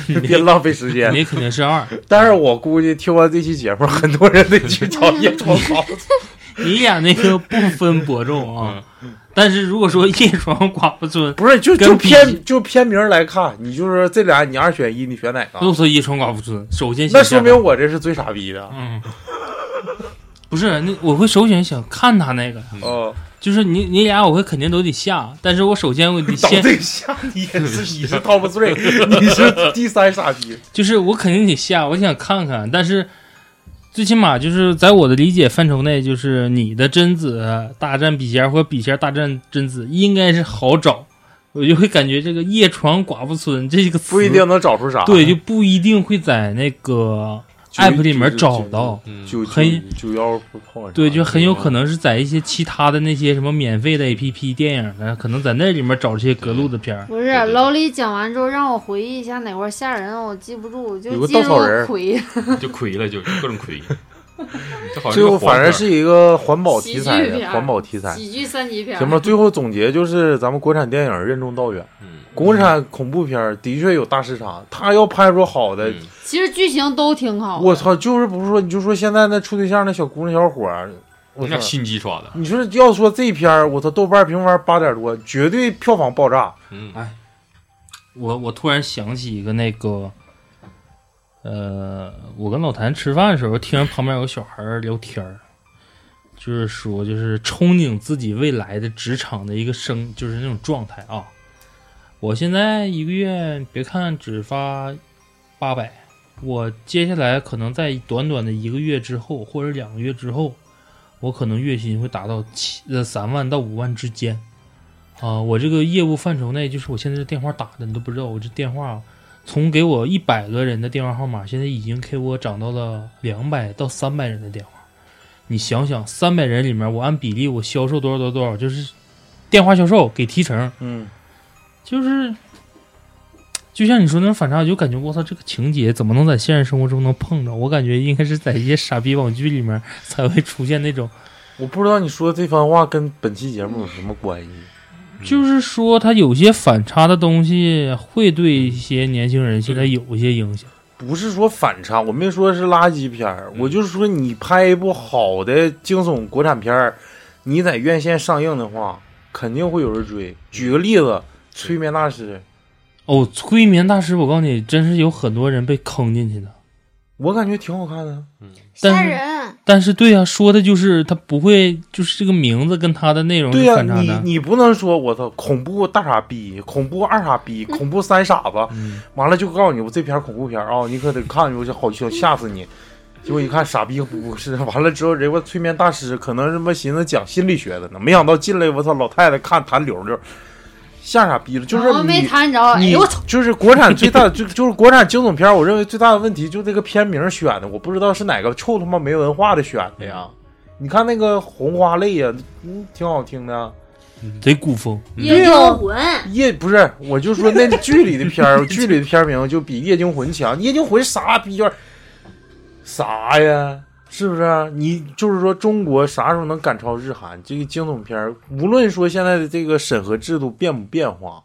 你那
(laughs) 别浪费时间。
你肯定是二，
但是我估计听完这期节目，很多人得去找夜闯寡
(laughs)
妇村。
你演那个不分伯仲啊。但是如果说夜闯寡妇村，
不是，就
跟
就
比
偏就片名来看，你就是这俩，你二选一，你选哪个？
都说夜闯寡妇村，首先
那说
想下
明我这是最傻逼的
班。嗯，不是那我会首选想看他那个，
哦，
就是你你俩我会肯定都得下，但是我首先我得
倒 (laughs)
先
这个下，你也是你是 top three，你是第三傻
(laughs)
逼。
就是我肯定得下，我想看看，但是最起码就是在我的理解范畴内，就是你的贞子大战笔仙儿或笔仙儿大战贞子应该是好找，我就会感觉这个夜闯寡妇村这个词
不一定能找出啥。
对，就不一定会在那个
九
app 里面找
啊
到。
嗯
九九
很
九幺不碰上。
对，就很有可能是在一些其他的那些什么免费的 APP 电影的，可能在那里面找这些隔路的片儿。
不是
对对
老李讲完之后，让我回忆一下哪块儿吓人，我记不住，
有
就
个
记
稻
住
草人儿
魁
就亏了，就各种 (laughs) 亏。这好像
最
个
后
黄
反正
片儿
是一个环保题材
喜剧
的，
片
环保题材。
喜剧三级片儿。
行吧，最后总结就是咱们国产电影任重道远，
嗯
国产恐怖片儿的确有大市场，他要拍出好的，
嗯
其实剧情都挺好的。
我操，就是不是说你就说现在那处对象那小姑娘小伙儿，我
你
操
俩，心机刷的，
你说要说这片儿，我操，豆瓣评分八点多，绝对票房爆炸。
嗯，
哎我我突然想起一个那个，呃，我跟老谭吃饭的时候，听着旁边有个小孩儿聊天儿，就是说就是憧憬自己未来的职场的一个生，就是那种状态啊。我现在一个月别看只发八百，我接下来可能在短短的一个月之后，或者两个月之后，我可能月薪会达到七呃三万到五万之间。啊，我这个业务范畴内，就是我现在这电话打的，你都不知道，我这电话从给我一百个人的电话号码，现在已经给我涨到了两百到三百人的电话。你想想，三百人里面，我按比例我销售多少多少多少，就是电话销售给提成，
嗯，
就是就像你说那种反差，我就感觉我操，这个情节怎么能在现实生活中能碰着？我感觉应该是在一些傻逼网剧里面才会出现那种。
我不知道你说的这番话跟本期节目有什么关系。
就是说，它有些反差的东西会对
嗯
一些年轻人现在有一些影响。
不是说反差，我没说是垃圾片儿，
嗯
我就是说你拍一部好的惊悚国产片儿，你在院线上映的话，肯定会有人追。举个例子，《催眠大师》，
哦，催眠大师，我告诉你，真是有很多人被坑进去的。
我感觉挺好看的。
吓
嗯
但是
人。
但是，对啊，说的就是他不会，就是这个名字跟他的内容
对
是
呀、
反差
你
的。
你不能说我操恐怖大傻逼，恐怖二傻逼，恐怖三傻子，
嗯
完了就告诉你我这片儿恐怖片儿啊、你可得看，我就好想吓死你。结果一看傻逼不是，完了之后人家催眠大师可能是么寻思讲心理学的呢，没想到进来我操老太太看弹溜溜，吓傻逼了，就是
我没
你。
谈着，哎
你
呦我操！
就是国产
(laughs)
最大的，就就是国产惊悚片儿，我认为最大的问题就这个片名选的，我不知道是哪个臭他妈没文化的选的呀。
嗯
你看那个《红花泪》呀，嗯，挺好听的。
贼古风，
夜
啊
惊魂，
夜不是，我就说那剧里的片儿， (laughs) 剧里的片名就比《夜惊魂》强，《夜惊魂》啥逼样儿？啥呀？是不是？你就是说中国啥时候能赶超日韩？这个惊悚片儿，无论说现在的这个审核制度变不变化，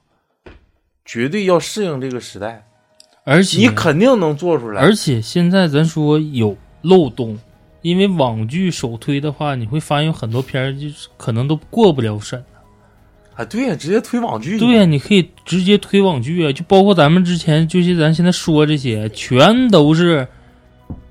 绝对要适应这个时代，
而且
你肯定能做出来。
而且现在咱说有漏洞，因为网剧首推的话，你会发现有很多片儿就是可能都过不了审。
啊，对呀，直接推网剧。
对呀、，你可以直接推网剧啊，就包括咱们之前，就是咱现在说这些，全都是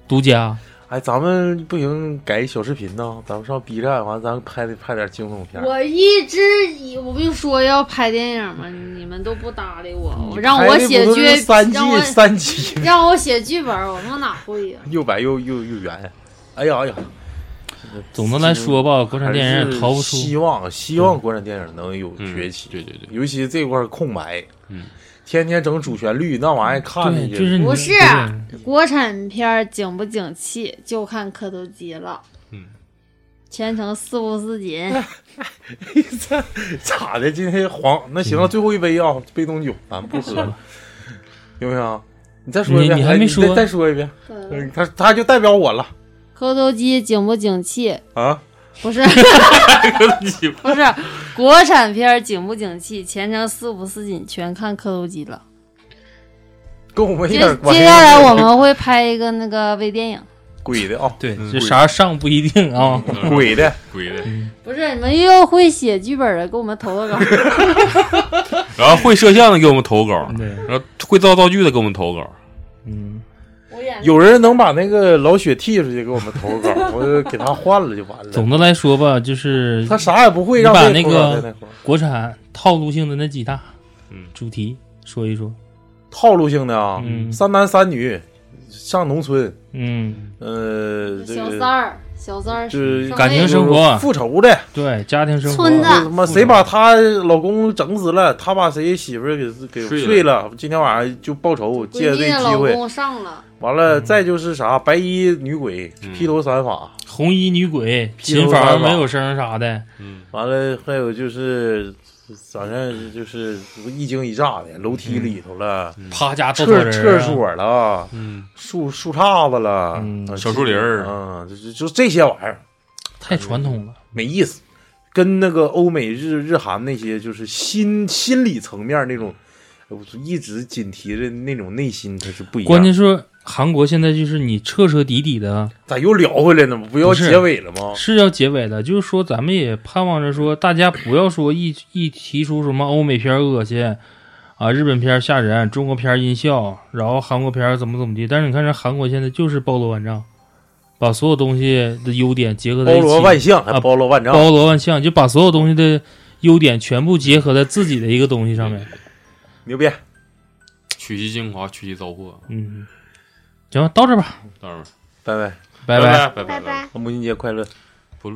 独家。
哎，咱们不行，改小视频呢，咱们上 B 站，完咱拍的拍点惊悚片。
我一直以我不就说要拍电影吗？你们都不搭理我，我让我写剧
拍的不都是，三
让我
季三
(laughs)
季，
让我写剧本，我他妈哪会呀、
又白又又又圆。哎呀哎呀，
总的来说吧，国产电影
还是
也逃不出。
希望，希望国产电影能有
嗯
崛起，
对对对，
尤其这块空白，
嗯，
天天整主旋律，那玩意儿看
对，
着
就是你
不是
对
国产片儿景不景气，就看磕头机了。
嗯，
全程四不四紧，
(laughs) 咋的？今天黄那
嗯
行了，最后一杯啊，杯东酒，咱不喝了， (laughs) 行不行？啊你再说一遍，
你你还
哎
没
再
说
再说一遍，
嗯
嗯他他就代表我了
磕头机景不景气？
啊！
不是，不是，国产片儿景不景气，全程四不四紧，全看磕头机了。
跟我们一
接
点关系。
接下来我们会拍一个那个微电影，
(laughs) 鬼的啊，
对，这啥上不一定啊。
鬼的，
鬼的，
不是你们又会写剧本的，给我们投投稿。
然后会摄像的给我们投稿，
嗯
对，
然后会造道具的给我们投稿，
嗯，
我演
有人能把那个老雪踢出去给我们投稿，我就给他换了就完了。
(laughs) 总的来说吧，就是
他啥也不会，让
你把
别人
那
投稿
个
在那块儿
国产套路性的那几大
嗯
主题说一说。
套路性的啊，
嗯
三男三女上农村，
嗯，
呃，这
小
个
三儿，小三儿
就是
上
感情
位
生活啊
复仇的，
对，家庭生活。
村子
嗯
就他妈谁把她老公整死了，她把谁媳妇儿给给
睡了
睡了，今天晚上就报仇，借
闺
这
蜜的
机
老
会，
公嗯上了，
完了再就是啥白衣女鬼
嗯
披头散发，
红衣女鬼、
披头
琴
散
房
发
没有声啥的，
嗯，
完了还有就是反正就是一惊一乍的，楼梯里头了，
啪家
嗯厕
倒草人
厕
儿啊。
所了，
嗯，
树树杈子了，
嗯
啊
小树林儿
嗯，就就这些玩意儿
太传统了。
没意思。跟那个欧美日日韩那些就是心心理层面那种，我一直紧提着那种内心，它是不一样的。
关键是韩国现在就是你彻彻底底的
咋又聊回来呢？不要
不是
结尾了吗？
是要结尾了，就是说咱们也盼望着说，大家不要说一一提出什么欧美片儿恶心啊，日本片儿吓人，中国片儿音效，然后韩国片儿怎么怎么地。但是你看，这韩国现在就是包罗万象，把所有东西的优点结合在
包
一
罗
起，
万象，还
啊
包罗万丈。
包罗万象，就把所有东西的优点全部结合在自己的一个东西上面。
牛逼！
取其精华，取其糟粕，
嗯，行吧，到这吧，
当然，
拜拜，
拜拜。
拜拜
拜拜。
母亲节快乐！
不